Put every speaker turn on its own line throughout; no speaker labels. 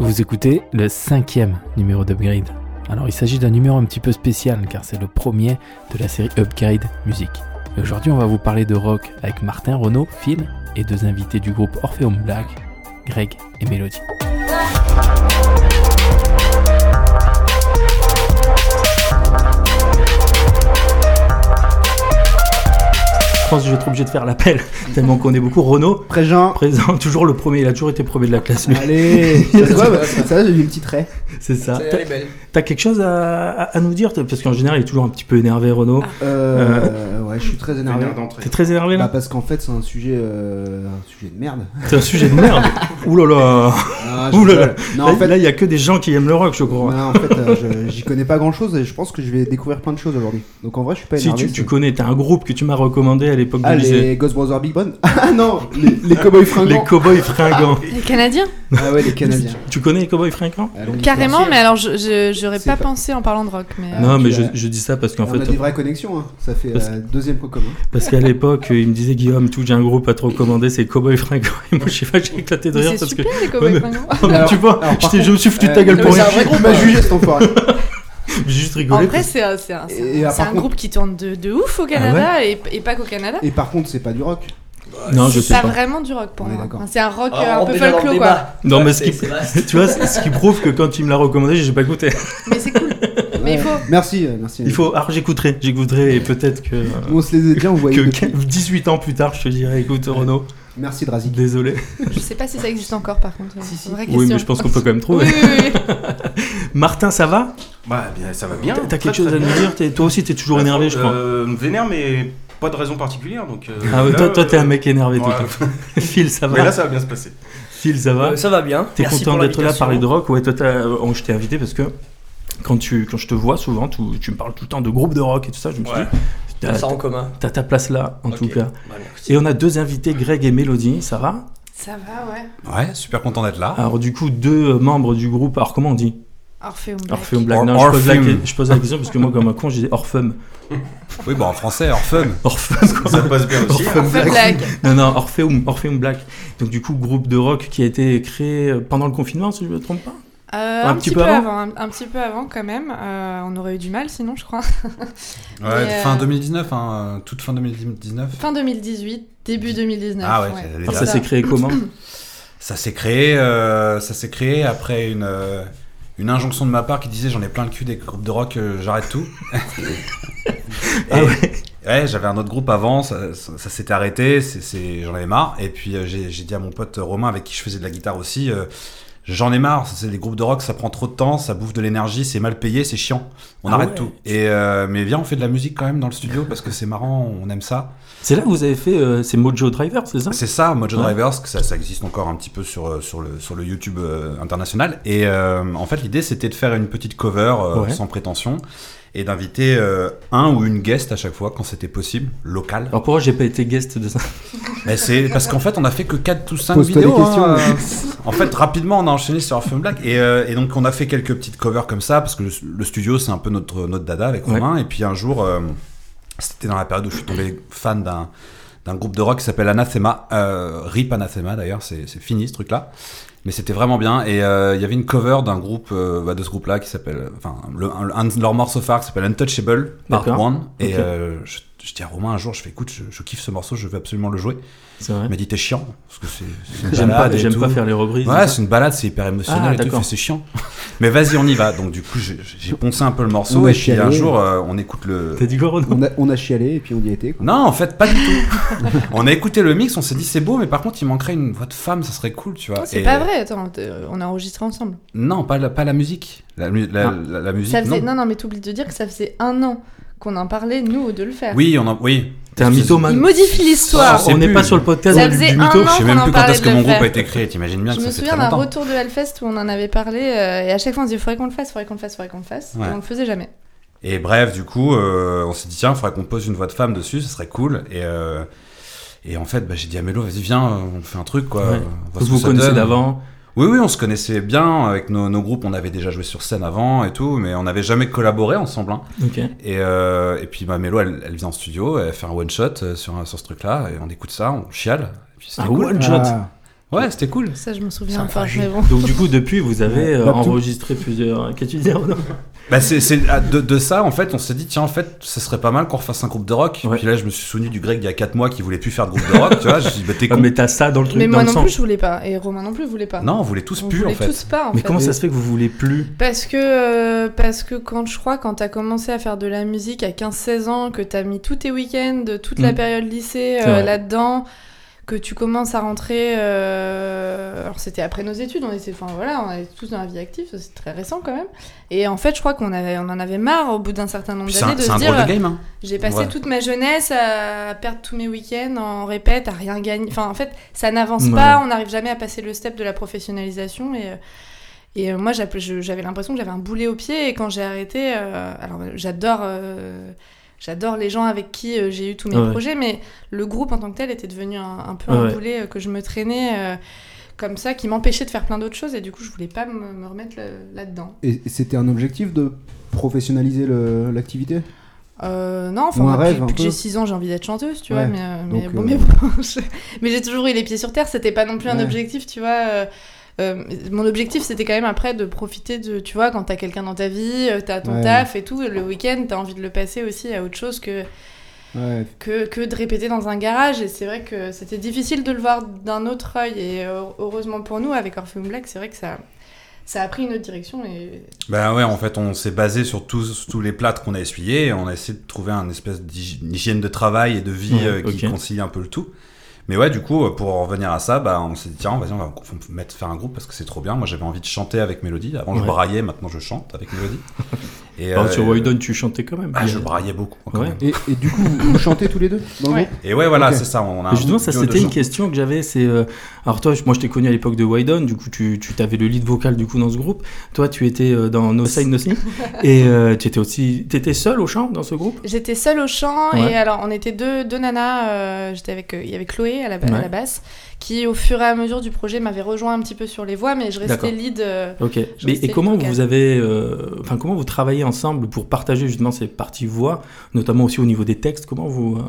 Vous écoutez le cinquième numéro d'Upgrade. Alors il s'agit d'un numéro un petit peu spécial car c'est le premier de la série Upgrade Music. Et aujourd'hui on va vous parler de rock avec Martin Renault, Phil et deux invités du groupe Orpheum Black, Greg et Melody.
Je pense que je vais être obligé de faire l'appel, tellement qu'on est beaucoup. Renaud,
Présent.
présent, toujours le premier, il a toujours été premier de la classe, lui.
Allez, ça, se voit, bah, ça, j'ai eu le petit trait.
C'est ça.
C'est-
T'as-
elle est belle.
T'as quelque chose à, à- à nous dire toi Parce qu'en général, il est toujours un petit peu énervé, Renaud.
Ah.
Euh, ouais, je suis très énervé.
T'es très énervé
Bah,
là
parce qu'en fait, c'est un sujet, euh, un sujet de merde.
C'est un sujet de merde. Ouh là là
Ah,
je Ouh là là.
Non,
Là,
en fait,
là, il y a que des gens qui aiment le rock, je crois.
non, en fait, euh, je- j'y connais pas grand chose et je pense que je vais découvrir plein de choses aujourd'hui. Donc en vrai, je suis pas
si
énervé.
tu, tu
c'est-
connais, t'as un groupe que tu m'as recommandé à l'époque
ah,
du lycée.
les Ghost Brothers Big Band Ah non, les, les Cowboys
Les
Fringants.
cowboys fringants.
Les Canadiens
ah ouais, les Canadiens.
Tu connais les cowboys fringants
Ah, donc,
Carrément, mais alors je- je- j'aurais
C'est
pas
pas-
pensé en parlant de rock. Mais...
Ah,
Non,
tu
mais je,
as-
je dis ça parce qu'en
on a
fait, euh,
des vraies connexions, hein. ça fait
Parce-
euh, deuxième point commun.
parce qu'à l'époque, euh, il me disait Guillaume, tout, j'ai un groupe à te recommander, c'est Cowboy Fringants. Et moi, je sais pas, j'ai éclaté de
Mais
rire
c'est
parce que.
super les cowboys
Ouais,
fringants.
Ah, mais
Alors-
tu vois,
alors,
je,
par
t'ai- je me suis foutu de ta
Euh,
gueule pour
mais
rien.
c'est un vrai groupe, hein. m'a jugé cet enfoiré.
J'ai juste
En
rigolé.
vrai, c'est un, c'est un- c'est un-
Et, ah,
c'est
par
un
contre-
groupe qui tourne de, de ouf au Canada et, et pas qu'au Canada.
Et par contre, c'est pas du rock.
non, je sais
C'est pas
pas.
vraiment du rock pour
On est
moi.
d'accord.
Enfin, c'est un rock
Ah,
euh,
on
un peu
rentre déjà dans le
folklore
débat.
quoi.
Non,
Ouais,
mais ce
c'est-
qui-
c'est vaste.
tu vois, c'est ce qui prouve que quand il me l'a recommandé, j'ai pas goûté.
Mais c'est cool. Mais il faut-
Merci, euh, merci.
Il faut. Alors, j'écouterai, j'écouterai et peut-être que.
On se les a déjà envoyés.
que
depuis.
15 18 ans plus tard, je te dirais, écoute, Renaud,
Merci Drazik.
désolé.
Je sais pas si ça existe encore par contre.
Si, si.
Vraie
Oui, mais
question.
je pense qu'on peut quand même
Oui,
trouver.
oui, oui.
Martin, ça va
Bah, bien, ça va bien.
T'as
Très,
quelque chose
très
à nous
bien.
dire T'es- Toi aussi, t'es toujours énervé, je crois.
Euh, vénère, mais pas de raison particulière. Donc, euh,
Ah, ouais,
là,
toi, toi,
euh,
t'es un mec énervé, toi.
ouais.
toi. Phil, ça
Mais
va
là, ça va bien se passer.
Phil, ça va
Euh, ça va bien.
T'es
Merci
content
pour
d'être là,
l'invitation.
parler de rock Ouais, toi, t'as- on- je t'ai invité parce que quand, tu, quand je te vois souvent, tu, tu me parles tout le temps de groupes de rock et tout ça. Je me suis
Ouais.
dit,
On
t'as-
sort en commun.
t'as ta place là, en
Ok.
tout cas.
Bah, merci.
Et on a deux invités, Greg et Mélodie, ça va
Ça va, ouais.
Ouais, super content d'être là.
Alors, du coup, deux euh, membres du groupe, alors comment on dit
Orpheum. Black.
Orpheum Black.
Or-
Non, je pose, la,
Orpheum.
je pose la question parce que moi, comme un con, je disais Orpheum.
Oui, bon, en français, Orpheum.
Orpheum, quoi.
Ça passe bien aussi.
Orpheum Black.
Non, non, Orpheum, Orpheum Black. Donc, du coup, groupe de rock qui a été créé euh, pendant le confinement, si je ne me trompe pas.
Euh, un, petit peu, avant, un, un petit peu avant quand même. Euh, on aurait eu du mal sinon, je crois.
Ouais,
Mais, euh,
fin 2019, hein, euh, toute fin 2019.
Fin 2018, début 2019.
Ah ouais,
ouais.
j'allais
Alors,
dire.
ça s'est créé comment
Ça s'est créé, euh, ça s'est créé après une, euh, une injonction de ma part qui disait j'en ai plein le cul des groupes de rock, euh, j'arrête tout.
Ah ouais
Ouais, j'avais un autre groupe avant, ça, ça- ça s'était arrêté, c'est- c'est- j'en avais marre. Et puis euh, j'ai j'ai dit à mon pote euh, Romain, avec qui je faisais de la guitare aussi, euh, j'en ai marre, ça, c'est des groupes de rock, ça prend trop de temps, ça bouffe de l'énergie, c'est mal payé, c'est chiant. On
Ah
arrête
ouais.
tout. Et euh, mais viens, on fait de la musique quand même dans le studio parce que c'est marrant, on aime ça.
C'est là que vous avez fait, euh, c'est Mojo Driver, c'est ça
C'est ça, Mojo
Ouais.
Drivers, que ça, ça existe encore un petit peu sur, euh, sur, le, sur le YouTube euh, international. Et euh, en fait, l'idée, c'était de faire une petite cover euh,
Ouais.
sans prétention et d'inviter euh, un ou une guest à chaque fois quand c'était possible, local.
Alors pourquoi j'ai pas été guest de ça
Mais c'est parce qu'en fait, on a fait que 4 ou 5
Pose-toi des
vidéos. hein,
questions.
euh, en fait, rapidement, on a enchaîné sur Film Black et, euh, et donc on a fait quelques petites covers comme ça parce que le, le studio, c'est un peu notre notre dada avec
Ouais.
Romain. Et puis un jour, euh, c'était dans la période où je suis tombé fan d'un d'un groupe de rock qui s'appelle Anathema, euh, Rip Anathema d'ailleurs, c'est c'est fini ce truc-là. Mais c'était vraiment bien et euh, il y avait une cover d'un groupe euh, bah, de ce groupe-là qui s'appelle, enfin le- un, un de leurs morceaux phares qui s'appelle Untouchable Part
D'accord.
1 et
Ok.
euh, je, je dis à Romain un jour, je fais écoute, je- je kiffe ce morceau, je veux absolument le jouer.
C'est vrai.
Ah.
Il m'a dit t'es chiant parce que c'est- c'est une
J'aime pas,
balade et
j'aime
tout.
pas faire les reprises.
Ouais,
c'est ça
c'est une balade, c'est hyper émotionnel
Ah,
et tout,
d'accord.
il fait, c'est chiant. Mais vas-y, on y va. Donc du coup, j'ai- j'ai poncé un peu le morceau
Ouais,
et puis
chialé.
un jour, euh, on écoute le.
T'as dit quoi, Renaud
On a, on a chialé et puis on y était. quoi.
Non, en fait, pas du tout. on a écouté le mix, on s'est dit c'est beau, mais par contre, il manquerait une voix de femme, ça serait cool, tu vois.
Oh, C'est
Bah, Et-
pas vrai, attends, t'es- on a enregistré ensemble.
Non, pas la, pas la musique. La, mu- la-
Ah.
la- la musique,
Ça faisait...
non.
non. non, mais t'oublies de dire que ça faisait un an qu'on en parlait, nous, de le faire.
Oui, on en... oui.
T'es un mythomane.
Il modifie l'histoire.
Ça, c'est
On n'est
plus.
pas sur le podcast
Ça
du-
faisait
du
un
mytho.
an.
Je sais
qu'on
même
en
plus quand
parlait
est-ce
de
que
le
mon groupe
faire.
a été créé, t'imagines bien
Je
que
me
ça c'est
souviens
très
d'un
longtemps.
retour de Hellfest où on en avait parlé euh, et à chaque fois on disait faudrait qu'on le fasse, faudrait qu'on le fasse, faudrait qu'on le fasse.
Ouais.
Et on le faisait jamais.
Et bref, du coup, euh, on s'est dit, tiens, il faudrait qu'on pose une voix de femme dessus, ça serait cool. Et, euh, et en fait, bah, j'ai dit à Mélo, vas-y, viens, euh, on fait un truc, quoi.
Ouais.
On
Vous
voit ce que
vous
ça
connaissez
donne.
d'avant.
Oui, oui, on se connaissait bien. Avec nos, nos groupes, on avait déjà joué sur scène avant et tout, mais on n'avait jamais collaboré ensemble. hein.
Ok.
Et, euh, et puis, bah, Mélo, elle, elle vient en studio, elle fait un one-shot euh, sur, un- sur ce truc-là, et on écoute ça, on chiale. Et puis, c'était
Ah,
cool.
one shot.
Ah,
Ouais, c'était cool.
Ça, je me
C'est
souviens
un
pas.
fragile.
Mais bon.
Donc du coup, depuis, vous avez euh,
Bah, tout-
enregistré plusieurs... euh, Qu'as-tu dit Arnaud
Bah c'est, c'est- ah, de, de ça, en fait, on s'est dit, tiens, en fait, ça serait pas mal qu'on refasse un groupe de rock.
Ouais.
Puis là, je me suis souvenu du Greg il y a 4 mois qui voulait plus faire de groupe de rock, tu vois. Je dis, bah t'es
Ah,
con.
Mais t'as ça dans le truc,
Mais
dans
moi
le
non
sang.
plus, je voulais pas. Et Romain non plus voulait pas.
Non, on voulait tous
on
plus, en
voulait
fait.
tous pas, en
Mais
fait.
comment ça se fait que vous voulez plus
Parce que, euh, parce que quand je crois, quand t'as commencé à faire de la musique à 15-16 ans, que t'as mis tous tes week-ends, toute la
Mm.
période lycée
C'est
euh,
vrai.
là-dedans, que tu commences à rentrer. euh, Alors, c'était après nos études, on était, enfin voilà, on était tous dans la vie active, ça, c'est très récent quand même. Et en fait, je crois qu'on avait, on en avait marre au bout d'un certain nombre
Puis c'est un,
d'années de
c'est
se
un
dire.
drôle de game, hein.
J'ai passé
Ouais.
toute ma jeunesse à perdre tous mes week-ends en répète, à rien gagner. Enfin, en fait, ça n'avance
Ouais.
pas, on n'arrive jamais à passer le step de la professionnalisation. Et, euh, et euh, moi, j'appelais- je- j'avais l'impression que j'avais un boulet au pied. Et quand j'ai arrêté, euh, alors euh, j'adore. euh, J'adore les gens avec qui euh, j'ai eu tous mes
Ouais.
projets, mais le groupe en tant que tel était devenu un, un peu
Ouais.
un boulet euh, que je me traînais euh, comme ça, qui m'empêchait de faire plein d'autres choses, et du coup je voulais pas me, me remettre là- là-dedans.
Et et c'était un objectif de professionnaliser le- l'activité
Euh, non, enfin,
Ou un
depuis-
rêve, un
depuis que
peu.
j'ai 6 ans, j'ai envie d'être chanteuse, tu
Ouais,
vois, mais, euh, mais
donc,
bon,
euh,
mais bon, je- mais j'ai toujours eu les pieds sur terre, c'était pas non plus un
Ouais.
objectif, tu vois. euh, euh, mon objectif, c'était quand même après de profiter de, tu vois, quand t'as quelqu'un dans ta vie, euh, t'as ton
Ouais.
taf et tout, le week-end, t'as envie de le passer aussi à autre chose que,
Ouais,
que, que de répéter dans un garage. Et c'est vrai que c'était difficile de le voir d'un autre œil. Et euh, heureusement pour nous, avec Orpheum Black, c'est vrai que ça, ça a pris une autre direction. Et
Bah ouais, en fait, on s'est basé sur tous, sur tous les plâtres qu'on a essuyés. et On a essayé de trouver un espèce d'hyg- d'hygiène de travail et de vie
Ouais,
euh, qui
ok.
concilie un peu le tout. Mais ouais, du coup, euh, pour en revenir à ça, bah, on s'est dit, tiens, vas-y, on va f- mettre, faire un groupe parce que c'est trop bien. Moi, j'avais envie de chanter avec Mélodie. Avant, je
Ouais.
braillais, maintenant, je chante avec Mélodie. Et,
Enfin,
euh,
Sur Why Don't, tu chantais quand même.
ah, je braillais beaucoup. quand
Ouais.
même.
Et, et du coup, vous vous chantez tous les deux dans le
Ouais.
groupe
Et ouais, voilà,
Ok.
c'est ça. On a
Mais Justement, ça
un duo de
c'était une
chant.
question que j'avais. C'est euh, alors toi, je- moi je t'ai connu à l'époque de Wydon, du coup tu, tu avais le lead vocal du coup dans ce groupe. Toi, tu étais euh, dans No Sign No Sleep et euh, tu étais aussi, t'étais seul au chant dans ce groupe.
J'étais seule au chant
Ouais.
et alors on était deux, deux nanas. euh, J'étais avec euh, il y avait Chloé à la, à
Ouais.
la basse qui au fur et à mesure du projet m'avait rejoint un petit peu sur les voix mais je
D'accord.
restais lead. euh,
Ok.
Je
Mais,
restais
et comment
lead vocal.
vous avez, euh, enfin comment vous travaillez ensemble pour partager justement ces parties voix, notamment aussi au niveau des textes. Comment vous euh,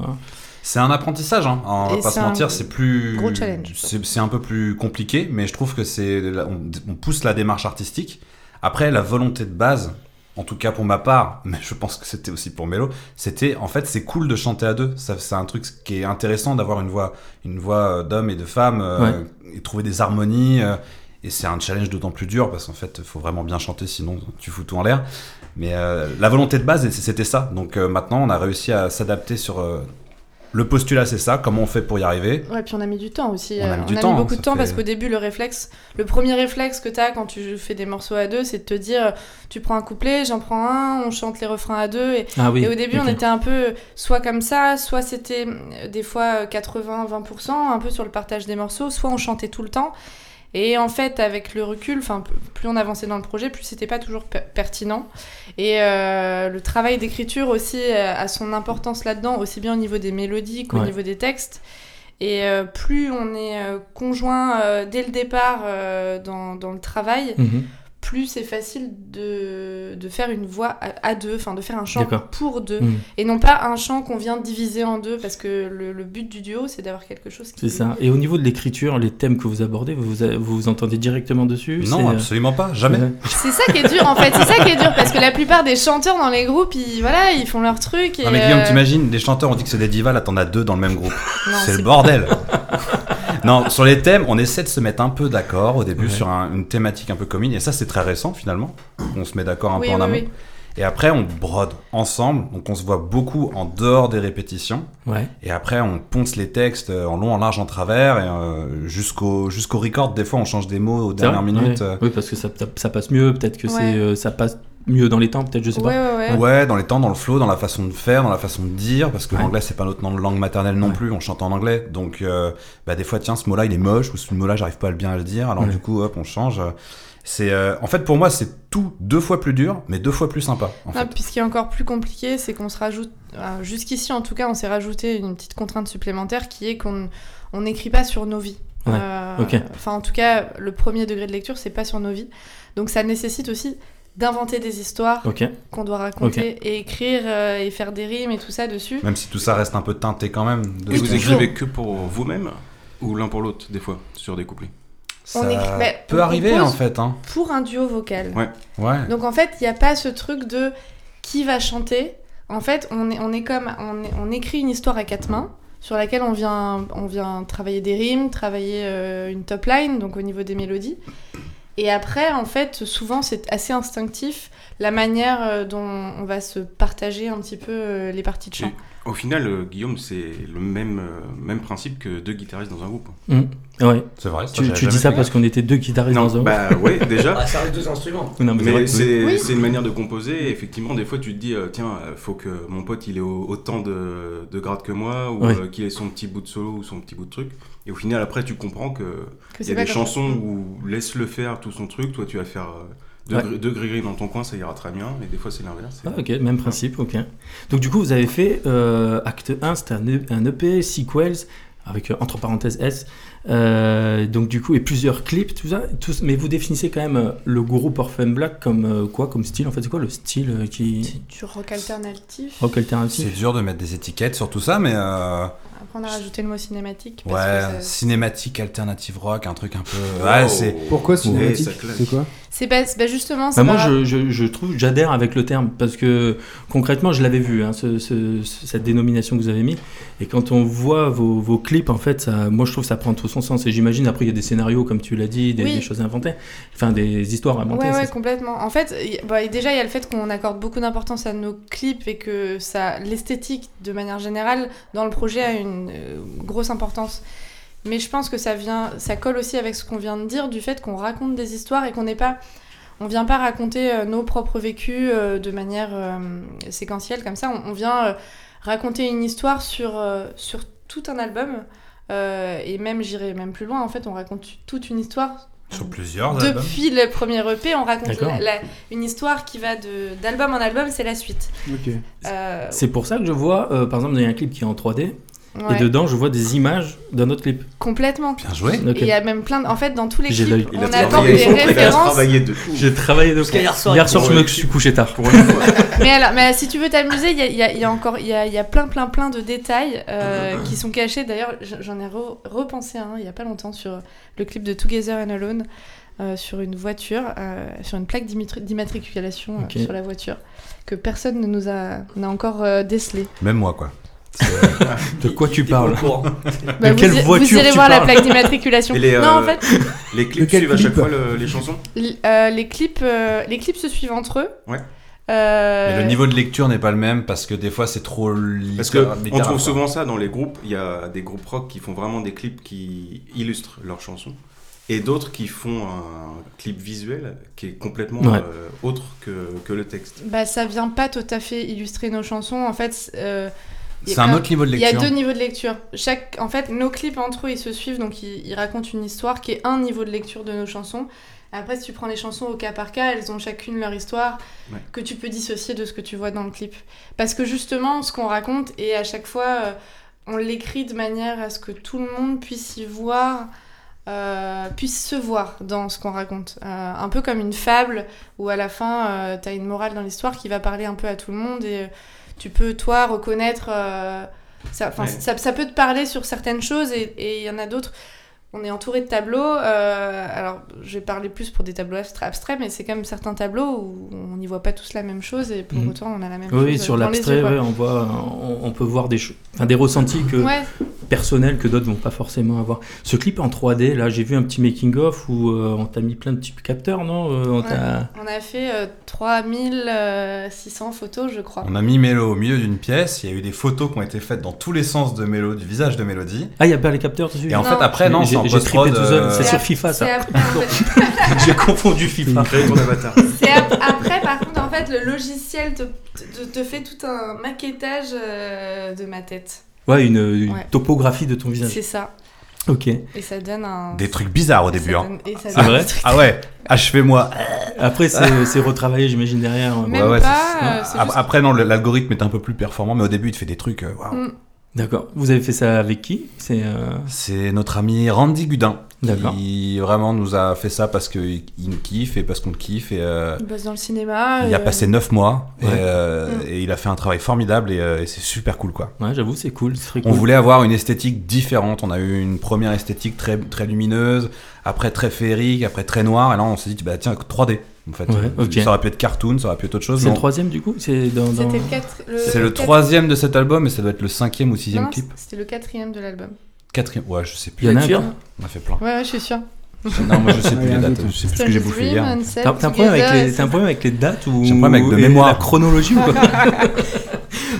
C'est un apprentissage, hein. on va
Et
pas
c'est
se
un
mentir, c'est plus.
gros challenge.
C'est c'est un peu plus compliqué, mais je trouve que c'est. On, on pousse la démarche artistique. Après, la volonté de base, en tout cas pour ma part, mais je pense que c'était aussi pour Mélo, c'était en fait, c'est cool de chanter à deux. Ça, C'est un truc qui est intéressant d'avoir une voix, une voix euh, d'homme et de femme euh, et trouver des harmonies. euh, et c'est un challenge d'autant plus dur parce qu'en fait, il faut vraiment bien chanter, sinon tu fous tout en l'air. Mais euh, la volonté de base, c'était ça. Donc euh, maintenant, on a réussi à s'adapter sur euh, le postulat, c'est ça. Comment on fait pour y arriver
Ouais puis on a mis du temps aussi.
On a
euh,
mis du temps, hein,
beaucoup
ça
de temps parce
fait-
qu'au début le réflexe, le premier réflexe que t'as quand tu fais des morceaux à deux c'est de te dire euh, tu prends un couplet, j'en prends un, on chante les refrains à deux et
Ah oui.
Et au début, on
ok.
était un peu soit comme ça, soit c'était euh, des fois euh, 80-20%, un peu sur le partage des morceaux, soit on chantait tout le temps. Et en fait, avec le recul, enfin, p- plus on avançait dans le projet, plus c'était pas toujours pe- pertinent. Et euh, le travail d'écriture aussi euh, a son importance là-dedans, aussi bien au niveau des mélodies qu'au
Ouais.
niveau des textes. Et euh, plus on est euh, conjoint euh, dès le départ euh, dans, dans le travail,
Mhm.
plus c'est facile de, de faire une voix à, à deux, enfin de faire un chant
D'accord.
pour deux,
Hmm.
Mhm.
et non pas un chant qu'on vient de diviser en deux, parce que le, le but du duo, c'est d'avoir quelque chose qui...
C'est ça. Et au niveau de l'écriture, les thèmes que vous abordez, vous vous, vous vous entendez directement dessus c'est,
Non,
euh,
absolument pas, jamais.
ouais.
C'est ça qui est dur, en fait, c'est ça qui est dur, parce que la plupart des chanteurs dans les groupes, ils, voilà, ils font leur truc, et...
Non mais Guillaume,
euh,
t'imagines, les chanteurs ont dit que c'est des divas, là t'en as deux dans le même groupe.
non,
c'est le bordel. non, sur les thèmes, on essaie de se mettre un peu d'accord au début
Ouais.
sur un- une thématique un peu commune, et ça c'est très récent finalement. On se met d'accord hein, un
Oui,
peu en
oui,
amont.
oui.
Et après on brode ensemble, donc on se voit beaucoup en dehors des répétitions.
Ouais.
Et après, on ponce les textes euh, en long, en large, en travers, et, euh, jusqu'au jusqu'au record. Des fois, on change des mots aux
C'est vrai
dernières minutes.
Ouais.
euh.
Oui, parce que ça, ça- ça passe mieux, peut-être que
Ouais.
c'est euh, ça passe mieux dans les temps, peut-être, je sais
Ouais,
pas.
ouais, ouais.
euh, Ouais. dans les temps, dans le flow, dans la façon de faire, dans la façon de dire, parce que
Ouais.
l'anglais c'est pas notre langue maternelle non
Ouais.
plus, on chante en anglais, donc euh, bah, des fois tiens ce mot-là il est moche ou ce mot-là j'arrive pas à le bien à le dire, alors
Ouais.
du coup hop on change. C'est euh, en fait pour moi c'est tout deux fois plus dur, mais deux fois plus sympa. En
Ah,
fait.
puis ce qui est encore plus compliqué, c'est qu'on se rajoute, euh, jusqu'ici en tout cas, on s'est rajouté une petite contrainte supplémentaire qui est qu'on on n'écrit pas sur nos vies.
Ouais,
Euh,
ok.
Enfin, en tout cas, le premier degré de lecture, c'est pas sur nos vies. Donc ça nécessite aussi d'inventer des histoires
Ok.
qu'on doit raconter et écrire euh, et faire des rimes et tout ça dessus.
Même si tout ça reste un peu teinté quand même. De
Oui,
ce
vous
qu'on-
toujours.
écrivez que pour vous-même Ou l'un pour l'autre, des fois, sur des couplets.
Ça
On écrit- mais
peut
on
arriver
compose-
en fait. Hein.
Pour un duo vocal.
Ouais.
Donc en fait, il n'y a pas ce truc de qui va chanter. En fait, on est, on est comme on, est- on écrit une histoire à quatre mains sur laquelle on vient on vient travailler des rimes, travailler euh, une top line, donc au niveau des mélodies. Et après, en fait, souvent c'est assez instinctif la manière euh, dont on va se partager un petit peu euh, les parties de chant.
Et- Au final, euh, Guillaume, c'est le même, euh, même principe que deux guitaristes dans un groupe.
Ouais.
C'est vrai. ça,
Tu,
j'avais
tu
jamais
dis ça
fait
parce qu'on était deux guitaristes dans un
bah ouais, déjà.
Ah, ça reste deux instruments.
Non, mais c'est vrai
Mais
que-
c'est
Oui.
c'est une manière de composer. et effectivement, des fois, tu te dis, euh, tiens, euh, faut que mon pote, il ait au- autant de, de grades que moi, ou
Ouais.
euh, qu'il ait son petit bout de solo ou son petit bout de truc. Et au final, après, tu comprends que
Que
Il y a
pas
des
comme-
chansons où laisse le faire tout son truc, toi tu vas faire euh, deux
Ouais.
gri- deux gris-gris dans ton coin, ça ira très bien, et des fois c'est l'inverse.
Ah, ok, même principe, ok. Donc, du coup, vous avez fait euh, acte 1, c'était un, E- un EP, sequels, avec euh, entre parenthèses S. euh, donc, du coup, et plusieurs clips, tout ça. tout ça- mais vous définissez quand même euh, le groupe Orphan Black comme euh, quoi, comme style En fait, c'est quoi le style euh, qui.
Du- Du rock alternatif.
Rock
C'est
alternatif
dur de mettre des étiquettes sur tout ça, mais euh,
Après, on a rajouté le mot cinématique. parce que
ouais,
ça-
cinématique alternative rock, un truc un peu. Ouais, c'est.
Pourquoi cinématique
ça claque.
C'est quoi
C'est pas, c'est pas justement.
Bah,
c'est
moi,
pas-
je, je, je trouve, j'adhère avec le terme parce que concrètement, je l'avais vu, hein, ce- ce- ce- cette dénomination que vous avez mis. Et quand on voit vos, vos clips, en fait, ça, moi, je trouve que ça prend tout son sens. Et j'imagine, après, il y a des scénarios, comme tu l'as dit, des,
Oui.
des choses inventées, enfin, des histoires inventées.
Ouais,
ça,
ouais, complètement. En fait, y- bah, déjà, il y a le fait qu'on accorde beaucoup d'importance à nos clips et que ça, l'esthétique, de manière générale, dans le projet a une euh, grosse importance. Mais je pense que ça vient, ça colle aussi avec ce qu'on vient de dire, du fait qu'on raconte des histoires et qu'on n'est pas, on vient pas raconter euh, nos propres vécus euh, de manière euh, séquentielle comme ça. On, on vient euh, raconter une histoire sur euh, sur tout un album Euh, et même, j'irai même plus loin. En fait, on raconte toute une histoire
Sur plusieurs albums.
depuis le premier EP, on raconte
D'accord.
la- la- une histoire qui va de- d'album en album, c'est la suite.
Ok.
Euh,
C'est pour ça que je vois, euh, par exemple, il y a un clip qui est en 3D,
ouais,
et dedans, je vois des images d'un autre clip.
Complètement.
Bien joué.
Ok.
Et il y a même plein de... En fait, dans tous les
J'ai l'œil.
clips,
Il a
on
travaillé-
apporte des
il a
références.
travaillé de
J'ai travaillé de
Parce qu'hier soir,
Hier soir,
il
je me
faut-
suis couché tard.
pour une fois.
Mais alors, mais si tu veux t'amuser, il y a, il y a- il y a encore, il y a, il y a plein, plein, plein de détails euh, qui sont cachés. D'ailleurs, j- j'en ai re- repensé un il y a pas longtemps sur le clip de Together and Alone euh, sur une voiture, euh, sur une plaque d'immatri- d'immatriculation euh,
Ok.
sur la voiture que personne ne nous a, n'a encore euh, décelé.
Même moi, quoi.
De quoi tu parles
Bah,
De quelle
vous, i-
voiture
vous irez
tu
voir la
parles
plaque d'immatriculation.
Et les, euh,
Non, en fait,
Les clips
Lequel
suivent à chaque
clip
fois le- les chansons
l- euh, les clips, euh, les clips se suivent entre eux.
Ouais.
Euh,
Mais le niveau de lecture n'est pas le même parce que des fois c'est trop littéral.
Parce que on
littéral,
trouve
quoi.
souvent ça dans les groupes, il y a des groupes rock qui font vraiment des clips qui illustrent leurs chansons, et d'autres qui font un clip visuel qui est complètement
Ouais.
euh, autre que, que le texte.
Bah, ça vient pas tout à fait illustrer nos chansons. En fait, c'est, euh, il y a
C'est un
quand-
autre niveau de
Il y a
lecture.
deux niveaux de lecture. Chaque, en fait, nos clips entre eux, ils se suivent, donc ils, ils racontent une histoire qui est un niveau de lecture de nos chansons. Après, si tu prends les chansons au cas par cas, elles ont chacune leur histoire
Ouais.
que tu peux dissocier de ce que tu vois dans le clip. Parce que justement, ce qu'on raconte, et à chaque fois, euh, on l'écrit de manière à ce que tout le monde puisse y voir, euh, puisse se voir dans ce qu'on raconte. Euh, un peu comme une fable où à la fin, euh, t'as une morale dans l'histoire qui va parler un peu à tout le monde et euh, tu peux, toi, reconnaître. euh, ça, enfin,
Ouais.
ça, ça peut te parler sur certaines choses et et il y en a d'autres. On est entouré de tableaux. euh, alors, je vais parler plus pour des tableaux abstra- abstraits, mais c'est comme certains tableaux où on n'y voit pas tous la même chose et pour
Mhm.
autant on a la même chose.
Oui, sur
dans les
l'abstrait,
yeux, quoi.
ouais, Euh, on, voit, on, on peut voir des, cho- enfin, des ressentis que,
Ouais,
personnels que d'autres vont pas forcément avoir. Ce clip en 3D, là, j'ai vu un petit making-of où euh, on t'a mis plein de petits capteurs, non Euh, on t'a-
on a fait euh, 3600 photos, je crois.
On a mis Mélo au milieu d'une pièce, il y a eu des photos qui ont été faites dans tous les sens de Mélo, du visage de Mélodie.
Ah, il n'y a pas les capteurs dessus
Et en
Non.
fait, après, non, c'est
J'ai
en
j'ai trippé
post-prod.
tout seul.
euh,
C'est
C'est
sur
ap-
FIFA,
C'est
ça.
après, en fait-
J'ai confondu FIFA.
Créer ton avatar.
c'est ap- après, par contre, en fait, le logiciel te, te- te fait tout un maquettage euh, de ma tête.
Ouais, une, une
Ouais.
topographie de ton visage.
C'est ça.
Ok.
Et ça donne un.
Des trucs bizarres au
ça
début. hein.
donne- et ça
C'est
donne
vrai
un truc-
Ah ouais, achevez-moi.
Après, c'est c'est retravaillé, j'imagine, derrière.
Même
ouais,
pas.
c'est-
euh, c'est
Ap-
juste-
Après, non, le- l'algorithme est un peu plus performant, mais au début, il te fait des trucs. euh, waouh.
Mm.
D'accord. Vous avez fait ça avec qui C'est euh,
C'est notre ami Randy Gudin
D'accord.
qui vraiment nous a fait ça parce qu'il nous kiffe et parce qu'on le kiffe. Et, euh,
Il bosse dans le cinéma.
il a
euh,
passé 9 mois et,
Ouais.
euh,
Mm.
et il a fait un travail formidable et, euh, et c'est super cool quoi.
Ouais, j'avoue, c'est cool. C'est très
On
cool.
voulait avoir une esthétique différente. On a eu une première esthétique très, très lumineuse, après très féerique, après très noire. Et là, on s'est dit, bah tiens, 3D en fait.
Ouais, ok.
Ça aurait pu être cartoon, ça aurait pu être autre chose.
C'est
mais
le
on-
troisième du coup C'est dans, dans-
C'était le, quatre-
C'est le
quatre-
troisième de cet album et ça doit être le cinquième ou
Non,
sixième
non,
clip.
C'était le quatrième de l'album.
Quatrième, ouais, je sais plus.
Il y en a
Bien sûr.
un. quoi.
On a fait plein.
Ouais, ouais, je suis sûre.
non, moi je sais plus
Ouais,
les
un
dates.
doute.
Je sais plus ce que j'ai bouffé hier.
T'as t'as un, problème avec les- t'as un problème avec les dates ou
J'ai un problème avec de
et
mémoire.
la chronologie ou quoi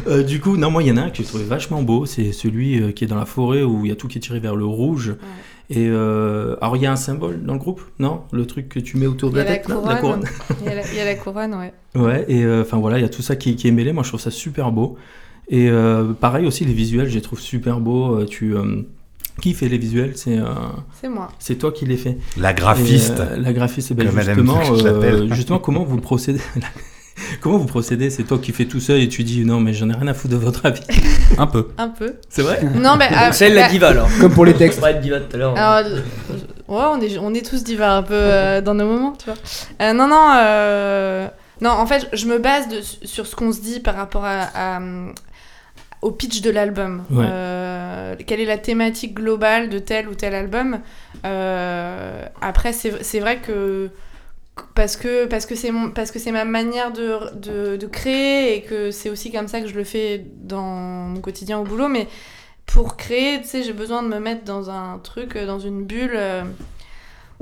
Euh, Du coup, non, moi, il y en a un que j'ai trouvé vachement beau. C'est celui euh, qui est dans la forêt où il y a tout qui est tiré vers le rouge. Et euh, alors, il y a un symbole dans le groupe, non Le truc que tu mets autour
Il
de
y
la
a la
tête, là, de la
couronne. Il y a la- il y a la couronne, ouais.
Ouais, et euh, enfin voilà, il y a tout ça qui, qui est mêlé. Moi, je trouve ça super beau. Et euh, pareil aussi, les visuels, je les trouve super beaux. Euh, tu, euh, qui fait les visuels C'est euh,
C'est moi.
c'est toi qui les fais.
La graphiste.
Et, euh, la graphiste, eh ben,
Comme elle aime
justement,
que je l'appelle.
justement, comment vous procédez Comment vous procédez C'est toi qui fais tout seul et tu dis non, mais j'en ai rien à foutre de votre avis.
Un peu.
Un peu.
C'est vrai
Non, mais. ah,
C'est
bah,
la diva alors.
Comme pour les
On
textes.
parlait de diva tout à l'heure.
Alors, euh, ouais, on est, on est tous divas un peu euh, dans nos moments, tu vois. Euh, non, non, euh, non, en fait, je me base de- sur ce qu'on se dit par rapport à, à, euh, au pitch de l'album.
Ouais.
Euh, quelle est la thématique globale de tel ou tel album Euh, Après, c'est c'est vrai que parce que parce que c'est mon- parce que c'est ma manière de, de, de créer et que c'est aussi comme ça que je le fais dans mon quotidien au boulot mais pour créer tu sais j'ai besoin de me mettre dans un truc euh, dans une bulle euh,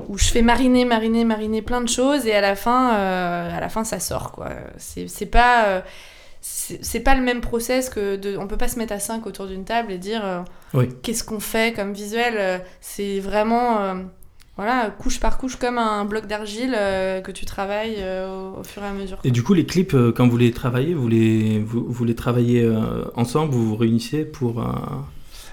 où je fais mariner mariner mariner plein de choses et à la fin euh, à la fin ça sort quoi c'est c'est pas euh, c'est c'est pas le même process que de on peut pas se mettre à 5 autour d'une table et dire euh,
Oui.
qu'est-ce qu'on fait comme visuel euh, c'est vraiment euh, voilà, couche par couche, comme un bloc d'argile euh, que tu travailles euh, au, au fur et à mesure.
Et du coup, les clips, euh, quand vous les travaillez, vous les, vous, vous les travaillez euh, ensemble, vous vous réunissez pour. euh,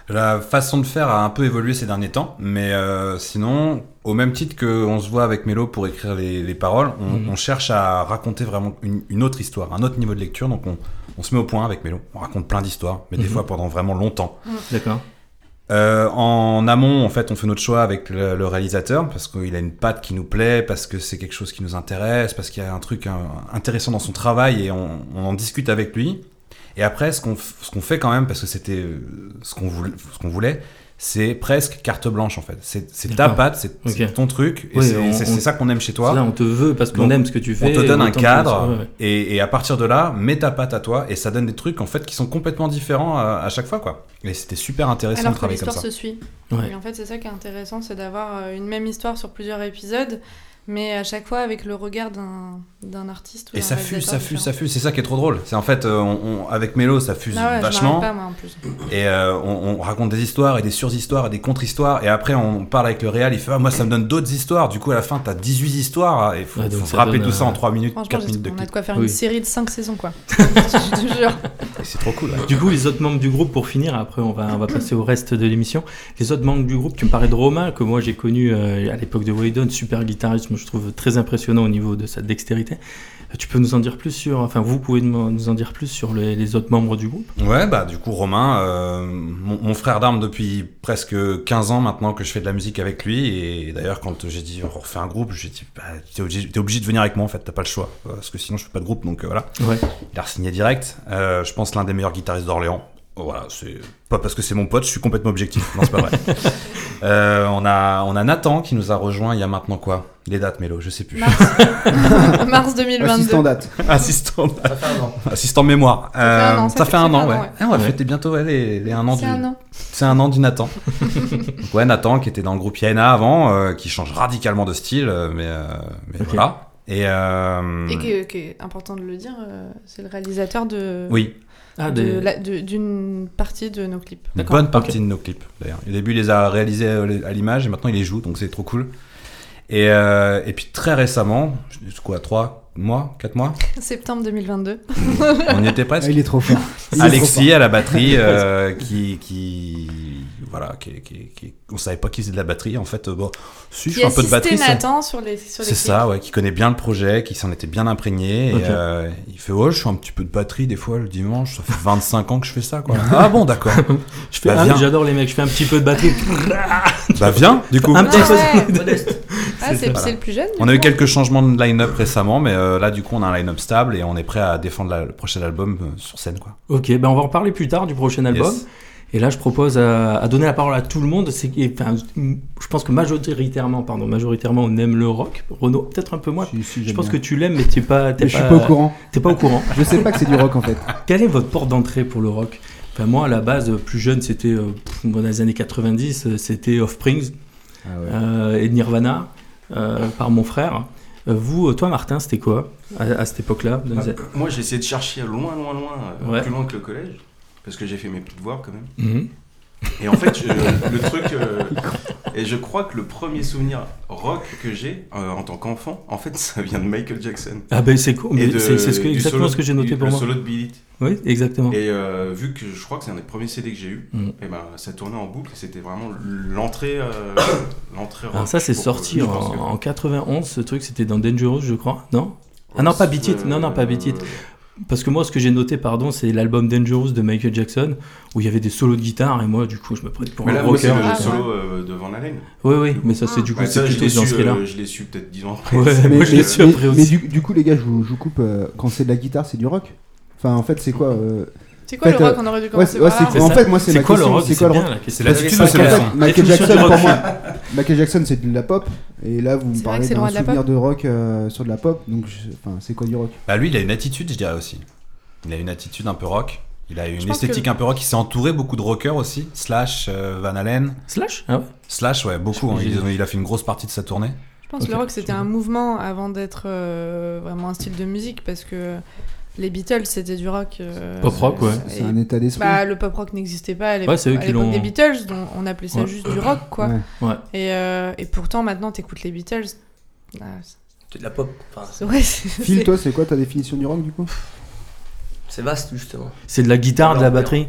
La façon de faire a un peu évolué ces derniers temps, mais euh, sinon, au même titre qu'on se voit avec Mélo pour écrire les, les paroles, on,
Mhm.
on cherche à raconter vraiment une, une autre histoire, un autre niveau de lecture, donc on, on se met au point avec Mélo. On raconte plein d'histoires, mais des
Mhm.
fois pendant vraiment longtemps.
D'accord.
Euh, en amont, en fait, on fait notre choix avec le, le réalisateur, parce qu'il a une patte qui nous plaît, parce que c'est quelque chose qui nous intéresse, parce qu'il y a un truc hein, intéressant dans son travail, et on, on en discute avec lui. Et après, ce qu'on f- ce qu'on fait quand même, parce que c'était euh, ce qu'on voulait, ce qu'on voulait, c'est presque carte blanche, en fait. C'est c'est ta
D'accord.
patte, c'est c'est
Ok.
ton truc, et
Oui,
c'est-
on-
c'est
on-
c'est ça qu'on aime chez toi.
Là, on te veut parce qu'on
Donc,
aime ce que tu
On
fais.
te
et
donne un
autant que-
cadre
Ouais, ouais.
et, et à partir de là, mets ta patte à toi et ça donne des trucs en fait qui sont complètement différents à, à chaque fois quoi. Et c'était super intéressant
Alors
de
que
travailler comme
l'histoire
ça.
se suit.
Ouais.
Et en fait, c'est ça qui est intéressant, c'est d'avoir euh, une même histoire sur plusieurs épisodes, mais à chaque fois avec le regard d'un d'un artiste. Ou
Et
d'un
ça fuse, ça
réalisateur
fuse,
différent.
ça fuse. C'est ça qui est trop drôle. C'est en fait, euh, on- on- avec Mélo, ça fuse
Ah ouais,
vachement.
Je m'arrête pas, moi, en plus.
Et euh, on, on raconte des histoires et des sur-histoires et des contre-histoires. Et après, on parle avec le réal. Il fait Ah, Moi, ça me donne d'autres histoires. Du coup, à la fin, t'as 18 histoires. Et faut,
Ouais, donc
faut
ça
frapper
donne,
tout ça
euh,
en 3 minutes,
Franchement,
4
j'ai-
minutes de
on a
clip.
de quoi faire
Oui.
une série de 5 saisons, quoi. je te jure.
Et C'est trop cool. ouais.
Du coup, les autres membres du groupe, pour finir, après on va, on va passer au reste de l'émission. Les autres membres du groupe, tu me parlais de Romain, que moi j'ai connu euh, à l'époque de Waydon, super guitariste, moi, je trouve très impressionnant au niveau de sa dextérité. Euh, Tu peux nous en dire plus sur, enfin vous pouvez nous nous en dire plus sur les, les autres membres du groupe
Ouais, bah du coup, Romain, euh, mon, mon frère d'armes depuis presque 15 ans maintenant que je fais de la musique avec lui. Et d'ailleurs, quand j'ai dit on refait un groupe, j'ai dit bah, t'es obligé, t'es obligé de venir avec moi en fait, t'as pas le choix. euh, Parce que sinon, je fais pas de groupe, donc euh, voilà.
Ouais.
Il a signé direct. Euh, je pense l'un des meilleurs guitaristes d'Orléans. Voilà, c'est pas parce que c'est mon pote, je suis complètement objectif. Non, c'est pas vrai. Euh, on, a, on a Nathan qui nous a rejoint il y a maintenant quoi Les dates, Mélo, je sais plus.
Mars, Mars 2022.
Assistant date.
Assistant,
Ça fait un an.
assistant mémoire. Euh,
fait un an, ça fait- ça
un
fait
an,
un
ouais.
an, ouais.
Eh, on va
Ouais.
fêter bientôt ouais, les, les un an
C'est
du-
un an.
c'est un an du Nathan. Donc ouais, Nathan qui était dans le groupe Yana avant, euh, qui change radicalement de style, euh, mais, euh, mais
Ok.
voilà. Et, euh,
Et qui est, qui est important de le dire, euh, c'est le réalisateur de
oui,
Ah,
de
des-
la- de- d'une partie de nos clips.
une
D'accord,
bonne partie
ok.
de nos clips d'ailleurs. Au début, il les a réalisés euh, à l'image et maintenant il les joue, donc c'est trop cool. Et, euh, et puis très récemment, je- quoi, 3 mois, 4 mois
Septembre 2022.
On y était
Ah,
presque.
il est trop fort. Il est trop
Alexis à la batterie, euh, qui, qui, voilà, qui, qui, qui- on savait pas qui faisait de la batterie. En fait, euh, bon, si je
Qui
fais un peu de
assistait
batterie, c'est-
Nathan sur les sur les
c'est
clips.
ça, ouais, qui connaît bien le projet, qui s'en était bien imprégné. Et,
Ok.
euh, il fait, oh, je fais un petit peu de batterie des fois le dimanche. Ça fait 25 ans que je fais ça, quoi. ah bon, d'accord.
Je fais
Bah,
un-
viens.
Ah j'adore les mecs, je fais un petit peu de batterie.
bah viens, du coup.
Un
Ah
petit peu.
ouais. Ah,
C'est
c'est
ça.
c'est le plus jeune. du
On a eu
coup.
quelques changements de line-up récemment, mais euh, là, du coup, on a un line-up stable et on est prêt à défendre la- le prochain album euh, sur scène, quoi.
Ok, ben on va en parler plus tard du prochain album.
Yes.
Et là, je propose à, à donner la parole à tout le monde. C'est, et, enfin, je pense que majoritairement, pardon, majoritairement, on aime le rock. Renaud, peut-être un peu moins.
fort. Si, si,
Je
j'aime
pense que
bien.
tu l'aimes, mais t'es pas, t'es
Mais je suis pas au courant.
T'es pas au courant.
Je sais pas que c'est du rock en fait.
Quelle est votre porte d'entrée pour le rock Enfin, moi, à la base, euh, plus jeune, c'était euh, pff, dans les années 90, euh, c'était Offsprings euh, et Nirvana euh, par mon frère. Euh, Vous, euh, toi, Martin, c'était quoi à, à cette époque-là dans les a-
Moi, j'ai essayé de chercher loin, loin, loin, euh,
Ouais.
plus loin que le collège, parce que j'ai fait mes petits devoirs quand même.
Mhm.
Et en fait, je- le truc. euh, et je crois que le premier souvenir rock que j'ai euh, en tant qu'enfant, en fait, ça vient de Michael Jackson.
Ah ben c'est cool,
Et
mais
de-
c'est c'est ce que-
du
exactement
solo-
ce que j'ai noté
du-
pour
le
moi.
solo de Beat It.
Oui, exactement.
Et euh, vu que je crois que c'est un des premiers CD que j'ai eu,
Mhm.
et ben ça tournait en boucle. et C'était vraiment l'entrée, euh, l'entrée.
Alors
rock
Ah, ça, c'est
pour- euh,
sorti
je
en,
pense que-
en 91, ce truc, c'était dans Dangerous, je crois, non Ah non, pas
Euh,
Beat It, non, non, pas Beat It. Parce que moi, ce que j'ai noté, pardon, c'est l'album Dangerous de Michael Jackson, où il y avait des solos de guitare, et moi, du coup, je me prenais pour
Mais
un
là, moi,
rocker.
c'est le
Ah,
solo euh, de Van Halen.
Oui, oui, mais
Ah.
ça, c'est du coup,
Bah,
c'est
ça, je
plutôt
l'ai su,
dans ce cas-là.
euh, je l'ai su peut-être 10 ans après.
Ouais,
C'est-
moi,
euh,
je l'ai su après
mais
aussi.
du, du coup, les gars, je vous, je vous coupe. euh, quand c'est de la guitare, c'est du rock Enfin, en fait, c'est quoi euh,
C'est quoi
En
le
fait,
rock On aurait dû
Ouais,
commencer
c'est- ouais, c'est-
par là.
C'est
en
ça.
fait, moi, c'est
C'est
ma
quoi le
question,
rock
c'est quoi le
bien
rock
la question.
C'est
la
l'attitude
Parce
de
Parce
ce
qu'en fait,
garçon.
Michael
Définition
Jackson,
du
pour
rock.
moi, Michael Jackson, c'est de la pop. Et là, vous me
C'est vrai
parlez
que c'est le
d'un
roi de la
souvenir
pop.
de rock euh, sur de la pop. Donc, je- enfin, c'est quoi du rock
Bah lui, il a une attitude, je dirais aussi. Il a une attitude un peu rock. Il a une
pense que-
esthétique un peu rock. Il s'est entouré beaucoup de rockers aussi. Slash, euh, Van Halen.
Slash Ah ouais
Slash, ouais, beaucoup. hein. Il, il a fait une grosse partie de sa tournée.
Je pense que le
Ok.
rock c'était un mouvement avant d'être euh, vraiment un style de musique parce que les Beatles c'était du rock. euh,
Pop rock, ouais.
C'est
et-
un état d'esprit.
Bah, le pop rock n'existait pas à l'époque
Ouais, c'est eux
à
qui
l'époque
l'ont-
des Beatles, donc on appelait ça
Ouais.
juste du rock quoi.
Ouais.
Ouais.
Et, euh, et pourtant maintenant t'écoutes les Beatles. Ah, c'est-
C'est de la pop. Enfin, c'est-
ouais, c'est-
Phil,
c'est-
toi, c'est quoi ta définition du rock du coup
c'est vaste, justement.
C'est de la guitare, de
Ah,
la batterie.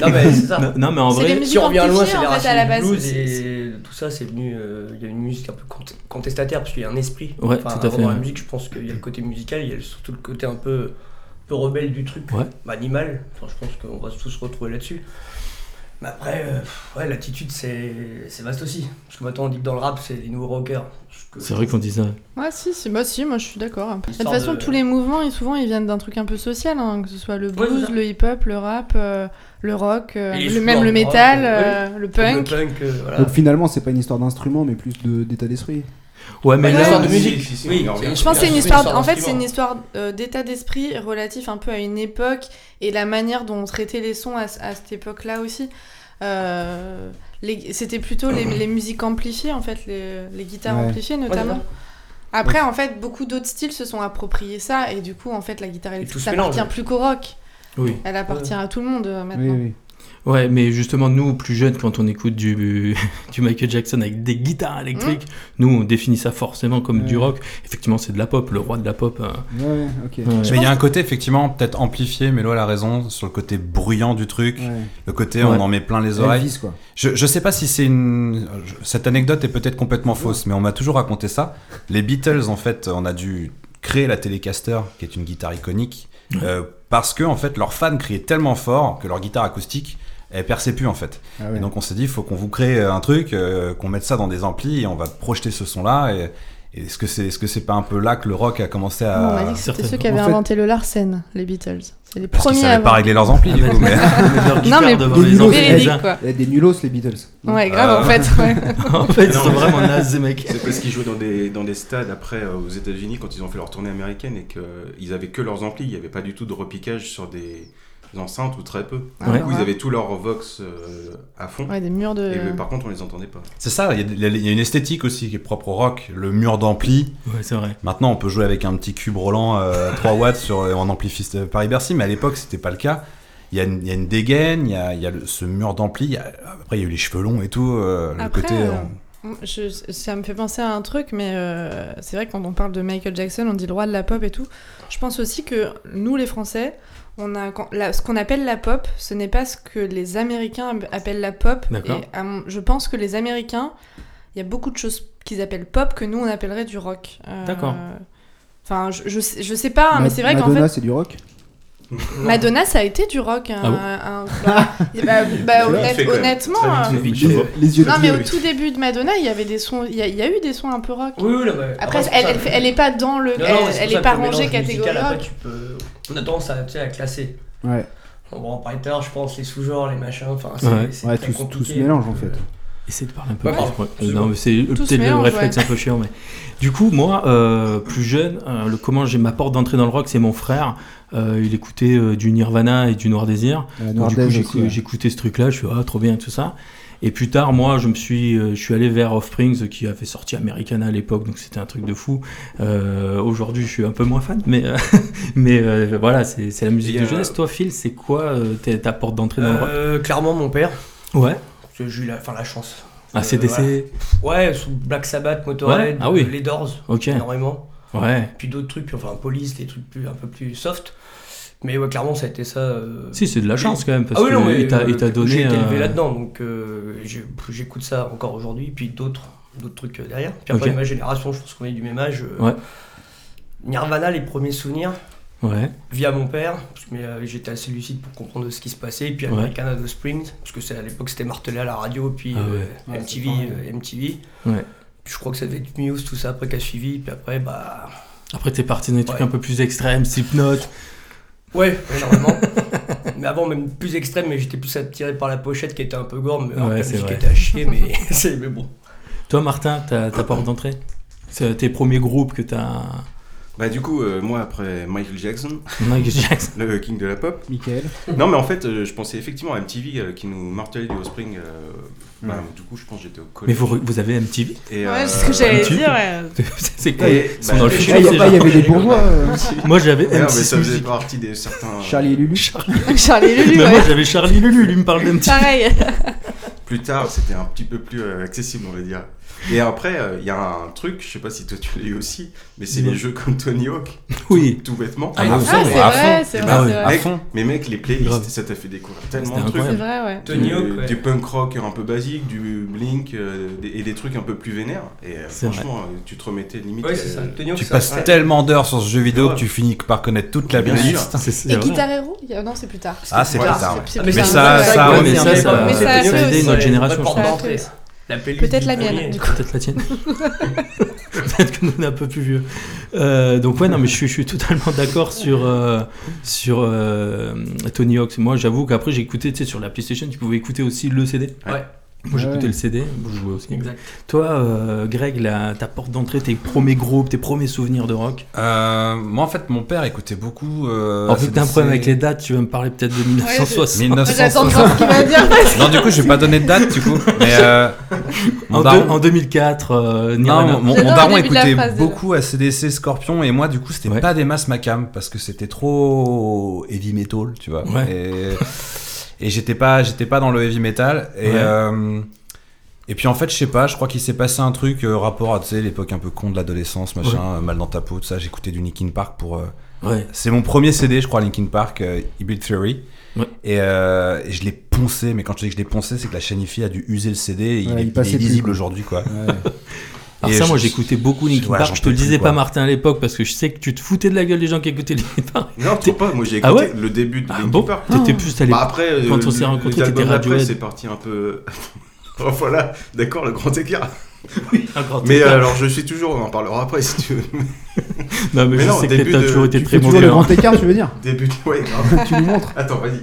Non, mais c'est ça.
Non, non, mais en
C'est les
vrai,
musiques
Si on revient loin,
amplifiées,
c'est les
en fait, à
racines
la
du
base.
blues
C'est-
et tout ça, c'est venu. euh, Il y a une musique un peu cont- contestataire parce qu'il y a un esprit.
Ouais,
Enfin,
tout à
avant
fait,
Dans la
ouais.
musique, je pense qu'il y a le côté musical, il y a surtout le côté un peu, peu rebelle du truc,
Ouais.
animal. Enfin, je pense qu'on va tous se retrouver là-dessus. Mais après, euh, pff, ouais, l'attitude, c'est c'est vaste aussi. Parce que maintenant, on dit que dans le rap, c'est les nouveaux rockers.
c'est vrai qu'on dit ça.
Ouais, si, si, moi, si, moi je suis d'accord. De toute
Histoire
façon,
de-
tous les mouvements, ils, souvent, ils viennent d'un truc un peu social, hein, que ce soit le
Ouais, c'est
blues,
ça.
le hip-hop, le rap, euh, le rock, euh,
Et
le-
souvent,
même
le
le
rock,
métal,
euh,
euh, le
Le
punk.
punk, euh,
Bah.
voilà.
Donc, finalement, c'est pas une histoire d'instrument, mais plus de- d'état d'esprit.
Ouais, mais
Ouais.
là,
L'histoire de
Si,
musique.
si, si,
Oui,
on y revient.
c'est-
Je pense que c'est une
Bien sûr,
histoire,
c'est
en fait,
instrument.
c'est une histoire euh, d'état d'esprit relatif un peu à une époque et la manière dont on traitait les sons à, ce- à cette époque-là aussi. Euh, les- C'était plutôt les, les musiques amplifiées, en fait, les, les guitares
Ouais.
amplifiées
Ouais, c'est
notamment.
ça.
Après, en fait, beaucoup d'autres styles se sont appropriés ça, et du coup, en fait, la guitare
tout
électrique,
se
ça
mélange.
appartient plus qu'au rock.
oui.
Elle appartient à tout le monde euh, maintenant.
Oui, oui.
Ouais, mais justement, nous, plus jeunes, quand on écoute du, du Michael Jackson avec des guitares électriques,
Mmh.
nous, on définit ça forcément comme du
Ouais.
rock. Effectivement, c'est de la pop, le roi de la pop. hein.
Ouais, ouais, ok.
Ouais.
Mais il y a un côté, effectivement, peut-être amplifié, mais Mélo a raison, sur le côté bruyant du truc.
Ouais.
Le côté,
Ouais.
on en met plein les oreilles.
Elvis, quoi.
Je, je sais pas si c'est une. je- Cette anecdote est peut-être complètement fausse, mais on m'a toujours raconté ça. Les Beatles, en fait, on a dû créer la Telecaster, qui est une guitare iconique, euh, parce que, en fait, leurs fans criaient tellement fort que leur guitare acoustique, elle perçait plus, en fait.
Ah ouais.
Et donc, on s'est dit, il faut qu'on vous crée un truc, euh, qu'on mette ça dans des amplis, et on va projeter ce son-là. Et, et est-ce que c'est est -ce c'est pas un peu là que le rock a commencé
Nous, on
à.
m'a dit que c'était
certainement.
ceux qui avaient
En fait-
inventé le Larsen, les Beatles. C'est les
parce qu'ils
premiers à
savaient pas
avoir-
régler leurs amplis, du coup, mais-
Leur
Non, mais
guitare devant
des
les
nulos,
enfants,
c'est
les
Véridique,
uns.
quoi.
Il y a des nulos, les Beatles.
Ah.
Ouais, grave, en fait. ouais.
En fait, ils sont
Non.
vraiment nazes, ces mecs.
C'est parce qu'ils jouaient dans des, dans des stades après euh, aux États-Unis quand ils ont fait leur tournée américaine et qu'ils avaient que leurs amplis, il n'y avait pas du tout de repiquage sur des enceintes ou très peu.
Ah,
Du coup,
ouais.
ils avaient tout leur Vox euh, à fond.
Ouais, des murs de.
Et euh, par contre, on les entendait pas.
C'est ça, il y a- il y, a- il y a une esthétique aussi qui est propre au rock. Le mur d'ampli.
Ouais, c'est vrai.
Maintenant, on peut jouer avec un petit cube Roland euh, 3 watts sur, en amplifiste Paris-Bercy, mais à l'époque, c'était pas le cas. Il y, a une- il y a une dégaine, il y a, il y a le- ce mur d'ampli, il y a- après, il y a eu les cheveux longs et tout. euh, le
Après,
côté,
euh,
on-
Je- ça me fait penser à un truc, mais euh, c'est vrai que quand on parle de Michael Jackson, on dit le roi de la pop et tout. Je pense aussi que nous, les Français, on a quand- la- ce qu'on appelle la pop, ce n'est pas ce que les Américains appellent la pop.
D'accord.
Et à mon- je pense que les Américains, il y a beaucoup de choses qu'ils appellent pop que nous, on appellerait du rock. Euh,
D'accord.
Enfin, je, je, sais- je sais pas, hein, mais c'est vrai qu'en
Madonna,
fait,
c'est du rock.
Madonna, ça a été du rock. hein,
Ah bon
un- bah, bah, bah,
Il fait
honnête-
quand même très
honnêtement.
vite
euh,
une vie de
Les,
chevaux.
les yeux
non, mais au
oui.
tout début de Madonna, il y avait des sons, il y, a- il y a eu des sons un peu rock.
Oui, oui, là, ouais.
Après,
c'est
elle,
pour
elle,
ça-
fait- elle est pas dans le,
Non, non,
elle,
c'est pour
elle
ça
est
que
pas
le mélange
rangée
musical,
catégorie
après,
rock.
tu peux- On a tendance à, tu sais, à classer.
Ouais,
On va en parler tout à l'heure, je pense, les sous-genres, les machins, enfin,
Ouais.
c'est c'est
Ouais,
très
tout- tout
compliqué.
se mélange, en
donc,
fait.
euh,
Essaye de parler un peu.
Ouais,
plus.
pardon,
Ouais, non,
excuse-moi.
mais c'est
se
peut-être le
mélange,
réflexe un peu chiant. Mais... Du coup, moi, euh, plus jeune, euh, le, comment j'ai ma porte d'entrée dans le rock, c'est mon frère. Euh, il écoutait euh, du Nirvana et du Noir Désir.
la
Donc, du
Nordaise
coup, j'ai-
aussi, ouais.
j'écoutais ce truc-là. Je suis ah trop bien tout ça. Et plus tard, moi, je me suis, euh, je suis allé vers Offsprings, euh, qui a fait sortie Americana à l'époque, donc c'était un truc de fou. Euh, Aujourd'hui, je suis un peu moins fan, mais euh, mais euh, voilà, c'est c'est la musique
Et,
de
euh,
jeunesse. Toi, Phil, c'est quoi euh, ta ta porte d'entrée dans le rock
euh, clairement, mon père,
Ouais, Ah,
parce que j'ai eu la, enfin, la chance.
ACDC,
Euh, Ouais, sous Black Sabbath, Motorhead,
Ouais, ah oui.
les Doors,
ok,
énormément.
ouais.
Puis d'autres trucs, puis enfin, Police, des trucs plus, un peu plus soft. Mais ouais, clairement, ça a été ça. euh,
Si, c'est de la chance quand même, parce
ah oui, non,
que
mais
il t'a- il t'a
euh,
donné.
J'ai été élevé
euh,
là-dedans, donc euh, j'ai- j'écoute ça encore aujourd'hui, puis d'autres d'autres trucs euh, derrière. Puis après,
Ok.
ma génération, je pense qu'on est du même âge. euh,
Ouais.
Nirvana, les premiers souvenirs,
Ouais,
via mon père, parce que, mais euh, j'étais assez lucide pour comprendre ce qui se passait, et puis
Ouais.
Americana de Springs, parce que c'est à l'époque c'était martelé à la radio, puis
Ah
euh,
ouais.
Ouais,
MTV,
c'est pas
euh, MTV.
Ouais.
Puis Je crois que ça devait être Muse, tout ça, après qu'a suivi, puis après, bah.
après t'es parti dans des trucs
Ouais.
un peu plus extrêmes, Slipknot.
Ouais, énormément. mais avant, même plus extrême, mais j'étais plus attiré par la pochette qui était un peu gore, mais alors
Ouais,
que la
c'est
musique
vrai.
était à chier, mais, c'est- mais bon.
Toi, Martin, ta ta porte d'entrée C'est euh, tes premiers groupes que t'as.
Bah, du coup, euh, moi, après Michael Jackson,
Michael Jackson.
le king de la pop,
Michael.
Non, mais en fait, euh, je pensais effectivement à MTV euh, qui nous martelait du Offspring. euh, bah,
Ouais.
du coup, je pense que j'étais au collège.
Mais vous, re- vous avez MTV
Et,
Ouais,
euh,
c'est ce que j'allais
YouTube.
dire. ouais.
C'est quoi
et-
Ils sont dans le
Ah,
je-
Il
futur,
y, a
ces
pas- il y
gens.
avait des bourgeois. euh,
Moi j'avais
Ouais, mais ça
M6
faisait
Music.
partie des certains. euh,
Charlie et Lulu.
Charlie Lulu,
Mais
ouais.
moi j'avais Charlie Lulu, lui me parle de MTV.
Pareil.
Plus tard, c'était un petit peu plus euh, accessible, on va dire. Et après, euh, il y a un truc, je sais pas si toi tu l'as eu aussi, mais c'est
Non.
les jeux comme Tony Hawk,
Oui.
tout bêtement.
Ah,
À
oui.
Ah,
fond.
c'est
à
vrai, c'est
Ah
vrai,
ouais.
c'est
À
vrai.
Mec,
fond.
Mais mec, les playlists,
Grave.
ça t'a fait découvrir tellement
C'était
de trucs.
incroyable.
C'est vrai, ouais.
Tony
du,
Hawk, ouais.
du punk rock un peu basique, du Blink euh, des- et des trucs un peu plus vénères. Et euh,
C'est
franchement, euh, tu te remettais limite.
Ouais, c'est ça.
euh,
Tony Hawk,
Tu
c'est
passes
un-
tellement d'heures sur ce jeu vidéo
Ouais.
que tu finis par connaître toute la
Bien
playlist.
C'est- c'est
Et
vrai.
Guitar Hero Il y a- Non, c'est plus tard.
Ah, c'est
Ouais.
pas ça. ouais.
C'est-
mais
c'est
ça-
un-
ça-
ouais, mais ça, ça-
Mais
ça a
Tony Hawk,
fait
c'est
aussi.
notre génération,
porte
je pense.
d'entrée. La playlist
Peut-être
du
la mienne,
premier.
du coup.
Peut-être la tienne. Peut-être que nous on est un peu plus vieux. Euh, donc ouais, non, mais je, suis- je suis totalement d'accord sur euh, sur euh, Tony Hawk. Moi, j'avoue qu'après j'ai écouté, tu sais, sur la PlayStation, tu pouvais écouter aussi le CD.
Ouais.
Moi, j'écoutais
Ouais.
le CD, je jouais aussi.
Exact.
Toi, euh, Greg, la, ta porte d'entrée, tes premiers groupes, tes premiers souvenirs de rock.
Euh, moi, en fait, mon père écoutait beaucoup. euh,
en fait, t'as un
ACDC.
problème avec les dates. Tu vas me parler peut-être de 1960.
1960.
J'attends de voir ce qu'il va dire.
Non, du coup, je vais pas donner de date, du coup. Mais euh, mon
En, deux-
daron-
en 2004, euh, Nirvana.
Non, mon, mon
J'adore le
daron
début de la
écoutait
phrase, déjà.
beaucoup ACDC, Scorpion, et moi, du coup, c'était
Ouais.
pas des masses macam parce que c'était trop heavy metal, tu vois. Et, et j'étais pas, j'étais pas dans le heavy metal. Et,
Ouais.
euh, et puis en fait, je sais pas, je crois qu'il s'est passé un truc euh, rapport à tu sais, l'époque un peu con de l'adolescence, machin, euh, mal dans ta peau, tout ça. J'écoutais du Linkin Park pour. euh,
Ouais.
c'est mon premier CD, je crois, Linkin Park, euh, Hybrid Theory.
Ouais.
Et, euh, et je l'ai poncé, mais quand je dis que je l'ai poncé, c'est que la chaîne IFI a dû user le CD et il,
Ouais,
est,
il
il
passait
est
plus,
lisible
quoi.
aujourd'hui, quoi.
Euh,
Alors
Et
ça,
je-
moi, j'écoutais beaucoup Linkin
Ouais,
Park.
j'en
Je te le
peux plus,
disais
quoi.
pas, Martin, à l'époque, parce que je sais que tu te foutais de la gueule des gens qui écoutaient Linkin Park.
Non, trop pas. Moi, j'ai écouté
Ah ouais
le début de
Ah
Linkin
bon
Park.
T'étais plus allé.
Bah, après, euh,
Quand on s'est
les
rencontrés,
albums
t'étais
d'après,
Radiohead.
c'est parti un peu. Oh, voilà, d'accord, le grand écart.
Encore
Mais
tout
euh,
ça.
alors, je suis toujours, on en parlera après si tu veux.
non, mais,
mais
je
non,
sais
début
que t'as
de-
toujours été
Tu
très
fais toujours
mauvais.
le
hein.
grand écart, tu veux dire
Début, de- ouais, grave.
Tu nous montres.
Attends, vas-y.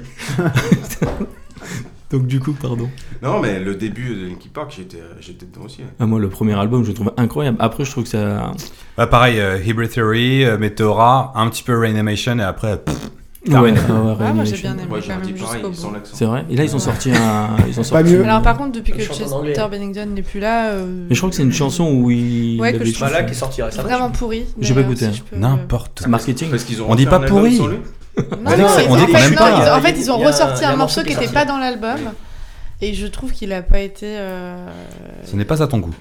Donc du coup, pardon.
Non, mais le début de Linkin Park, j'étais, j'étais dedans aussi. hein.
Ah, moi, le premier album, je le trouve incroyable. Après, je trouve que ça.
Ouais, pareil, euh, Hybrid Theory, euh, Meteora, un petit peu Reanimation, et après, pff,
Ouais,
Carrément.
ah ouais,
Ah, moi, j'ai
Reanimation.
bien aimé
Moi, j'ai
quand
dit
même jusqu'au
pareil, sans
bout.
l'accent.
C'est vrai. Et là, ils ont
Ouais.
sorti un. Ils ont
Pas
sorti.
mieux.
Alors, par contre, depuis que
Je chante en
Chester
anglais.
Bennington n'est plus là. euh,
Mais je crois que c'est une chanson où il.
Ouais, que
avait
je Bah,
chanté.
Voilà, qui est sorti récemment.
Vraiment pourri.
J'ai pas
d'ailleurs,
goûté,
si
hein.
je peux-
n'importe quoi.
Marketing.
Parce qu'ils ont
On dit
refait
pas
un album
pourri.
sans lui.
Non,
On dit
non,
qu'on
ils- en
aime
fait,
pas.
non, ils- en fait,
Il y
ils
a
ont
un- il y a
ressorti
un
un
morceau
morceau
qui
qui
est
n'était pas
sorti.
dans l'album.
Et je trouve qu'il a pas été. euh,
Ce n'est pas à ton goût.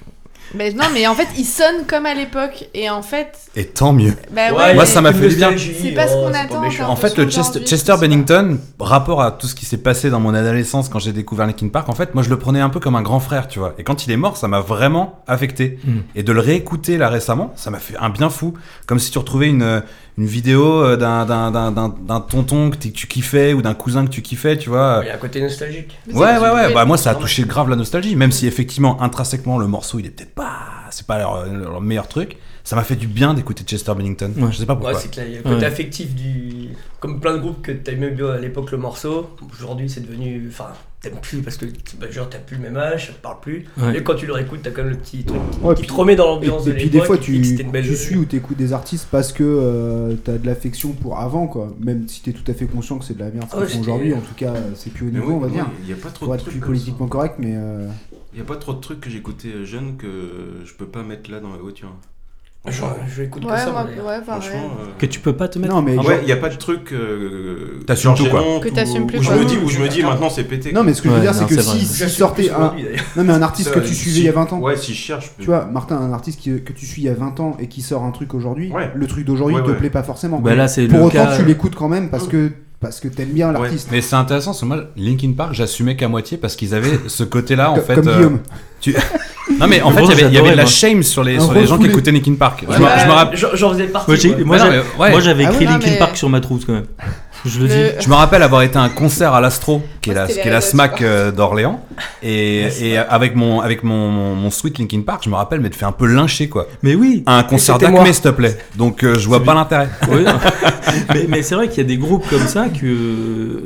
Mais non, mais en fait, il sonne comme à l'époque. Et en fait,
Et tant mieux.
bah
Ah
ouais.
Moi,
mais-
ça m'a fait du bien.
C'est pas ce qu'on attend,
méchant.
En fait, le Chester,
Aujourd'hui,
Chester
c'est
Bennington, rapport à tout ce qui s'est passé dans mon adolescence quand j'ai découvert Linkin Park, en fait, moi je le prenais un peu comme un grand frère, tu vois. Et quand il est mort, ça m'a vraiment affecté.
Mm.
Et de le réécouter là récemment, ça m'a fait un bien fou. Comme si tu retrouvais une, une vidéo euh, d'un- d'un- d'un d'un- d'un tonton que tu- tu kiffais ou d'un cousin que tu kiffais, tu vois.
Il y a un côté nostalgique.
Mais
Ouais,
c'est-
ouais, ouais.
mais-
Bah, moi, ça a touché grave la nostalgie, même si effectivement, intrinsèquement, le morceau, il est peut-être pas. C'est pas leur, leur meilleur truc. Ça m'a fait du bien d'écouter Chester Bennington.
Ouais.
Je sais pas
Ouais,
pourquoi.
c'est que là, il y a le côté
Ouais.
affectif du. Comme plein de groupes que t'aimais bien à l'époque le morceau, aujourd'hui c'est devenu. Enfin, t'aimes plus parce que bah, genre t'as plus le même âge, ça te parle plus.
Ouais.
Et quand tu le réécoutes, t'as quand même le petit truc qui-
Ouais,
qui
puis-
te remet dans
Et,
l'ambiance de
et puis
l'époque.
des fois,
et
tu,
que c'était une belle-
tu suis ou t'écoutes des artistes parce que euh, t'as de l'affection pour avant, quoi. Même si t'es tout à fait conscient que c'est de la merde ce
Ah ouais,
qu'ils font
c'était-
aujourd'hui, en tout cas, euh, c'est plus au
Mais
niveau,
oui,
on va
oui,
dire.
Il n'y a pas trop
Pour
de
être
trucs.
plus
comme ça.
politiquement correct, mais. euh,
Il y a pas trop de trucs que j'écoutais euh, jeune que je peux pas mettre là dans la voiture.
Genre, Ah, je l'écoute pas
Ouais,
ça.
moi,
mais-
ouais, pareil.
Franchement. euh,
Que tu peux pas te mettre.
Non, mais.
Ah
genre-
ouais, il n'y a pas de truc. Euh,
T'assumes
genre
tout, quoi.
gênant,
Que
ou-
t'assumes plus,
Où je
quoi.
me dis, où je me dis maintenant c'est pété.
Non, mais ce que je veux
Ouais,
dire, c'est
non,
que
c'est vrai.
si,
Je
si
l'assume
sortait
plus
un.
aujourd'hui, d'ailleurs.
Non, mais un artiste
Ça,
que tu
si-
suivais il y a 20 ans.
Ouais, si je cherche. je peux-
Tu vois, Martin, un artiste qui- que tu suis il y a 20 ans et qui sort un truc aujourd'hui,
Ouais.
le truc d'aujourd'hui
Ouais,
te
ouais.
plaît pas forcément.
Bah là, c'est
Pour
le
autant,
cas.
tu l'écoutes quand même parce que, parce que t'aimes bien l'artiste.
Mais c'est intéressant, parce que moi, Linkin Park, j'assumais qu'à moitié parce qu'ils avaient ce côté-là, en
Co-
fait.
Comme
euh,
Guillaume.
Non, mais en
Le
fait, il y
gros,
avait- il y avait de
j'adorais,
la shame sur les,
Un
sur les gens qui
refoulé.
écoutaient Linkin Park. Je
Ouais,
me je me rappelle.
j'en- J'en faisais partie.
bah, Moi, j'ai-
quoi.
moi,
Bah non,
j'ai-
mais ouais.
moi, j'avais
Ah oui,
écrit
non,
Linkin
mais-
Park sur ma trousse quand même. Je le dis.
Le-
Je me rappelle avoir été à un concert à l'Astro, qui est la,
c'était
qui est
la-
la SMAC euh, d'Orléans, et, et avec mon avec mon, mon, mon sweet Linkin Park, je me rappelle m'être fait un peu lyncher quoi.
Mais oui.
À un concert
c'était moi.
d'Acme, s'il te plaît. Donc euh, je vois
C'est
pas
bien.
l'intérêt.
Oui, non. mais mais c'est vrai qu'il y a des groupes comme ça que. euh,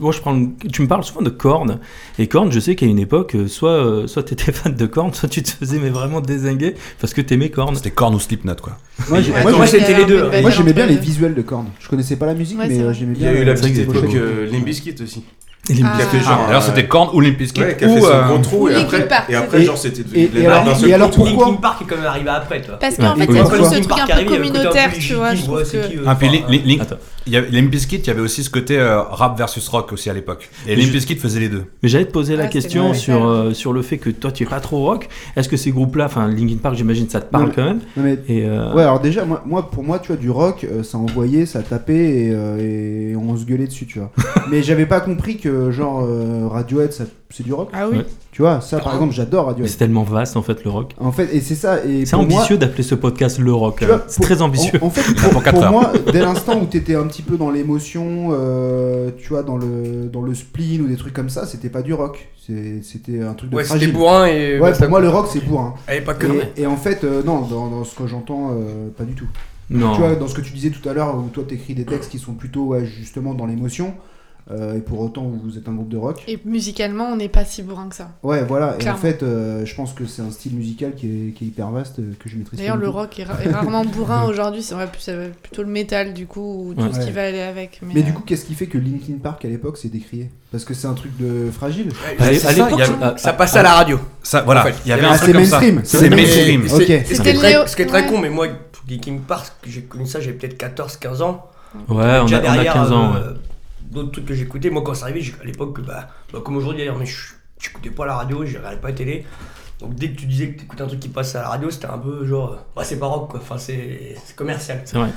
Moi, je prends. Tu me parles souvent de Korn. Et Korn, je sais qu'à une époque, euh, soit euh, soit t'étais fan de Korn, soit tu te faisais mais vraiment désinguer parce que t'aimais Korn.
Ah, C'était Korn ou Slipknot quoi.
Moi, j'ai-
Attends,
moi,
moi,
j'ai-
c'était les deux,
euh,
hein.
moi, j'aimais bien les visuels de Korn. Je connaissais pas la musique,
Ouais,
mais
c'est
euh,
vrai.
j'aimais
Il y
bien.
a eu
euh,
la
cette
petite époque
époque.
euh, Limp Bizkit aussi.
Et les-
Ah.
Qui a fait genre.
Alors
euh,
c'était Korn ou Limp Bizkit
Ouais, qui a fait
ou,
son
euh,
gros trou et
Linkin
après,
Park.
et après,
Et-
genre c'était
et-
devenu de la
et
merde
alors-
d'un seul
et alors
coup.
pourquoi
Linkin Park est quand même arrivé après, toi.
Parce
Ouais.
qu'en
Et
fait, il y a
pourquoi
toujours ce truc
Linkin Park
un peu
arrive, il y a le euh, côté un peu
communautaire, tu
Gigi,
vois. Je
ouais,
trouve
c'est
que-
qui, euh,
Ah, puis
enfin,
Li- Li- Link-
Attends.
il y avait- Limp Bizkit, il y avait aussi ce côté euh, rap versus rock aussi à l'époque. Et
Mais
Limp
je-
Bizkit faisait les deux.
Mais j'allais te poser la
Ouais, c'était
question
vrai.
sur euh, sur le fait que toi tu es pas trop rock. Est-ce que ces groupes-là, enfin Linkin Park, j'imagine ça te parle
Non, mais-
quand même.
Non, mais-
Et euh,
Ouais, alors déjà, moi, moi, pour moi, tu vois, du rock, euh, ça envoyait, ça tapait et, euh, et on se gueulait dessus, tu vois. mais j'avais pas compris que, genre, euh, Radiohead, ça- c'est du rock.
Ah oui.
Ouais.
Tu vois, ça, par exemple, j'adore
mais
Radiohead.
c'est tellement vaste en fait le rock.
En fait, et c'est ça. Et
C'est
pour moi-
ambitieux d'appeler ce podcast le rock.
Tu
hein.
vois,
C'est
pour-
très ambitieux.
En, en fait,
a
pour,
pour quatre
pour
heures.
moi, dès l'instant où t'étais un petit peu dans l'émotion, euh, tu vois, dans le, dans le spleen ou des trucs comme ça, c'était pas du rock. C'est- C'était un truc de
Ouais, c'était
fragile.
bourrin et. bah,
Ouais,
basta,
pour moi, le
quoi.
rock, c'est bourrin.
Elle est pas que.
Et, et en fait, euh, non, dans, dans ce que j'entends, euh, pas du tout.
Non.
Tu vois, dans ce que tu disais tout à l'heure, où toi, t'écris des textes qui sont plutôt, ouais, justement, dans l'émotion. euh, et pour autant, vous êtes un groupe de rock.
Et musicalement, on n'est pas si bourrin que ça.
Ouais, voilà. Et en
Clairement.
fait, euh, je pense que c'est un style musical qui est, qui est hyper vaste, euh, que je maîtrise.
D'ailleurs,
pas du
le
tout.
rock est, ra- est rarement bourrin aujourd'hui, c'est vrai, plus- ça va plutôt le métal du coup, ou tout
Ouais.
ce qui va aller avec. Mais,
Mais
euh,
du coup, qu'est-ce qui fait que Linkin Park à l'époque c'est décrié Parce que c'est un truc de fragile.
À l'é-
c'est
à
ça,
l'époque,
il y
ça-
a- Ça passait à la radio.
Ça, voilà,
En fait,
il y avait
il y
un
avait-
truc
c'est
comme ça.
mainstream.
C'est
Mais-
mainstream.
Ok.
c'est- Ce qui
C'était
est
le
très-
néo-
ce qui est très
ouais.
con, mais moi, Linkin Park, j'ai connu ça, j'ai peut-être 14-15 ans.
Ouais, on a,
Déjà
on a
derrière,
15 ans.
euh, D'autres trucs que j'écoutais. Moi, quand c'est arrivé, j'ai- à l'époque, bah, bah, comme aujourd'hui d'ailleurs, mais je- j'écoutais pas la radio, je regardais pas la télé. Donc dès que tu disais que t'écoutais un truc qui passe à la radio, c'était un peu genre. euh, Bah, c'est pas rock quoi, enfin, c'est c'est commercial.
C'est vrai.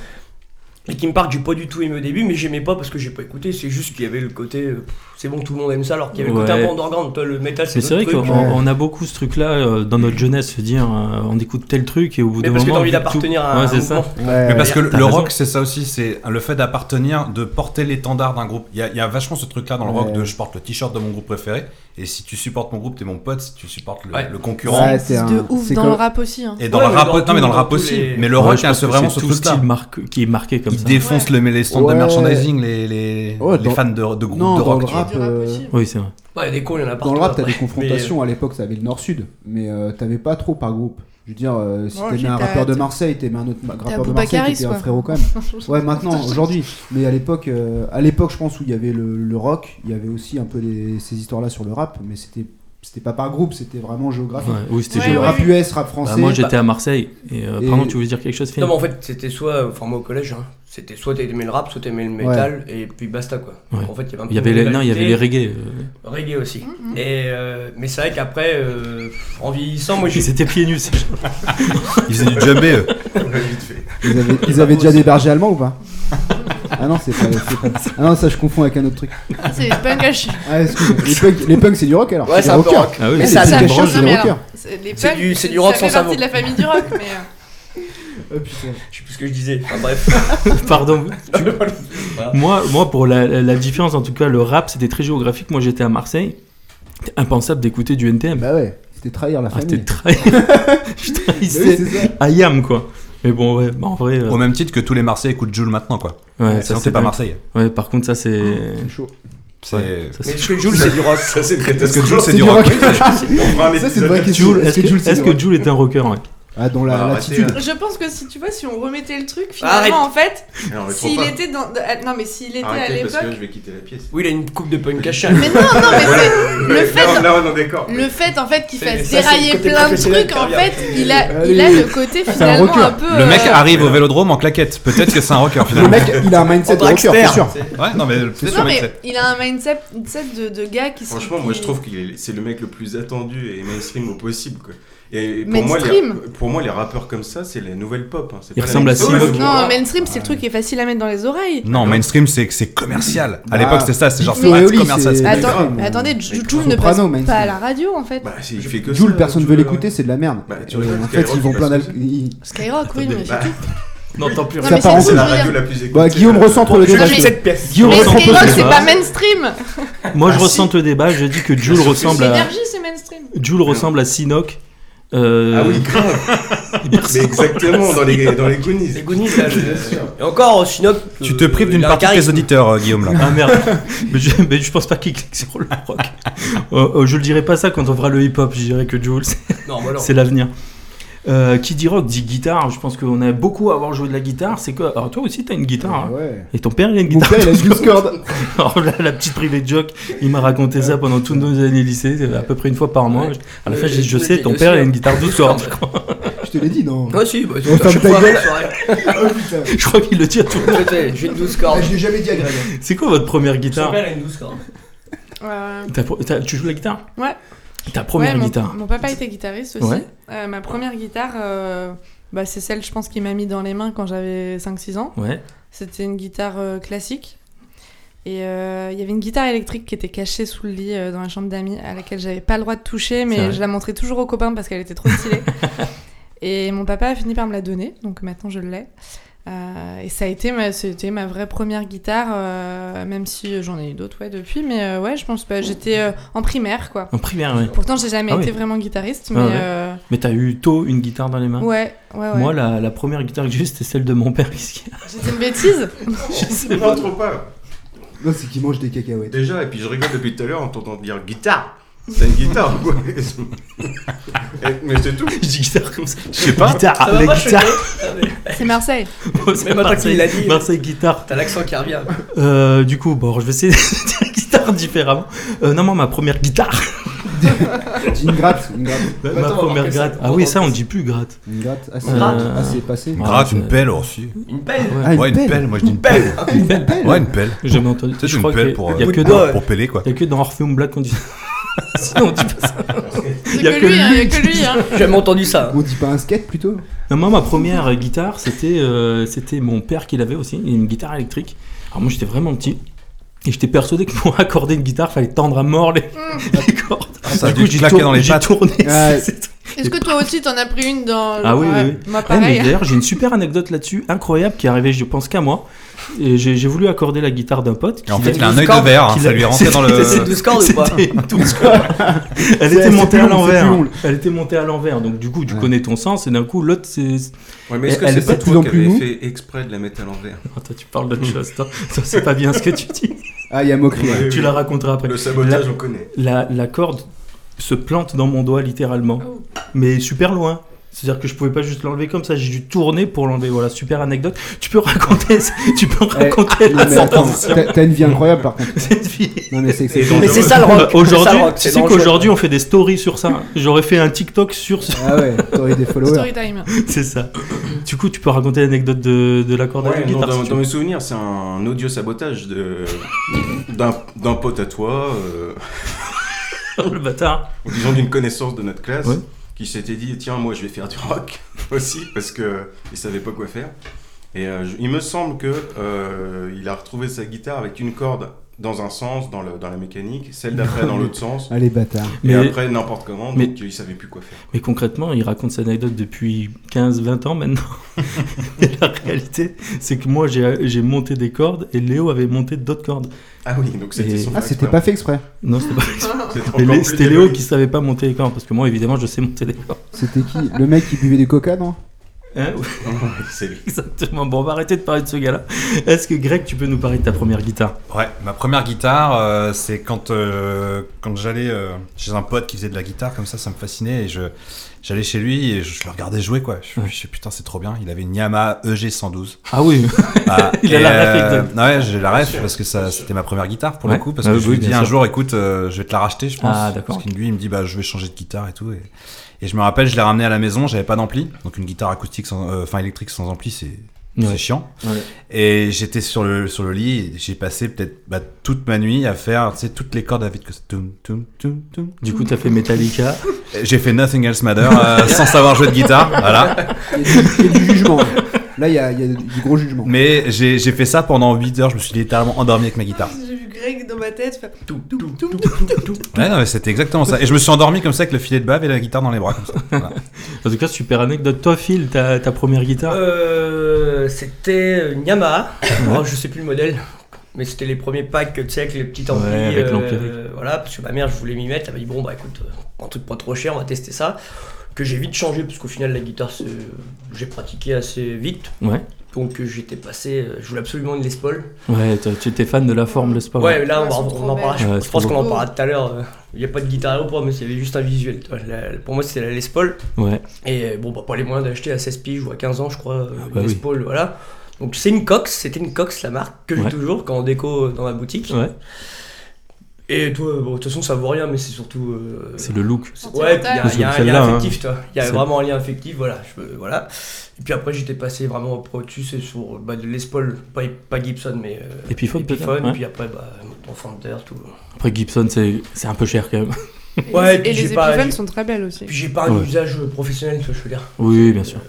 Linkin Park, j'ai pas du tout aimé au début, mais j'aimais pas parce que j'ai pas écouté. C'est juste qu'il y avait le côté. euh, pff, C'est bon, tout le monde aime ça, alors qu'il y avait le côté
Ouais.
un peu underground. Toi, le métal, c'est
Mais c'est vrai
d'autres
qu'on
trucs.
ouais.
on a beaucoup ce truc-là euh, dans notre jeunesse, se dire euh, on écoute tel truc et au bout
Mais
d'un moment.
parce que t'as envie
tout-
d'appartenir à
Ouais,
un
c'est ça.
mouvement.
Mais
Ouais.
parce que le,
T'as
le
raison.
rock, c'est ça aussi, c'est le fait d'appartenir, de porter l'étendard d'un groupe. Il y, a- il y a vachement ce truc-là dans le rock
Ouais.
de je porte le t-shirt de mon groupe préféré, et si tu supportes mon groupe, t'es mon pote, si tu supportes le,
Ouais.
le
ça
concurrent.
Ouais, c'est
existe de
un-
ouf
c'est
dans
comme-
le rap aussi. hein.
Et dans
Ouais,
le
mais
rap,
dans
non,
tout-
mais dans le
dans
rap
tous
aussi.
les-
Mais le
Ouais,
rock,
je
il y a
pense
ce-
que
vraiment
c'est
ce
tout
truc-là.
style marque, qui est marqué comme
Ils
ça.
défoncent
Ouais.
le, les stands
Ouais.
de merchandising, les, les,
Ouais,
les
dans-
fans de, de groupes
Non,
de
dans
rock.
le
tu vois.
rap,
Du rap
euh,
aussi.
Oui, c'est vrai.
Ouais, des cons, il y en a partout.
dans
hein.
le rap, t'as
après.
des confrontations. À l'époque, ça avait le Nord-Sud, mais euh, t'avais pas trop par groupe. Je veux dire, euh, si
Oh,
Bon,
t'aimais
j'ai
un
ta-
rappeur de Marseille, t'aimais un autre ma- rappeur de Marseille,
Boubacaris,
t'étais un
quoi.
frérot quand même. Ouais, maintenant, aujourd'hui. Mais à l'époque, euh, à l'époque, je pense où il y avait le, le rock, il y avait aussi un peu les- ces histoires-là sur le rap, mais c'était c'était pas par groupe, c'était vraiment géographique.
Ouais, oui, c'était
Ouais,
Il y
géographique.
aura
ouais.
plus S, rap français.
Bah, moi, j'étais à Marseille. Et, euh,
Et-
pardon, tu veux dire quelque chose, Phil
Non, mais en fait, c'était soit, enfin, moi au collège, hein, c'était soit t'aimais le rap, soit t'aimais le métal, et puis basta quoi. Donc,
Ouais.
En fait, il y avait un peu
Il y avait
de
les, non, il y avait les
rivalité.
reggae. euh,
Reggae aussi. Et, euh, mais c'est vrai qu'après, euh, en vieillissant, moi j'ai.
Ils étaient pieds nus. ces gens.
Ils faisaient du djembé, eux.
Ils avaient, ils avaient déjà des bergers allemands ou pas Ah non, c'est pas, c'est pas- Ah non, ça je confonds avec un autre truc.
C'est pas un cache.
Ah, excuse, les punks, les punks, c'est du rock alors
Ouais,
des
c'est un peu
rockers. Eh,
rock.
Ah oui,
Mais
ça,
c'est
ça
des
me
cacheurs,
branche
c'est des
bien,
rockers.
C'est les
C'est
punks,
du- c'est du rock
ça
sans
fait
savon.
partie de la famille du rock, mais euh,
Oh, putain.
Je sais plus ce que je disais. Enfin, bref.
Pardon. Tu- moi, moi, pour la, la- la différence, en tout cas, le rap, c'était très géographique. Moi, j'étais à Marseille. C'était impensable d'écouter du NTM.
Bah ouais, c'était trahir la
Ah, c'était très.
famille.
Je
Bah oui,
trahissais.
c'est ça.
I am, quoi. Mais bon, ouais, bah, en vrai. euh,
Au même titre que tous les Marseillais écoutent Jules maintenant, quoi.
ouais, ça,
Sinon,
c'est
t'es pas
dingue.
Marseillais.
Ouais, par contre, ça, c'est.
C'est chaud.
C'est.
ça,
Mais
c'est-
est-ce que Jules, c'est du rock Ça, c'est
Est-ce que Jules, c'est
C'est
du
du
rock
rock.
Oui, ça,
Ça, c'est une vraie question.
Jul, Est-ce que, est-ce que Jul est un rocker ouais.
Ah, dans
Bah,
la-
arrêtez,
l'attitude.
euh, je pense que si tu vois, si on remettait le truc,
Arrête.
finalement, en fait,
Alors, mais trop
s'il
pas.
était dans. de- ah, non, mais s'il était à
Arrêtez, parce que là,
l'époque.
je vais quitter la pièce.
Oui, il a une coupe de punk à chat.
Mais non, non, mais c'est. Le
Là,
fait.
on- là, on est en décor.
Le fait en fait qu'il
C'est-
fasse
ça, c'est le
dérailler
côté
plein de
professionnel
trucs, en
qui revient.
fait, il a, il a
Allez.
le côté
un
finalement
rocker.
un, peu.
Le mec
euh,
arrive au vélodrome en claquette. Peut-être que c'est un rocker,
Le
finalement.
mec, il a un mindset de rocker, c'est sûr.
Ouais, non, mais peut-être
Non
le mec,
mais
c'est-
il a un mindset mindset de, de gars qui se-
Franchement, moi,
qui-
je trouve que c'est le mec le plus attendu et mainstream au possible. Quoi. Et pour moi, les,
Mainstream
pour moi, les rappeurs comme ça, c'est la nouvelle pop. Hein. C'est
Il
pas la
ressemble à
même-
Sylvain.
Ouais,
Non, mainstream, c'est le truc qui est facile à mettre dans les oreilles.
Non, mainstream, c'est que c'est commercial. À
Bah,
l'époque, c'était ça, c'est genre, c'est
Flo et
pas
Oli,
commercial.
c'est-
c'est-
Attends,
Attends,
grave,
mais
euh,
attendez, Ju-
avec
Jul ne passe
Soprano, mainstream.
pas à la radio en fait.
Bah, c'est- il fait que
Jules,
ça,
personne
tout
veut
le-
l'écouter, c'est de la merde.
Bah, tu
Euh,
regardes
en fait,
Skyrock,
ils vont
il
plein
passe tout
d'alcool.
Skyrock, oui, mais
Bah,
N'entends plus
Non,
Ça
mais
part en
c'est
c'est
cool,
la
je veux
radio
dire.
la plus écoutée. Euh,
Bah, Guillaume recentre le
Je
débat.
suis cette pièce.
Guillaume
Mais
ressemble
Skyrock,
au
c'est
débat.
pas mainstream
Moi, je ressens le débat. Je dis que Jul ressemble à.
Énergie, c'est mainstream
Jul ressemble à Sinoc. Euh,
Ah oui, grave. Mais exactement, dans les, dans les Goonies.
C'est Goonies, là. je- Et encore, euh, Shinok.
Tu te prives d'une partie de tes auditeurs, euh, Guillaume, là.
Ah merde, mais je, mais je pense pas qu'il clique sur le rock. Euh, euh, je le dirai pas ça quand on fera le hip-hop, je dirais que Jules, c'est-
Non, bah non.
c'est l'avenir. Euh, qui dit rock dit guitare, je pense qu'on a beaucoup à avoir joué de la guitare. C'est quoi Alors toi aussi t'as une guitare, hein
Ouais.
et ton père il a une
Mon
guitare.
père, il a une corde.
Alors là, Oh, la petite privée de joke, il m'a raconté ça pendant toutes nos années lycée, à peu près une fois par mois.
Ouais.
À la fin,
Ouais,
j'ai dit, je
je
sais,
le
ton
dis
père il
aussi,
a une
hein.
guitare 12 cordes.
Je te l'ai dit, non.
Ah si, bah,
On ferme
chaque
ta
fois,
gueule.
la soirée.
Oh putain.
Je crois qu'il le dit à tout.
Je sais, J'ai une 12
Ah,
cordes.
Je l'ai jamais dit à Greg. hein.
C'est quoi votre première
Son
guitare
père a une 12 cordes.
Ouais,
T'as- t'as- Tu joues la guitare
Ouais.
Ta première
mon,
guitare.
Mon papa était guitariste aussi.
Ouais.
Euh, ma première guitare, euh, bah, c'est celle, je pense, qu'il m'a mis dans les mains quand j'avais 5-6 ans.
Ouais.
C'était une guitare euh, classique. Et euh, il y avait une guitare électrique qui était cachée sous le lit euh, dans la chambre d'amis, à laquelle j'avais pas le droit de toucher,
C'est
mais
vrai.
je la montrais toujours aux copains parce qu'elle était trop stylée. et mon papa a fini par me la donner, donc maintenant je l'ai. Euh, et ça a été ma, c'était ma vraie première guitare, euh, même si j'en ai eu d'autres ouais, depuis, mais euh, ouais, je pense pas. J'étais euh, en primaire, quoi.
En primaire, ouais.
Pourtant, j'ai jamais
Ah
été
oui.
vraiment guitariste,
Ah
mais
ouais.
euh,
Mais t'as eu tôt une guitare dans les mains
ouais, ouais, ouais.
Moi, la, la première guitare que j'ai eue, c'était celle de mon père. Qu'est-ce qu'il y a
C'était une bêtise.
Je sais
Non,
pas.
trop pas.
Non, c'est qu'il mange des cacahuètes.
Déjà, et puis je rigole depuis tout à l'heure en t'entendant dire guitare. C'est une guitare, ouais. Eh, Mais c'est tout.
Je dis guitare comme ça.
Je sais pas.
Guitare,
Ça va
la
pas
guitare.
choquer Ah, mais
C'est Marseille.
Bon, c'est
Même maintenant qu'il l'a dit.
Marseille guitare.
T'as l'accent qui revient.
Euh, du coup, bon, je vais essayer de dire guitare différemment. Euh, non, moi, ma première guitare.
Dis Une gratte, une gratte.
Ma
attends, on va
première
marquer ça.
gratte. Ah oui, ça, on dit plus gratte.
Une gratte. Ah, c'est
Une gratte.
ah, c'est passé.
Ouais.
Gratte,
c'est-
une pelle aussi.
Une pelle.
Ouais.
Ah,
Ouais, une pelle, moi je dis une pelle.
Une pelle.
Ouais, une pelle.
J'ai jamais entendu.
C'est
Je
une
crois
pelle
que-
pour, euh,
Il y a que
pour,
dans,
ouais.
pour peler, quoi.
il y a que dans Orpheum Black qu'on dit. Sinon, on dit pas ça.
C'est
Y a
que
que
lui, hein, y a
lui
que lui. hein.
J'ai jamais entendu ça.
On dit pas un skate plutôt
Non, moi, ma première guitare, c'était euh, c'était mon père qui l'avait aussi, une guitare électrique. Alors, moi, j'étais vraiment petit. Et j'étais persuadé que pour accorder une guitare, fallait tendre à mort les, les cordes.
Ah, Ça a
Du
dû
coup,
te
j'ai
claquer
tour-
dans les
j'ai
pattes.
tourné.
Ouais.
c'est- c'est-
Est-ce que toi aussi t'en as pris une dans
Ah oui,
Ouais,
oui,
Moi
Ah, mais
pareil.
D'ailleurs, j'ai une super anecdote là-dessus, incroyable, qui est arrivée, je pense, qu'à moi. Et j'ai j'ai voulu accorder la guitare d'un pote.
Et en
qui
fait,
l'a-
il a un œil de verre, hein, ça lui est rentré dans
C'est
le.
12 cordes ou pas
C'était une douce cordes. Elle
C'est-
était
c'est
montée
plus
à
long, c'est plus
l'envers.
long.
Elle était montée à l'envers. Donc, du coup, tu
Ouais.
connais ton sens, et d'un coup, l'autre, c'est.
Ouais, mais est-ce que
Elle est
c'est
pas
pas
de plus en
toi qui
plus
avais
mou.
fait exprès de la mettre à l'envers
Ah, toi, tu parles d'autre chose. Toi, Toi, c'est pas bien ce que tu dis.
Ah, il y a moquerie.
Ouais.
Tu la raconteras après.
Le sabotage,
La-
on connaît.
La, la corde se plante dans mon doigt littéralement,
Oh.
mais super loin. C'est-à-dire que je pouvais pas juste l'enlever comme ça, j'ai dû tourner pour l'enlever. Voilà, super anecdote. Tu peux raconter, tu peux raconter
Eh,
la
mais attends,
sensation
t'as- T'as une vie incroyable par contre.
de cette vie.
Non, mais c'est
Et
exceptionnel.
Mais c'est ça le rock. C'est ça,
Aujourd'hui,
le
tu
rock, Euh, c'est
sais
dangereux.
qu'aujourd'hui on fait des stories sur ça. J'aurais fait un TikTok sur ce...
Ah ouais, t'aurais des followers.
Story time.
C'est ça. Du coup, tu peux raconter l'anecdote de, de l'accord de la
Ouais, non,
guitare.
dans,
si tu
dans
veux.
mes souvenirs, c'est un audio sabotage de d'un d'un pote à toi, euh,
le bâtard.
ou disons d'une connaissance de notre classe,
Ouais.
qui s'était dit tiens moi je vais faire du rock aussi parce que il savait pas quoi faire. Et euh, je- il me semble que euh, il a retrouvé sa guitare avec une corde dans un sens, dans, le- dans la mécanique, celle d'après dans l'autre sens,
Allez, bâtard.
et
Mais,
après n'importe comment,
mais-
donc il savait plus quoi faire.
mais concrètement, il raconte cette anecdote depuis 15-20 ans maintenant. et la réalité, c'est que moi j'ai j'ai monté des cordes et Léo avait monté d'autres cordes.
Ah oui, donc c'était
Et-
son
Ah,
vrai
c'était
exploit.
pas fait exprès.
Non, c'était pas
C'était
Mais
encore
Lé-
plus
C'était Léo
développé.
qui savait pas monter les cordes, parce que moi, évidemment, je sais monter les cordes.
C'était qui Le mec qui buvait du coca, non
Hein
C'est lui.
Exactement. Bon, on va arrêter de parler de ce gars-là. Est-ce que Greg, tu peux nous parler de ta première guitare
Ouais, ma première guitare, euh, c'est quand, euh, quand j'allais euh, chez un pote qui faisait de la guitare, comme ça, ça me fascinait. Et je j'allais chez lui et je, le regardais jouer, quoi. Je me suis dit, putain, c'est trop bien. Il avait une Yamaha E EG112.
Ah oui,
Ah,
Il a
et,
la
euh,
ref,
Ouais, j'ai la ref parce que ça, c'était ma première guitare pour
Ouais.
le coup. Parce
Ah
que
oui,
je lui
oui,
dis
bien
un
sûr.
jour, écoute, euh, je vais te la racheter, je pense.
Ah, d'accord.
Parce que lui, il me dit, bah, je vais changer de guitare et tout. Et, et je me rappelle, je l'ai ramené à la maison, j'avais pas d'ampli. Donc une guitare acoustique, sans- euh, enfin électrique sans ampli, c'est. C'est
Ouais.
chiant.
Ouais.
Et j'étais sur le, sur le lit, et j'ai passé peut-être bah, toute ma nuit à faire tu sais, toutes les cordes à vide que c'est toum, toum, toum, toum.
du coup, t'as fait Metallica.
Et J'ai fait Nothing Else Matter euh, sans savoir jouer de guitare. Voilà.
Il y a du- il y a du jugement. Là, il y a, il y a du gros jugement.
Mais j'ai j'ai fait ça pendant 8 heures, je me suis littéralement endormi avec ma guitare.
J'ai vu Greg dans ma tête. faire
Tout, tout, tout.
Ouais, non, mais c'était exactement ça. Et je me suis endormi comme ça avec le filet de bave et la guitare dans les bras, comme ça. Voilà.
En tout cas, super anecdote. Toi, Phil, ta, ta première guitare
Euh, c'était une Yamaha. Alors, je sais plus le modèle, mais c'était les premiers packs, tu sais, avec les petits amplis.
Ouais, avec
euh,
l'empirique.
Voilà, parce que ma mère, je voulais m'y mettre. Elle m'a dit, bon, bah écoute, euh, un truc pas trop cher, on va tester ça. Que j'ai vite changé, parce qu'au final, la guitare, c'est- euh, j'ai pratiqué assez vite.
Ouais.
Donc, euh, j'étais passé, euh, je voulais absolument une Les Paul.
Ouais, toi, tu étais fan de la forme, le sport.
Ah Ouais, là, on,
Elles
va-
sont
on
Ah, trop
en parlera.
belles.
je-
Ouais,
je
elles
pense
sont
qu'on en
beaux.
parlera tout à l'heure. euh, Il n'y a pas de guitare ou pas, mais c'était juste un visuel. tu vois. La- Pour moi, c'était la Les Paul.
Ouais.
Et euh, bon, bah, pas les moyens d'acheter à 16 piges ou à 15 ans, je crois, euh,
bah
Les
oui.
Paul, voilà. Donc c'est une Cox, c'était une Cox, la marque, que
Ouais.
j'ai toujours quand on déco euh, dans ma boutique.
Ouais.
Et toi, bon, de toute façon, ça vaut rien, mais c'est surtout. euh,
C'est le look.
c'est- Ouais, puis il y a-
Parce
il y a
que
un
celle-là,
lien
hein.
affectif, toi. Il y a
Celle-
vraiment un lien affectif, voilà. Je, me- voilà. Et puis après, j'étais passé vraiment au Protus et sur bah, de Les Paul, pas, pas Gibson, mais. euh,
Epiphone, peut-être,
Epiphone,
ouais.
puis après, bah, mon Fender, tout.
Après, Gibson, c'est c'est un peu cher quand même.
Et
Ouais,
les-
puis
et
j'ai
les
pas-
épiphones
j'ai-
sont très belles aussi.
Puis j'ai pas un
Ouais.
usage euh, professionnel, tu vois, je veux dire.
Oui, oui, bien sûr.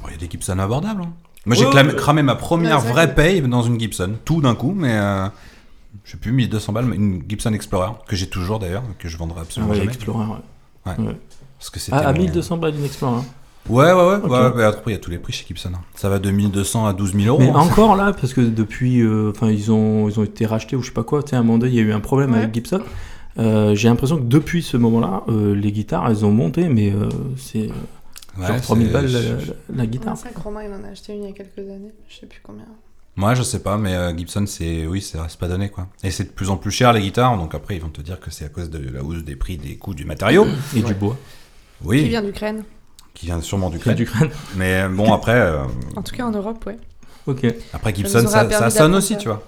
Bon, Il y a des Gibson abordables. hein. Moi, j'ai
Ouais,
clamé-
ouais.
cramé ma première
Ouais, c'est
vraie
vrai
paye dans une Gibson, tout d'un coup, mais euh, je sais plus, 1200 balles, mais une Gibson Explorer, que j'ai toujours d'ailleurs, que je vendrai absolument
Ouais,
Ah, jamais.
Explorer, ouais.
Parce que c'était
Ah, à
mon-
1200 balles d'une Explorer. hein.
Ouais, ouais, ouais.
Ok.
ouais, bah, après, il y a tous les prix chez Gibson. hein. Ça va de 1200 à 12 000 euros.
Mais
hein.
encore là, parce que depuis, euh, enfin, ils ont, ils ont été rachetés ou je sais pas quoi. Tu sais, à un moment donné, il y a eu un problème
Ouais.
avec Gibson. Euh, J'ai l'impression que depuis ce moment-là, euh, les guitares, elles ont monté, mais euh, c'est euh,
Ouais,
genre 3000
c'est-
balles la,
euh,
la guitare.
Ça, Romain, il en a acheté une il y a quelques années. Je sais plus combien.
Moi, je sais pas, mais euh, Gibson, c'est oui, ça reste pas donné quoi. Et c'est de plus en plus cher les guitares, donc après ils vont te dire que c'est à cause de la hausse des prix des coûts du matériau.
Et du bois,
Oui,
Qui vient d'Ukraine.
qui vient sûrement du
et
crâne.
du crâne.
Mais euh, bon, après, euh,
En tout cas en Europe, ouais.
Ok.
après Gibson,
aura
ça,
permis
ça sonne
d'apprendre
aussi,
ça.
tu vois.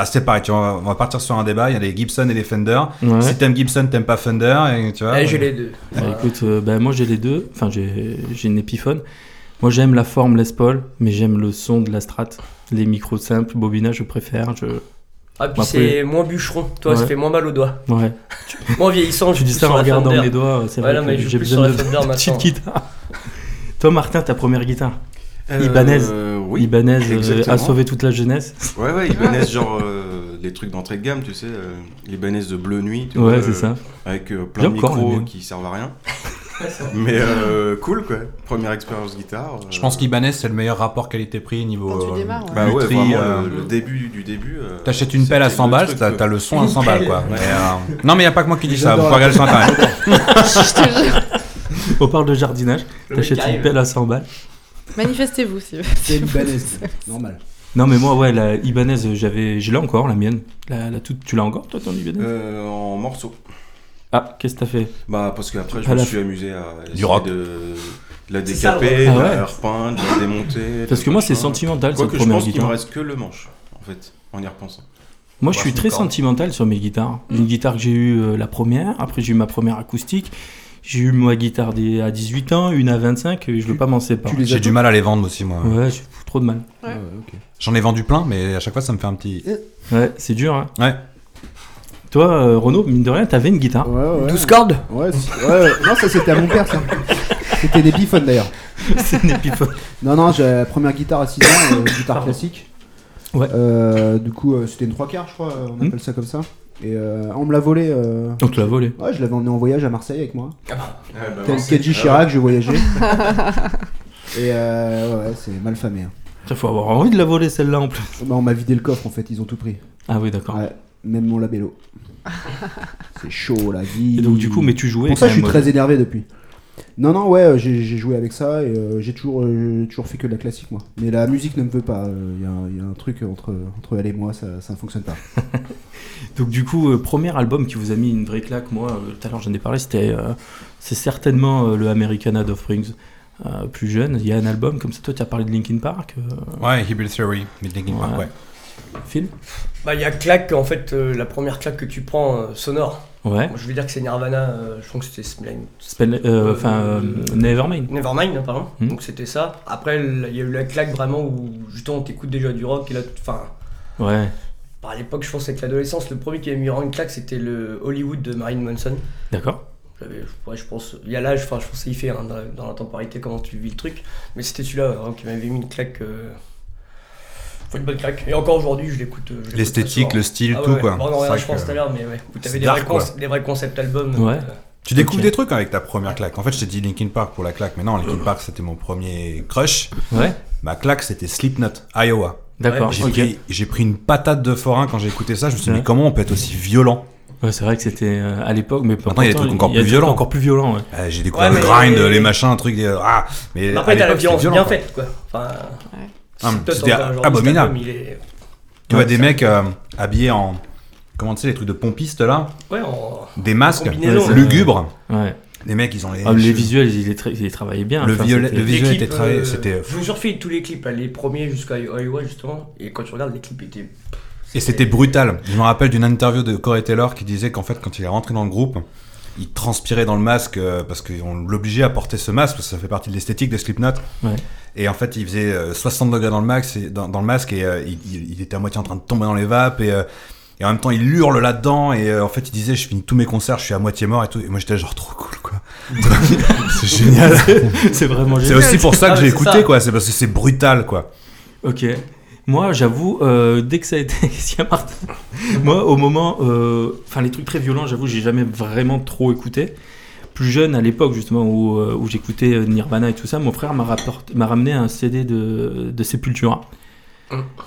Ah, c'est pareil, tu vois, on va partir sur un débat. Il y a les Gibson et les Fender.
Ouais.
Si t'aimes Gibson, t'aimes pas Fender, et tu vois. euh,
Eh,
ouais.
j'ai les deux.
Bah,
Voilà.
écoute, euh, bah, moi j'ai les deux. Enfin, j'ai j'ai une Epiphone. Moi j'aime la forme Les Paul, mais j'aime le son de la Strat. Les micros simples, bobinage, je préfère. Je...
Ah, puis
Après-
c'est moins bûcheron, toi, ça
Ouais.
fait moins mal aux doigts.
Ouais.
Moins vieillissant, je
Tu dis
suis
ça
sur
en
la
regardant
Fender.
mes doigts, euh, c'est
Ouais,
vrai
non,
que
mais je joue
j'ai
plus
besoin
sur la
de,
Fender
de
maintenant.
petites guitares. Toi, Martin, ta première guitare Ibanaise.
Euh, oui.
libanaise euh,
exactement.
a sauvé toute la jeunesse.
Ouais, ouais, libanaise, genre euh, les trucs d'entrée de gamme, tu sais, euh, libanaise de bleu nuit. tu vois,
Ouais,
euh,
c'est ça.
Avec euh, plein de
J'ai encore la
micros
mienne.
qui servent à rien. Mais euh, cool, quoi. Première expérience guitare. euh,
Je pense qu'Ibanez, c'est le meilleur rapport qualité-prix niveau.
Quand tu
euh,
démarres, ouais.
Bah ouais,
luthier,
vraiment,
euh,
le, le début du début. euh,
T'achètes une pelle à 100
c'était le
balles,
truc,
t'as
quoi.
t'as le son à 100 balles quoi.
Ouais.
Mais, euh, Non mais y a pas que moi qui dis ça, vous
J'adore
pouvez regarder sur internet.
Euh,
On parle de jardinage.
Le mec
T'achètes
qui
une
arrive.
pelle à 100 balles.
Manifestez-vous si
C'est une balèze. Normal.
Non, mais moi, ouais, la Ibanez, euh, j'avais, je l'ai encore, la mienne. La, la toute... Tu l'as encore, toi, ton Ibanez
Euh, en morceaux.
Ah, qu'est-ce que t'as fait
Bah parce qu'après je
À
me
la-
suis amusé à essayer
rock.
de la
C'est ça,
décaper,
ouais. Ah ouais.
la repeindre, la démonter.
Parce
le
que moi, c'est
machin.
sentimental, cette
Quoique je
première
pense qu'il me
guitare.
reste que le manche, en fait, en y repensant.
Moi, je
Bah,
suis
c'est
très
encore.
sentimental sur mes guitares. Une guitare que j'ai eue euh, la première, après j'ai eu ma première acoustique, j'ai eu ma guitare des- à 18 ans, une à 25, et je veux pas m'en séparer.
tu les as
J'ai du mal à les vendre aussi, moi.
Ouais, j'ai fou- trop de mal.
tous- Ah ouais, ok.
J'en ai vendu plein, mais à chaque fois, ça me fait un petit.
Ouais, c'est dur. Hein.
Ouais.
Toi, euh, Renaud, mine de rien, t'avais une guitare.
Ouais, ouais.
12 cordes
Ouais, si- ouais, ouais. Non, ça c'était à mon père, ça. C'était des biphones d'ailleurs.
c'est une épiphone.
Non, non, j'ai la première guitare à 6 ans, euh, guitare classique.
Ouais.
Euh, du coup, euh, c'était une trois quarts, je crois, on
Hmm.
appelle ça comme ça. Et euh, on me l'a volée. euh,
Donc, tu l'as volée.
Ouais, je l'avais emmené en voyage à Marseille avec moi.
Ah, bah,
Tel
non, c'est-
Kenji Chirac, je voyageais. Et euh, ouais, c'est mal famé. hein.
Il faut avoir envie de la voler, celle-là, en plus.
Bah, on m'a vidé le coffre en fait, ils ont tout pris.
Ah oui, d'accord.
Ouais, même mon labello. c'est chaud la vie.
Et donc, du coup, mais tu jouais.
Pour ça,
quand
je suis
même, euh,
très énervé depuis. Non, non, ouais, euh, j'ai j'ai joué avec ça et euh, j'ai toujours, euh, j'ai toujours fait que de la classique, moi. Mais la musique ne me veut pas. Il y, a un truc entre, entre elle et moi, ça, ça ne fonctionne pas.
Donc du coup, euh, premier album qui vous a mis une vraie claque, moi, euh, tout à l'heure j'en ai parlé, c'était, euh, c'est certainement euh, le Americana of Springs. Euh, plus jeune, il y a un album comme ça, toi tu as parlé de Linkin Park, euh,
Ouais, Hybrid Theory, mais Linkin Park,
Ouais.
ouais.
Phil
Bah, il y a claque, en fait, euh, la première claque que tu prends euh, sonore.
Ouais.
Moi, je vais dire que c'est Nirvana, euh, je pense que c'était Smile-
Spell- euh, Enfin, euh, Nevermind.
Nevermind, hein, pardon.
Hmm.
Donc c'était ça. Après, il y a eu la claque vraiment où justement on t'écoute déjà du rock et là, tout- enfin,
Ouais,
bah, à l'époque, je pense avec l'adolescence, le premier qui a mis vraiment une claque, c'était le Hollywood de Marilyn Manson.
d'accord.
J'avais- Ouais, je pense, il y a l'âge, enfin, je pense que c'est fait hein, dans, dans la temporalité comment tu vis le truc. Mais c'était celui-là vraiment qui m'avait mis une claque. euh, faut une bonne claque. Et encore aujourd'hui, je l'écoute. euh, je l'écoute
L'esthétique,
ce soir.
le style,
Ah ouais,
tout
ouais.
quoi.
Bon, on en
C'est
reviendra,
vrai
je pense
que-
tout à l'heure, mais ouais. Vous avez
c'est
des, vrais
dark, quoi.
conce- des vrais concepts albums.
Ouais.
euh,
Tu découvres
Ok.
des trucs avec ta première claque. En fait, je t'ai dit Linkin Park pour la claque, mais non, Linkin Park c'était mon premier crush.
Ouais,
Ma claque c'était Slipknot, Iowa.
d'accord.
J'ai
ok.
pris, j'ai pris une patate de forain quand j'ai écouté ça. Je me suis dit,
Ouais.
mais comment on peut être aussi violent
Ouais, c'est vrai que c'était euh, à l'époque, mais
Maintenant, il y a des trucs encore plus violents.
Encore plus violents, ouais.
Euh, J'ai découvert
Ouais,
le
mais-
grind, les machins, un truc. des- ah, mais
Après,
à
t'as la
l'époque, c'était
violence
violent,
bien
quoi.
faite, quoi. Enfin,
Ah, mais
Slipknot,
c'était
encore aujourd'hui,
abominable.
cet album, il est-
Tu vois des mecs euh, habillés en. Comment tu sais, les trucs de pompistes là
Ouais, on-
Des masques
Combinaison,
euh,
ouais.
lugubres.
ouais.
Les mecs, ils ont les.
Ah, mais les
cheveux-
visuels, ils les, tra- ils les travaillaient bien.
Le
enfin,
violet-
c'était-
le visuel
clips,
était travaillé,
euh,
c'était-
Je vous surfile tous les clips, là, les premiers jusqu'à Iowa justement, et quand tu regardes les clips étaient.
Et c'était brutal. Je me rappelle d'une interview de Corey Taylor qui disait qu'en fait, quand il est rentré dans le groupe, il transpirait dans le masque euh, parce qu'on l'obligeait à porter ce masque parce que ça fait partie de l'esthétique de Slipknot.
Ouais.
Et en fait, il faisait euh, 60 degrés dans le, max et, dans, dans le masque et euh, il, il- il était à moitié en train de tomber dans les vapes et, euh, et en même temps, il hurle là-dedans et euh, en fait, il disait Je finis tous mes concerts, je suis à moitié mort et tout. Et moi, j'étais genre trop cool quoi. c'est génial.
c'est vraiment
C'est
génial.
aussi pour ça
Ah,
que j'ai
mais c'est
écouté
ça.
quoi. C'est parce que c'est brutal quoi.
Ok. Moi, j'avoue, euh, dès que ça a été. Qu'est-ce qu'il y a, Martin Moi, au moment. euh, Enfin, les trucs très violents, j'avoue, j'ai jamais vraiment trop écouté. Plus jeune, à l'époque, justement, où, euh, où j'écoutais euh, Nirvana et tout ça, mon frère m'a rapporté- m'a ramené un CD de, de Sepultura.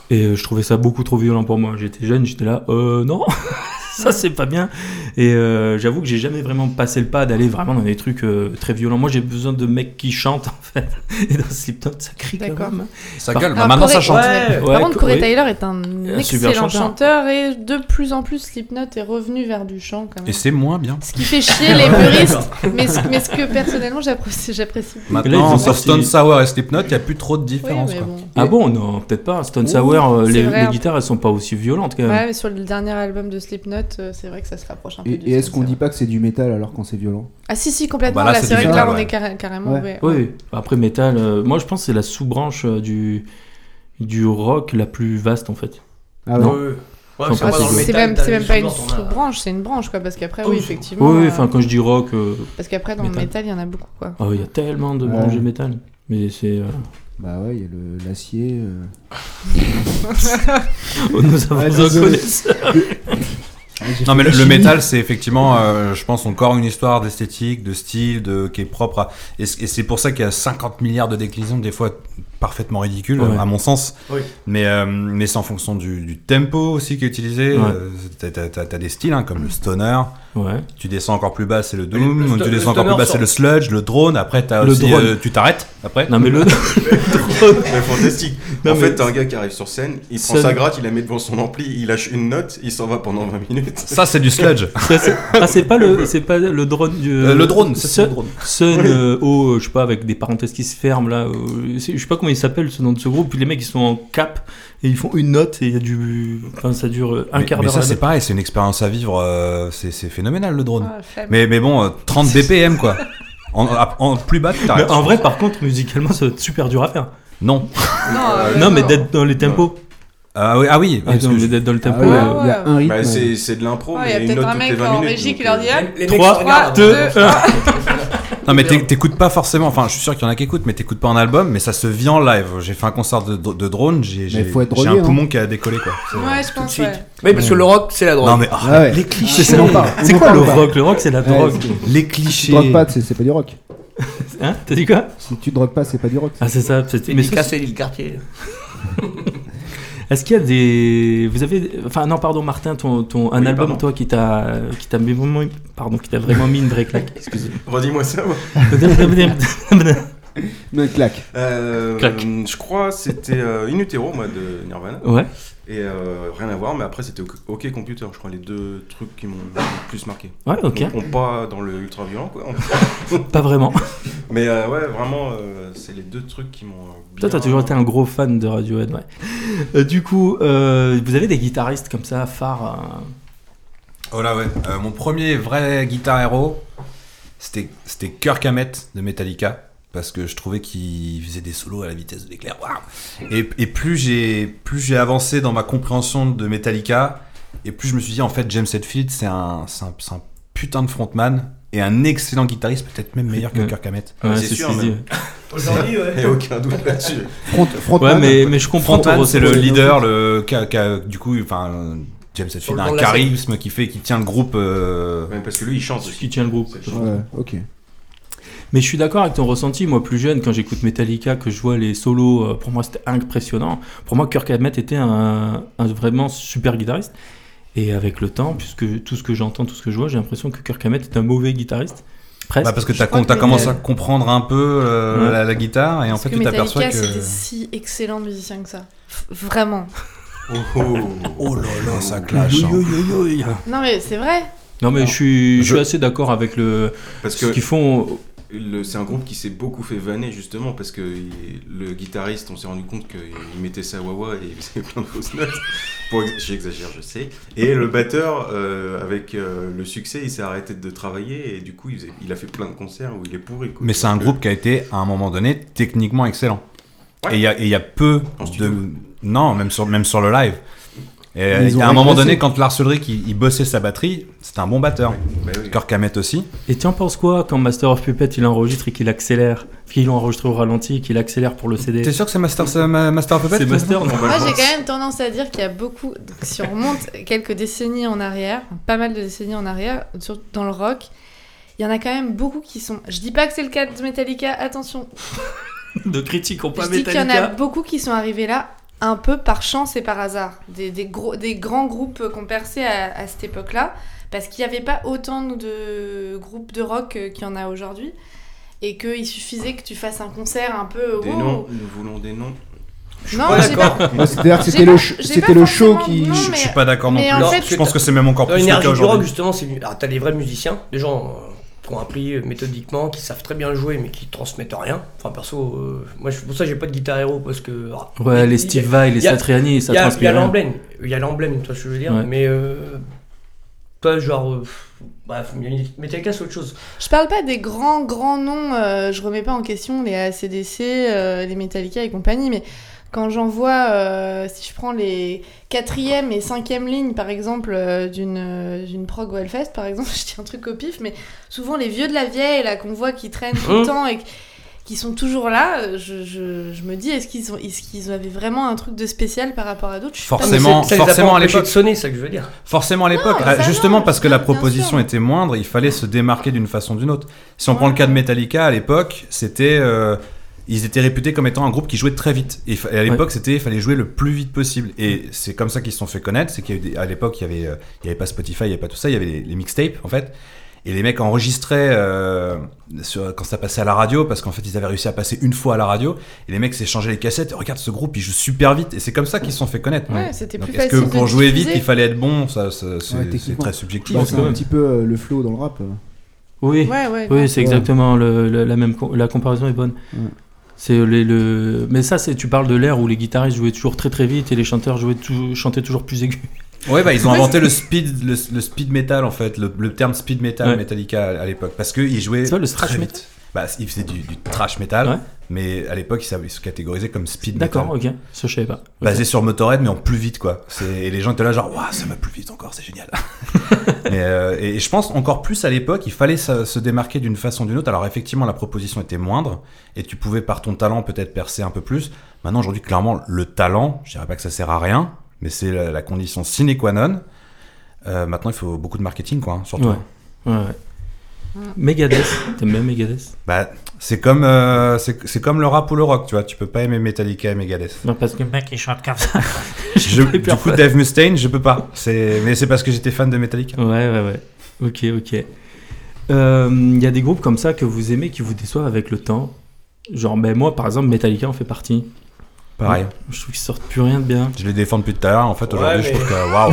Et euh, je trouvais ça beaucoup trop violent pour moi. J'étais jeune, j'étais là, euh, non, ça c'est pas bien. Et euh, j'avoue que j'ai jamais vraiment passé le pas d'aller vraiment dans des trucs euh, très violents. Moi, j'ai besoin de mecs qui chantent, en fait. Et dans Slipknot, ça crie quand
D'accord.
même. hein.
Ça
Par-
gueule.
Ah,
maintenant,
Corey-
ça chante.
Ouais,
Ouais,
Par contre, Corey
oui.
Taylor est un
super
excellent
chanteur.
chanteur et de plus en plus Slipknot est revenu vers du chant quand
Et
même.
c'est moins bien.
Ce qui fait chier les puristes, mais ce, mais ce que personnellement j'apprécie. j'apprécie.
Et là, ils
Maintenant,
ont
sur
sorti-
Stone Sour et Slipknot, il n'y a plus trop de
Oui,
différence.
mais
quoi.
bon.
Ah bon Non, peut-être pas. Stone
Ouh,
Sour, euh,
c'est
les,
vrai,
les
hein.
guitares, elles sont pas aussi violentes quand même.
Ouais, mais sur le dernier album de Slipknot, euh, c'est vrai que ça se rapproche un peu.
Et,
du
et est-ce
Stone
qu'on
Sour.
dit pas que c'est du métal alors quand c'est violent
Ah si, si, complètement.
Bah là,
là,
c'est
c'est vrai que
différent,
là, on
ouais.
est carré- carrément.
Ouais.
ouais.
Oui, après métal, euh, moi je pense que c'est la sous-branche euh, du, du rock la plus vaste en fait.
Ah
ouais.
Non.
Ouais,
Ah,
mais
c'est-
Ah,
dans le
c'est c'est
métal,
même,
t'as
c'est même
les
pas une
sous-genres, t'en as-
sous-branche, c'est une branche, quoi, parce qu'après,
Oh,
oui,
oui.
effectivement.
Oui, oui,
euh,
enfin quand je dis rock, euh,
parce qu'après, dans
Métal.
le métal, il y en a beaucoup, quoi.
oh, il y a tellement de
Ouais.
branches de métal. Mais c'est. euh,
Bah ouais, il y a le- l'acier. euh.
oh, nous avons
Ouais,
un
désolé.
connaisseur.
Non mais le,
La
le
chimie.
métal c'est effectivement euh, je pense encore une histoire d'esthétique, de style, de qui est propre à... et, c- et c'est pour ça qu'il y a 50 milliards de déclinaisons des fois parfaitement ridicules
Ouais.
à mon sens.
Oui.
Mais euh, mais c'est en fonction du, du tempo aussi qui est utilisé.
Ouais.
Euh, t'as- t'as- t'as t'as des styles hein, comme le stoner.
Ouais.
Tu descends encore plus bas c'est le
Le
doom.
sto-
tu
le
descends encore
stoner
plus bas c'est
sort-
le sludge, le drone. Après t'as
Le
aussi
drone.
euh, tu t'arrêtes après.
Non mais le.
C'est fantastique. en
Non, mais-
fait, t'as un gars qui arrive sur scène, il prend
Sonne.
sa gratte, il la met devant son ampli, il lâche une note, il s'en va pendant 20 minutes.
Ça, c'est du sludge.
Ça, c'est- ah, c'est pas le, c'est pas le drone du.
Euh, le drone, ça, c'est
Ce,
le drone.
Sun, euh, oh, euh, je sais pas, avec des parenthèses qui se ferment là. euh, c'est- je sais pas comment il s'appelle ce nom de ce groupe. Puis les mecs ils sont en cap et ils font une note et il y a du. Enfin, ça dure euh, un
mais,
quart
mais
d'heure.
ça,
la
c'est
note.
pareil, c'est une expérience à vivre. euh, c'est c'est phénoménal le drone.
Ah, flemme.
Mais, mais bon, euh, 30 BPM quoi. En, en plus bas, tu
Mais
t'arrêtes.
en vrai, par contre, musicalement, ça va être super dur à faire.
Non.
Non,
Ah,
euh,
non, mais d'être dans les tempos.
Ah oui, ah oui.
Ah,
parce
non,
que
mais
je-
d'être dans le
Ah
tempo.
ouais,
ouais,
euh,
Il y a un rythme.
Bah, c'est c'est de l'impro,
Ouais, il y a
mais une
peut-être
note
un
toutes les
mec
20
en
minutes.
régie
donc, euh,
qui leur dit, ah,
Les- les mecs
Trois,
se regardent
deux,
euh.
avant.
un.
Non mais t'éc- t'écoutes pas forcément. Enfin, je suis sûr qu'il y en a qui écoutent, mais t'écoutes pas en album. Mais ça se vit en live. J'ai fait un concert de, de drone. J'ai j'ai-
faut être
j'ai un
drôlier, hein.
poumon qui a décollé quoi. C'est-
Ouais, je
Tout de
pense,
suite.
ouais.
Oui, parce que le rock, c'est la drogue.
Non mais ah,
Ah ouais.
les clichés.
On en parle, on
C'est
en
quoi
parle
le
pas.
rock Le rock, c'est la
Ouais,
drogue.
c'est-
Les
Si
clichés.
tu drogues pas, c'est c'est pas du rock.
Hein T'as dit quoi
Si tu drogues pas, c'est pas du rock.
Ah, c'est ça. c'était-
Mais
Mais ça,
casser le quartier.
Est-ce qu'il y a des. Vous avez. Enfin, non, pardon, Martin, ton, ton, un
Oui,
album,
pardon.
toi, qui t'a qui t'a vraiment... Pardon, qui t'a vraiment mis une vraie claque.
ah.
Excusez.
Redis-moi ça. moi.
Mais claque.
Euh,
Clac.
Je crois c'était euh, In Utero, moi, de Nirvana.
ouais.
Et euh, rien à voir, mais après c'était OK- OK Computer, je crois, les deux trucs qui m'ont le plus marqué.
Ouais, ok.
Donc, on pas dans le ultra violent, quoi.
Pas vraiment.
Mais euh, ouais, vraiment, euh, c'est les deux trucs qui m'ont. euh,
Toi,
bien-
t'as toujours été un gros fan de Radiohead, ouais. Euh, du coup, euh, vous avez des guitaristes comme ça, phares. euh,
Oh là ouais. Euh, mon premier vrai guitar hero, c'était c'était Kirk Hammett de Metallica parce que je trouvais qu'il faisait des solos à la vitesse de l'éclair. Waouh et, et plus j'ai plus j'ai avancé dans ma compréhension de Metallica et plus je me suis dit en fait James Hetfield c'est un c'est un, c'est un putain de frontman et un excellent guitariste peut-être même meilleur que
Ouais.
Kirk Hammett.
euh,
Ouais, Ah, c'est
ce
sûr,
qu'ils
même.
disent.
Aujourd'hui, ouais.
Et aucun doute là-dessus.
Front,
Ouais,
frontman.
mais, mais je comprends ton
Frontman, c'est le
ressenti.
leader, le ca- ca- du coup, enfin, James Hetfield
Sur le
a un
plan de la scène.
charisme qui fait, qui tient le groupe. euh,
Même parce que lui, il chante
Ce
aussi.
qui tient le groupe.
C'est
Ouais, ok.
Mais je suis d'accord avec ton ressenti. Moi, plus jeune, quand j'écoute Metallica, que je vois les solos, euh, pour moi, c'était impressionnant. Pour moi, Kirk Hammett était un, un vraiment super guitariste. Et avec le temps, puisque tout ce que j'entends, tout ce que je vois, j'ai l'impression que Kirk Hammett est un mauvais guitariste. Presque.
bah, parce que t'as
crois
con-
que
t'as
les-
commencé à comprendre un peu euh,
Ouais.
la, la guitare et en
Parce
fait
que
tu t'aperçois
Metallica,
que.
c'était si excellent musicien que ça. F- Vraiment.
Oh, oh.
Oh là là, ça clash. hein.
Non, mais c'est vrai.
Non, mais je suis, je
Je-
suis assez d'accord avec le,
Parce
ce
que
qu'ils font.
le- c'est un groupe qui s'est beaucoup fait vanner justement parce que il- le guitariste, on s'est rendu compte qu'il mettait sa wawa et il faisait plein de fausses notes. Pour ex- J'exagère, je sais. Et le batteur, euh, avec euh, le succès, il s'est arrêté de travailler et du coup, il, faisait- il a fait plein de concerts où il est pourri. quoi.
Mais c'est un
Donc, euh,
groupe qui a été à un moment donné techniquement excellent.
Ouais.
Et il y a- et il y, a peu
En studio.
de. Non, même sur, même sur le live. Et
Mais ils
il y
ont
a un moment
régressé.
donné, quand Lars Ulrich il, il bossait sa batterie, c'était un bon batteur.
bah oui.
Kirk Hammett aussi.
Et tu en penses quoi quand Master of Puppet il enregistre et qu'il accélère Qu'il enregistre au ralenti, qu'il accélère pour le CD
T'es sûr que c'est Master, c'est Ma- Master of Puppets
C'est Master, non
Moi, j'ai quand même tendance à dire qu'il y a beaucoup. donc, si on remonte quelques décennies en arrière, pas mal de décennies en arrière, surtout dans le rock, il y en a quand même beaucoup qui sont. Je dis pas que c'est le cas de Metallica, attention.
De critiques ont pas
je dis qu'il y en a
Metallica.
beaucoup qui sont arrivés là un peu par chance et par hasard. Des, des gros, des grands groupes euh, qu'on perçait à, à cette époque-là, parce qu'il n'y avait pas autant de groupes de rock euh, qu'il y en a aujourd'hui. Et qu'il suffisait que tu fasses un concert un peu.
Des
wow.
noms, nous voulons des noms.
Non,
pas
j'ai pas,
Ouais, Ah, C'est-à-dire que
J'ai
c'était
pas-
le,
j'ai
ch- c'était
pas
le show
forcément-
qui.
non,
Je, je
mais-
suis pas d'accord non
mais
plus.
en
Non,
fait-
je pense que c'est même encore
Dans
plus le cas
l'énergie du rock,
aujourd'hui.
Euh, justement, c'est. Alors, t'as les vrais musiciens, des gens euh, qui ont appris euh, méthodiquement, qui savent très bien jouer, mais qui transmettent rien. Enfin, perso, euh, moi, je- pour ça, j'ai pas de guitare héros, parce que. alors,
Ouais,
il-
les
il-
Steve Vai, les
il y a-
Satriani,
Il
ça
y a, il y
transpire.
a
rien.
l'emblème, il y a l'emblème, tu vois ce que je veux dire,
Ouais.
mais. Euh, toi, genre. euh, bref, Metallica, c'est autre chose. Ah,
Je parle pas des grands, grands noms, euh, je remets pas en question les ACDC, euh, les Metallica et compagnie, mais quand j'en vois, euh, si je prends les quatrième et cinquième lignes, par exemple, euh, d'une euh, d'une prog ou Hellfest, par exemple, je dis un truc au pif, mais souvent les vieux de la vieille, là, qu'on voit qui traînent tout
Mmh.
le
Mhm.
temps et qui- qui sont toujours là, euh, je, je- je me dis, est-ce qu'ils ont- est-ce qu'ils avaient vraiment un truc de spécial par rapport à d'autres Je suis pas-
Forcément,
Mais ça- ça les a pas
forcément à
empêchés
l'époque.
de sonner, c'est ça que je veux dire.
Forcément à l'époque.
Non,
Ah,
ça
Justement
non,
parce que la
bien sûr.
proposition était moindre, il fallait se démarquer d'une façon ou d'une autre. Si on
Ouais.
prend le cas de Metallica à l'époque, c'était euh, ils étaient réputés comme étant un groupe qui jouait très vite. Et, fa- et à l'époque, c'était il fallait jouer le plus vite possible. Et c'est comme ça qu'ils se sont fait connaître. C'est qu'à l'époque, il y avait euh, il y avait pas Spotify, il y avait pas tout ça, il y avait les, les mixtapes en fait. Et les mecs enregistraient euh, sur- quand ça passait à la radio, parce qu'en fait ils avaient réussi à passer une fois à la radio, et les mecs s'échangeaient les cassettes, regarde ce groupe, il joue super vite, et c'est comme ça qu'ils se sont fait connaître.
Ouais, c'était
Donc
plus
est-ce
facile.
que pour
de
jouer vite
diffuser.
il fallait être bon Ça, ça, c'est
Ouais,
c'est
techniquement.
très
Je
subjectif. hein.
pense que
quand
c'est un
même.
petit peu euh, le flow dans le rap. euh.
Oui,
Ouais, ouais. grave.
oui c'est
Ouais.
exactement le- le- la même co- la comparaison est bonne.
Ouais.
C'est les- le mais ça c'est tu parles de l'ère où les guitaristes jouaient toujours très très vite et les chanteurs jouaient tou- chantaient toujours plus aigus.
Ouais, bah ils ont inventé le speed, le, le speed metal en fait, le, le terme speed metal
Ouais.
Metallica à, à l'époque, parce que ils jouaient
C'est vrai, le
très
thrash
vite.
metal
Bah, ils faisaient du, du thrash metal,
Ouais.
mais à l'époque ils, savaient- ils se catégorisaient comme speed metal.
D'accord, ok, ça je savais pas. Ok.
Basé sur Motorhead, mais en plus vite quoi. C'est- Et les gens étaient là genre, waouh, ça va plus vite encore, c'est génial. mais, euh, et, et je pense encore plus à l'époque, il fallait se, se démarquer d'une façon ou d'une autre. Alors effectivement, la proposition était moindre, et tu pouvais par ton talent peut-être percer un peu plus. Maintenant aujourd'hui, clairement, le talent, je dirais pas que ça sert à rien, mais c'est la, la condition sine qua non. Euh, maintenant, il faut beaucoup de marketing, quoi, hein, surtout.
Ouais. Ouais, ouais. Megadeth, t'aimes bien Megadeth
Bah, c'est comme, euh, c'est c'est comme le rap ou le rock, tu vois. Tu peux pas aimer Metallica et Megadeth.
Non, parce que mec, il chante comme ça.
Je- du
hyper
coup,
fan.
Dave Mustaine, je peux pas. C'est, mais c'est parce que j'étais fan de Metallica.
Ouais, ouais, ouais. Ok, ok. Euh, Il y a des groupes comme ça que vous aimez qui vous déçoivent avec le temps. Genre, ben moi, par exemple, Metallica en fait partie.
Pareil.
Je trouve qu'ils sortent plus rien de bien.
Je les défends depuis tout à l'heure. En fait,
Ouais,
aujourd'hui, je
mais-
trouve que waouh.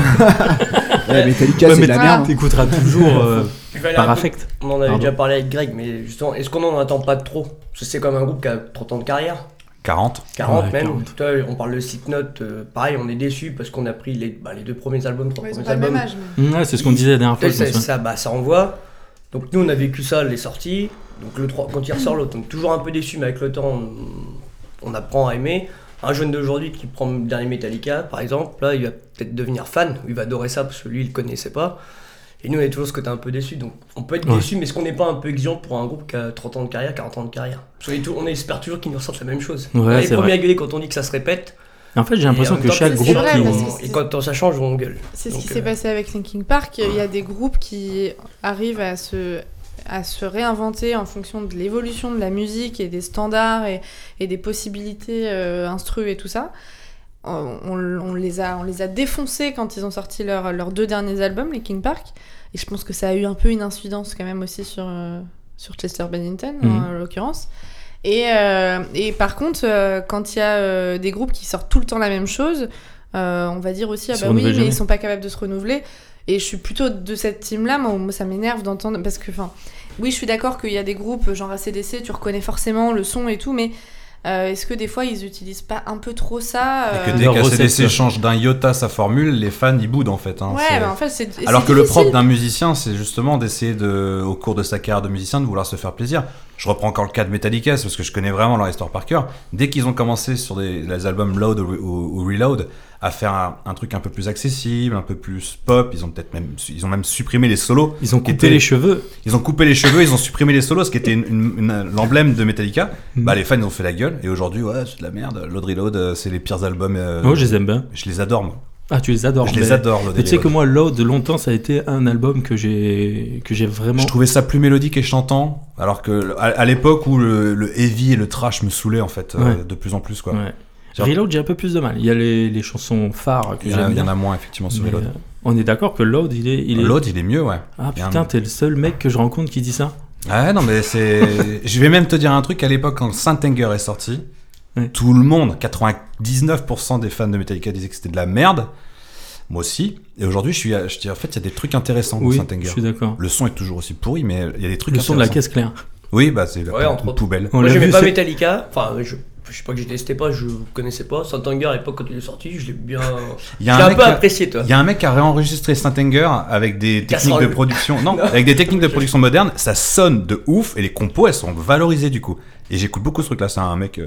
Ouais, Metallica,
Ouais,
c'est de la
mais
merde.
T'écouteras toujours euh,
Je vais aller
par
un peu-
affect.
On en avait
Pardon.
déjà parlé avec Greg, mais justement, est-ce qu'on en attend pas trop Parce que c'est comme un groupe qui a 30 ans de carrière,
40.
40
Ouais,
même.
40.
Toi, on parle de Sick Note, euh, pareil, on est déçu parce qu'on a pris les, bah, les deux premiers albums, trois
Ouais, Ils ont
premiers
pas le
albums.
même âge. mais-
Ouais, c'est ce qu'on disait la dernière fois.
Et
je me
ça,
souviens.
ça, bah, ça envoie. Donc nous, on a vécu ça, les sorties. Donc le 3, quand il ressort l'autre, donc toujours un peu déçu, mais avec le temps, on, on apprend à aimer. Un jeune d'aujourd'hui qui prend le dernier Metallica, par exemple, là, il va peut-être devenir fan, ou il va adorer ça parce que lui, il le connaissait pas. Et nous, on est toujours ce côté un peu déçu. Donc on peut être
Ouais.
déçu, mais est-ce qu'on n'est pas un peu exigeant pour un groupe qui a 30 ans de carrière, 40 ans de carrière Parce qu'on est tout- on espère toujours qu'ils nous ressortent la même chose.
Ouais,
on est
c'est
les premiers
vrai.
à gueuler quand on dit que ça se répète.
En fait, j'ai l'impression
Et en
que
même temps,
chaque
c'est
groupe
vrai,
qui.
parce que c'est-
Et quand ça change, on gueule.
C'est ce
Donc,
qui
euh,
s'est passé avec Linkin Park. Il y a des groupes qui arrivent à se, à se réinventer en fonction de l'évolution de la musique et des standards et, et des possibilités euh, instru et tout ça. On, on- on les a, on les a défoncés quand ils ont sorti leur- leurs deux derniers albums, Linkin Park. Et je pense que ça a eu un peu une incidence quand même aussi sur, euh, sur Chester Bennington,
Mhm.
en l'occurrence. Et, euh, et par contre, euh, quand il y a euh, des groupes qui sortent tout le temps la même chose, euh, on va dire aussi,
Ils
ah
se
bah oui,
renouvellent
mais
jamais.
ils sont pas capables de se renouveler. Et je suis plutôt de cette team-là, moi, moi, ça m'énerve d'entendre, parce que, enfin, oui, je suis d'accord qu'il y a des groupes, genre ACDC, tu reconnais forcément le son et tout, mais euh, est-ce que des fois, ils utilisent pas un peu trop ça
Et
euh,
que dès
leur
qu'ACDC
recette.
change d'un iota sa formule, les fans ils boudent en fait. hein.
Ouais,
C'est-
mais en fait, c'est
Alors
c'est
que le propre
difficile.
d'un musicien, c'est justement d'essayer de, au cours de sa carrière de musicien, de vouloir se faire plaisir. Je reprends encore le cas de Metallica, c'est parce que je connais vraiment leur histoire par cœur. Dès qu'ils ont commencé sur des, les albums Load ou, ou- ou Reload à faire un, un truc un peu plus accessible, un peu plus pop, ils ont peut-être même, ils ont même supprimé les solos.
Ils ont coupé
qui étaient-
les cheveux.
Ils ont coupé les cheveux, ils ont supprimé les solos, ce qui était une- une- une- l'emblème de Metallica.
Mm.
Bah les fans ils ont fait la gueule et aujourd'hui ouais c'est de la merde. Load Reload euh, c'est les pires albums. euh,
Moi, Oh, je les aime bien.
je les adore moi.
Ah, tu les adores.
Je les
mais-
adore Load
Mais tu sais
Reload.
que moi, Load, longtemps, ça a été un album que j'ai que j'ai vraiment.
Je trouvais ça plus mélodique et chantant, alors que à, à l'époque où le, le heavy et le trash me saoulaient en fait euh,
Ouais.
de plus en plus quoi.
Ouais. Reload, j'ai un peu plus de mal. Il y a les, les chansons phares que
Il, y en a,
j'aime
il y en
bien.
a moins effectivement sur
Mais,
Reload.
euh, on est d'accord que Load, il est. Il est...
L'autre il est mieux ouais.
Ah
il y a un-
putain, t'es le seul mec que je rencontre qui dit ça.
Ah non mais c'est, je vais même te dire un truc. À l'époque quand Saint Anger est sorti,
Ouais.
tout le monde, 99% des fans de Metallica disaient que c'était de la merde. Moi aussi. Et aujourd'hui je suis, à- je dis en fait il y a des trucs intéressants dans
Oui,
Saint
je
Anger.
suis d'accord.
Le son est toujours aussi pourri mais il y a des trucs.
Le son de la
intéressants.
caisse claire.
Oui bah c'est la
Ouais, entre autres.
poubelle.
On
Moi,
l'a
j'aimais
vu,
pas
c'est-
Metallica. Enfin, je, je sais pas que je détestais pas, je connaissais pas. Santanger, à l'époque, quand il est sorti, je l'ai bien. J'ai
Il y a
un,
mec
peu
qui a-
apprécié, toi.
Il y a un mec qui a réenregistré Saint Anger avec des techniques
Casserole.
de production, non, avec des techniques de production modernes, ça sonne de ouf et les compos elles sont valorisées du coup. Et j'écoute beaucoup ce truc-là, c'est un mec. Euh...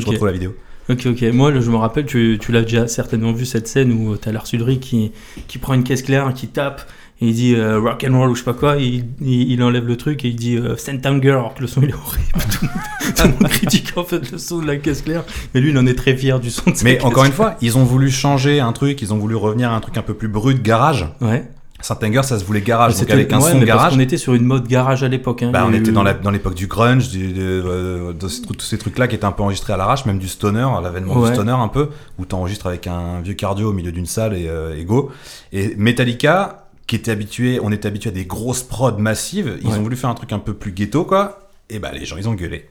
Ok.
que je retrouve la vidéo.
Ok, ok. Moi, le- je me rappelle, tu, tu l'as déjà certainement vu cette scène où euh, t'as Lars Ulrich qui, qui prend une caisse claire, qui tape, et il dit euh, rock and roll ou je sais pas quoi, et il, il- il enlève le truc et il dit euh, Saint Anger, alors que le son il est horrible. Tout le, monde, tout le monde critique en fait le son de la caisse claire, mais lui il en est très fier du son de sa
Mais
caisse
encore une
claire.
fois, ils ont voulu changer un truc, ils ont voulu revenir à un truc un peu plus brut, garage.
Ouais.
Saint Anger, ça se voulait garage, Ah, donc
C'était-
avec un
ouais,
son
mais parce
garage.
qu'on était sur une mode garage à l'époque. hein.
Bah, on
Il y a
était
eu-
dans la- dans l'époque du grunge, du, de, euh, de ces trucs- tous ces trucs-là qui étaient un peu enregistrés à l'arrache, même du stoner, l'avènement
Ouais.
du stoner un peu, où t'enregistres avec un vieux cardio au milieu d'une salle et, euh, et go. Et Metallica, qui était habitué, on était habitué à des grosses prods massives. Ils
Ouais.
ont voulu faire un truc un peu plus ghetto, quoi. Et bah, les gens, ils ont gueulé.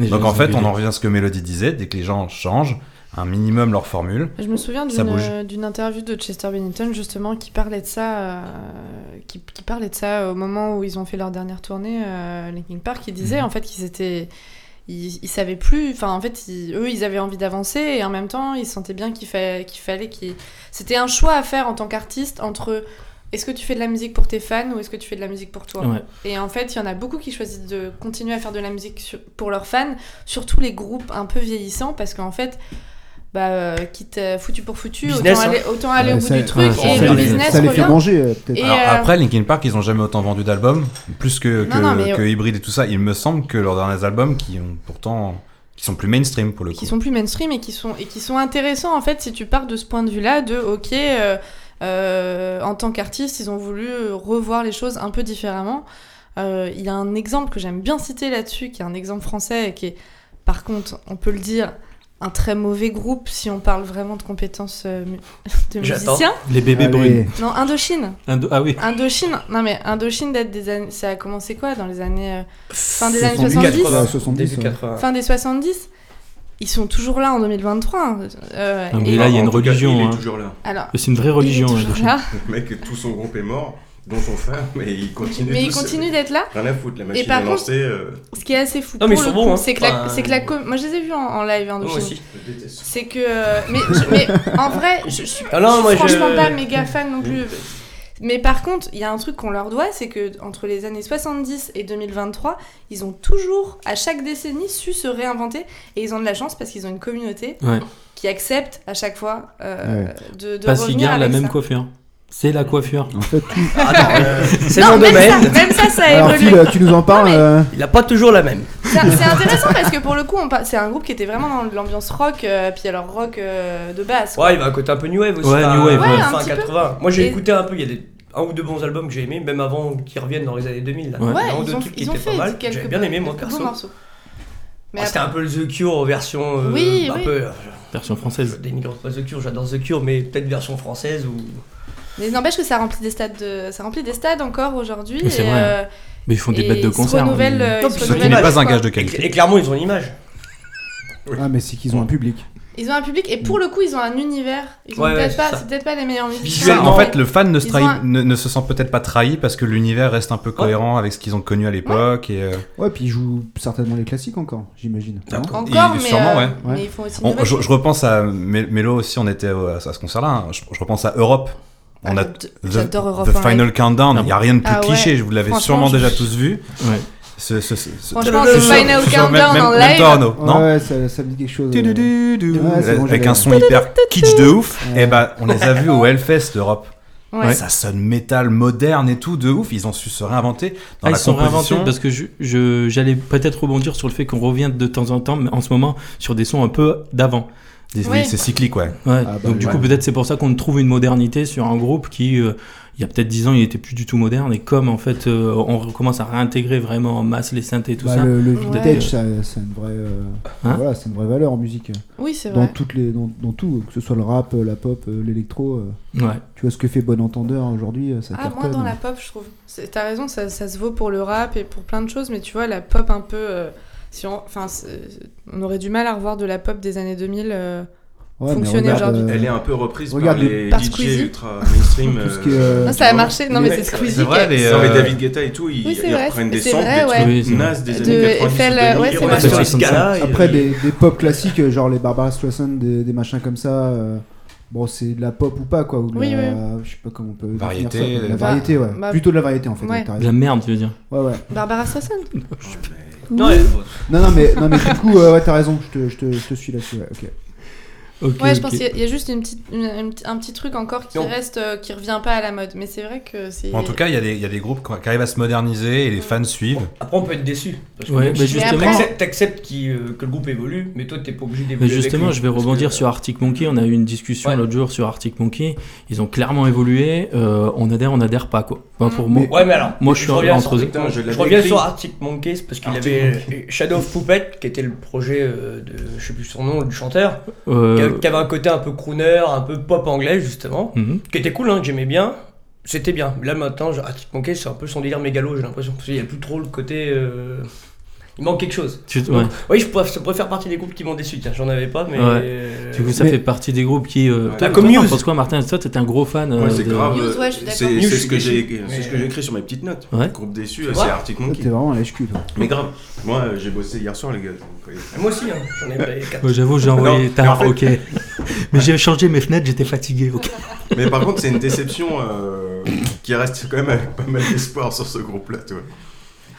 Les
Donc,
gens
en
sont
fait,
guidés.
on en revient à ce que Mélodie disait. Dès que les gens changent un minimum leur formule,
Je me souviens
Ça
d'une
bouge.
euh, d'une interview de Chester Bennington justement qui parlait de ça, euh, qui, qui parlait de ça au moment où ils ont fait leur dernière tournée, euh, Linkin Park. Ils
Mhm.
disaient en fait qu'ils étaient, ils, ils savaient plus. Enfin en fait, ils- eux ils avaient envie d'avancer et en même temps ils sentaient bien qu'il fallait qu'il fallait qu'ils. C'était un choix à faire en tant qu'artiste entre est-ce que tu fais de la musique pour tes fans ou est-ce que tu fais de la musique pour toi.
Ouais.
Et en fait, il y en a beaucoup qui choisissent de continuer à faire de la musique sur- pour leurs fans, surtout les groupes un peu vieillissants, parce qu'en fait, bah, euh, quitte euh, foutu pour foutu,
Business,
autant
hein.
aller, autant aller
Ouais,
au bout
ça-
du truc
ouais,
et
ça
le
les-
business
ça les fait
revient.
manger euh, peut-être.
Et
Alors,
euh,
après, Linkin Park, ils ont jamais autant vendu d'albums, plus que,
Non,
que,
non, mais-
que Hybrid et tout ça. Il me semble que leurs derniers albums, qui ont pourtant, qui sont plus mainstream pour le coup.
qui sont plus mainstream et qui sont et qui sont intéressants en fait si tu pars de ce point de vue là de ok euh, euh, en tant qu'artiste ils ont voulu euh, revoir les choses un peu différemment Euh, il y a un exemple que j'aime bien citer là-dessus qui est un exemple français et qui est par contre on peut le dire un très mauvais groupe si on parle vraiment de compétences euh, mu- de
J'attends.
musiciens
Les bébés
Allez.
brunes.
non Indochine
Indo- Ah oui.
Indochine non mais Indochine date des années ça a commencé quoi dans les années euh, fin des années
70,
70
ouais, 70,
Début
ouais.
80.
fin des 70 ils sont toujours là en 2023 hein. Euh,
Non, mais
et-
là, il y a une
En tout cas,
religion,
il
hein.
est toujours là.
alors
C'est une vraie
il est
religion. hein,
toujours
Indochine.
là,
Le mec, tout son groupe est mort, dont son frère, mais il continue.
mais
tout
il
seul.
continue d'être là
Rien à foutre, la machine
par
est
contre-
lancée. euh,
ce qui est assez fou
Non,
pour
mais ils
le
sont
coup,
bons, hein.
c'est que la,
Enfin,
c'est que la com- moi je les ai vus en, en live hein,
Ah, Moi
Indochine.
aussi.
je déteste.
c'est que euh, mais, je- mais en vrai je, je suis,
Ah non,
je suis
moi, je-
franchement pas méga fan non plus mais par contre il y a un truc qu'on leur doit c'est que entre les années 70 et 2023 ils ont toujours à chaque décennie su se réinventer et ils ont de la chance parce qu'ils ont une communauté
Ouais.
qui accepte à chaque fois euh,
Ouais.
de, de
Parce
revenir
qu'ils gardent la
avec
même
ça.
coiffure. C'est la coiffure.
En fait, tout-
Attends, euh, c'est
non,
mon
même
domaine.
ça, même ça, ça a
alors
évolué.
Phil, tu nous en parles.
mais-
euh,
Il a pas toujours la même.
C'est c'est intéressant parce que pour le coup, on par- c'est un groupe qui était vraiment dans l'ambiance rock, euh, puis alors rock euh, de base. quoi.
Ouais, il y a un côté un peu new wave aussi.
Ouais,
enfin,
new wave,
euh,
ouais.
Fin
Ouais, un petit
80. Moi, j'ai
Et-
écouté un peu. Il y a des, un ou deux bons albums que j'ai aimés, même avant qu'ils reviennent dans les années 2000. Là.
Ouais.
Il y a
Ouais,
un ou deux
ils ont,
trucs qui
ils ont
étaient pas
fait
mal, que
quelques,
J'avais bien aimé, moi,
quelques
perso.
beaux morceaux. Mais
Ah, C'était un peu le The Cure en version. euh,
Oui,
bah,
oui.
Un peu. euh,
Version
je
française.
dénigre pas The Cure, j'adore The Cure, mais peut-être version française ou.
après- mais n'empêche que ça remplit des stades, de- ça remplit des stades encore aujourd'hui.
Mais c'est
et,
vrai.
euh,
Mais ils font des
et
bêtes de
ils se
concert. hein,
renouvellent,
mais-
euh,
Non,
ils se
puis
Ce qui
renouvellent
n'est
à
pas un
chaque fois.
gage de
Et,
qualité.
et clairement, ils ont une image.
Ah, mais c'est qu'ils ont un public.
Ils ont un public et pour le coup, ils ont un univers. Ils ont
Ouais, ouais,
peut-être
c'est
pas,
ça.
c'est peut-être pas les meilleurs musiciens.
Ça, en fait, le fan ne se,
Ils
trahit-
ont un-
ne, ne se sent peut-être pas trahi parce que l'univers reste un peu cohérent avec ce qu'ils ont connu à l'époque. Et, euh,
Ouais, puis ils jouent certainement les classiques encore, j'imagine. non
D'accord.
encore,
il-
mais,
sûrement,
euh,
ouais.
mais
Ouais.
ils font aussi.
on-
une nouvelle-
je, je repense à Mé- Mélo aussi, on était au- à ce concert-là. hein. Je, je repense à Europe. On a
J'adore-
The,
Ah, J'adore Europe.
The
en live.
Final Countdown,
Ah
il n'y a rien de plus
Ah ouais.
cliché, je vous l'avez
Franchement,
sûrement
je-
déjà tous vu.
Ouais.
Ce, ce- ce- ce-
Franchement,
ce-
The
ce-
Final
ce-
Countdown
même- même-
en
même
live.
Torno, non
Ouais, ça, ça me dit quelque chose. euh. Ouais, c'est bon,
avec
j'avais-
un son hyper kitsch de ouf,
Ouais.
et bah on les a vus au Hellfest d'Europe.
Ouais.
Ça sonne métal moderne et tout, de ouf. Ils ont su se réinventer
Ah,
dans
ils
la
sont réinventés
composition.
parce que je- je- j'allais peut-être rebondir sur le fait qu'on revient de temps en temps, mais en ce moment, sur des sons un peu d'avant.
Des-
Oui.
oui, c'est cyclique, ouais.
Ouais.
Ah, bah
Donc,
oui,
du
ouais.
coup, peut-être c'est pour ça qu'on trouve une modernité sur un groupe qui, euh, il y a peut-être 10 ans, il était plus du tout moderne. Et comme, en fait, euh, on recommence à réintégrer vraiment en masse les synthés et tout
Bah,
ça.
le, le
Ouais.
vintage, ça, c'est une vraie, euh,
Hein
voilà, c'est une vraie valeur en musique.
Oui, c'est vrai.
Dans toutes les, dans, dans tout, que ce soit le rap, euh, la pop, euh, l'électro. euh,
Ouais.
tu vois ce que fait Bon Entendeur aujourd'hui, euh, ça
Ah,
cartonne.
moins dans la pop, je trouve. C'est- T'as raison, ça, ça se vaut pour le rap et pour plein de choses, mais tu vois, la pop un peu. euh, si on, enfin, c'est- on aurait du mal à revoir de la pop des années 2000. euh,
Ouais, mais
fonctionner
regarde,
aujourd'hui.
euh,
Elle est un peu reprise
regarde
par les
par
DJ
Squeezie.
ultra mainstream.
Tout ce
euh,
qui est, euh,
non,
tu
ça a
vois.
marché. Non, mais
Ouais,
c'est
c'est
Squeezie.
vrai,
qui a-
les,
Non, mais
Euh,
David Guetta et tout, ils,
Oui, c'est
ils
vrai,
reprennent des
c'est
sons,
vrai,
des
ouais.
trucs
Oui, c'est
nazes des
De
années 90.
FL,
ou
ouais,
2000, ils
c'est
reviennent
vrai.
sur
Ouais, c'est
les
ça.
scala, et-
Après, des, des pop classiques, euh, genre les Barbara Streisand, des, des machins comme ça. euh, Bon, c'est de la pop ou pas, quoi. Ou de
Oui,
la, Je sais pas comment on peut. définir
Variété,
ça,
euh,
La variété, ouais.
bah-
Plutôt de la variété, en fait.
Ouais.
ouais, t'as
De la
raison.
merde, tu veux dire.
Ouais, ouais.
Barbara Streisand.
Non, mais bon,
Non, non, mais, non, mais du coup, euh, ouais, t'as raison, je te, je te, je te suis là-dessus, ouais, ok.
Ok,
Ouais, je
ok.
pense qu'il y a- il y, a juste une petite, une- une petite- un petit truc encore qui
Non.
reste, euh, qui revient pas à la mode. Mais c'est vrai que c'est.
En tout cas, il y, a des- il y a des groupes qui arrivent à se moderniser et les fans suivent.
Après, on peut être déçu. Parce que
Ouais,
même
mais
si
justement-
t'acceptes- T'acceptes qu'il, euh, que le groupe évolue, mais toi, t'es pas obligé d'évoluer.
Mais
avec
justement,
lui,
je vais
parce
rebondir
que-
sur Arctic Monkey. On a eu une discussion
Ouais.
l'autre jour sur Arctic Monkey. Ils ont clairement évolué. Euh, on adhère, on adhère pas, quoi. Enfin, pour moi.
Mais-
Ouais, mais alors.
Moi, je suis
reviens
entre-
sur-
Putain,
Je
je l'avais
reviens
écrit.
sur Arctic Monkeys parce qu'il
Arctic
avait euh, Shadow of Puppet qui était le projet euh, de je sais plus son nom du chanteur qui a-
euh,
qui avait un côté un peu crooner un peu pop anglais justement
mhm.
qui était cool hein, que j'aimais bien C'était bien. Là maintenant, genre, Arctic Monkey, ah, c'est un peu son délire mégalo, j'ai l'impression. Parce qu'il n'y a plus trop le côté. euh, Il manque quelque chose.
Tu-
Donc,
ouais.
Oui, je pourrais, ça pourrait faire partie des groupes qui m'ont déçu. Tiens, j'en avais pas, mais. euh,
Du coup, ça
Mais-
fait partie des groupes qui. Euh...
Là,
toi-
comme
toi, t'en
Muse.
penses quoi, Martin Toi, t'es un gros fan. euh,
Moi, c'est
de-
grave.
News,
euh,
ouais, je suis d'accord.
c'est-
News, je
c'est ce
suis
que
déçu.
j'ai, c'est
Mais-
ce que j'ai écrit sur mes petites notes.
Ouais.
Groupe déçu,
Ouais.
c'est Arctic
Toi,
Monkey.
T'es vraiment un lèche-cul, toi.
Mais grave. Moi, euh, j'ai bossé hier soir, les gars. donc, euh,
Moi aussi, hein, j'en ai pas quatre.
Ouais, J'avoue, j'ai
Non,
envoyé
mais
tard,
en
ok. Mais j'ai changé mes fenêtres, j'étais fatigué, ok.
Mais par contre, c'est une déception euh, qui reste quand même avec pas mal d'espoir sur ce groupe-là, tu vois.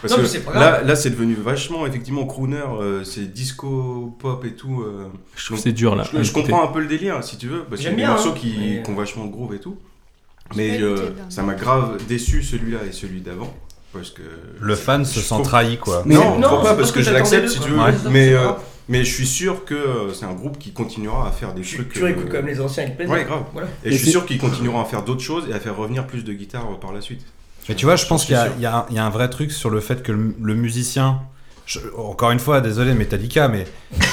Parce
Non, mais c'est
que
pas grave.
là, là c'est devenu vachement, effectivement, crooner, euh, c'est disco, pop et tout. euh,
Je trouve que c'est
Bah,
dur là.
je, je comprends un peu le délire, si tu veux, parce qu'il y a
J'aime
des
bien,
morceaux
hein,
qui,
mais-
qui ont vachement de groove et tout.
pas
Mais
écouté
euh,
le dernier.
ça m'a grave déçu celui-là et celui d'avant. Parce que.
Le fan se
je
sent
trouve-
trahi, quoi.
Mais-
non,
Non,
non,
c'est
pas
pas
parce
ce
que
que
je
t'attendais
l'accepte
d'eux,
si
quoi.
tu veux.
Ouais.
Mais,
C'est
euh,
pas-
mais je suis sûr que euh, c'est un groupe qui continuera à faire des
Tu,
trucs.
tu réécoutes
euh,
quand même les anciens avec plaisir.
Ouais, grave.
Voilà.
Et
Mais
je suis
c'est-
sûr qu'ils continueront à faire d'autres choses et à faire revenir plus de guitare par la suite.
Mais tu vois, je pense
suis
qu'il y, a-
sûr.
il y a un- il y a un vrai truc sur le fait que le, le musicien. je- encore une fois, désolé Metallica, mais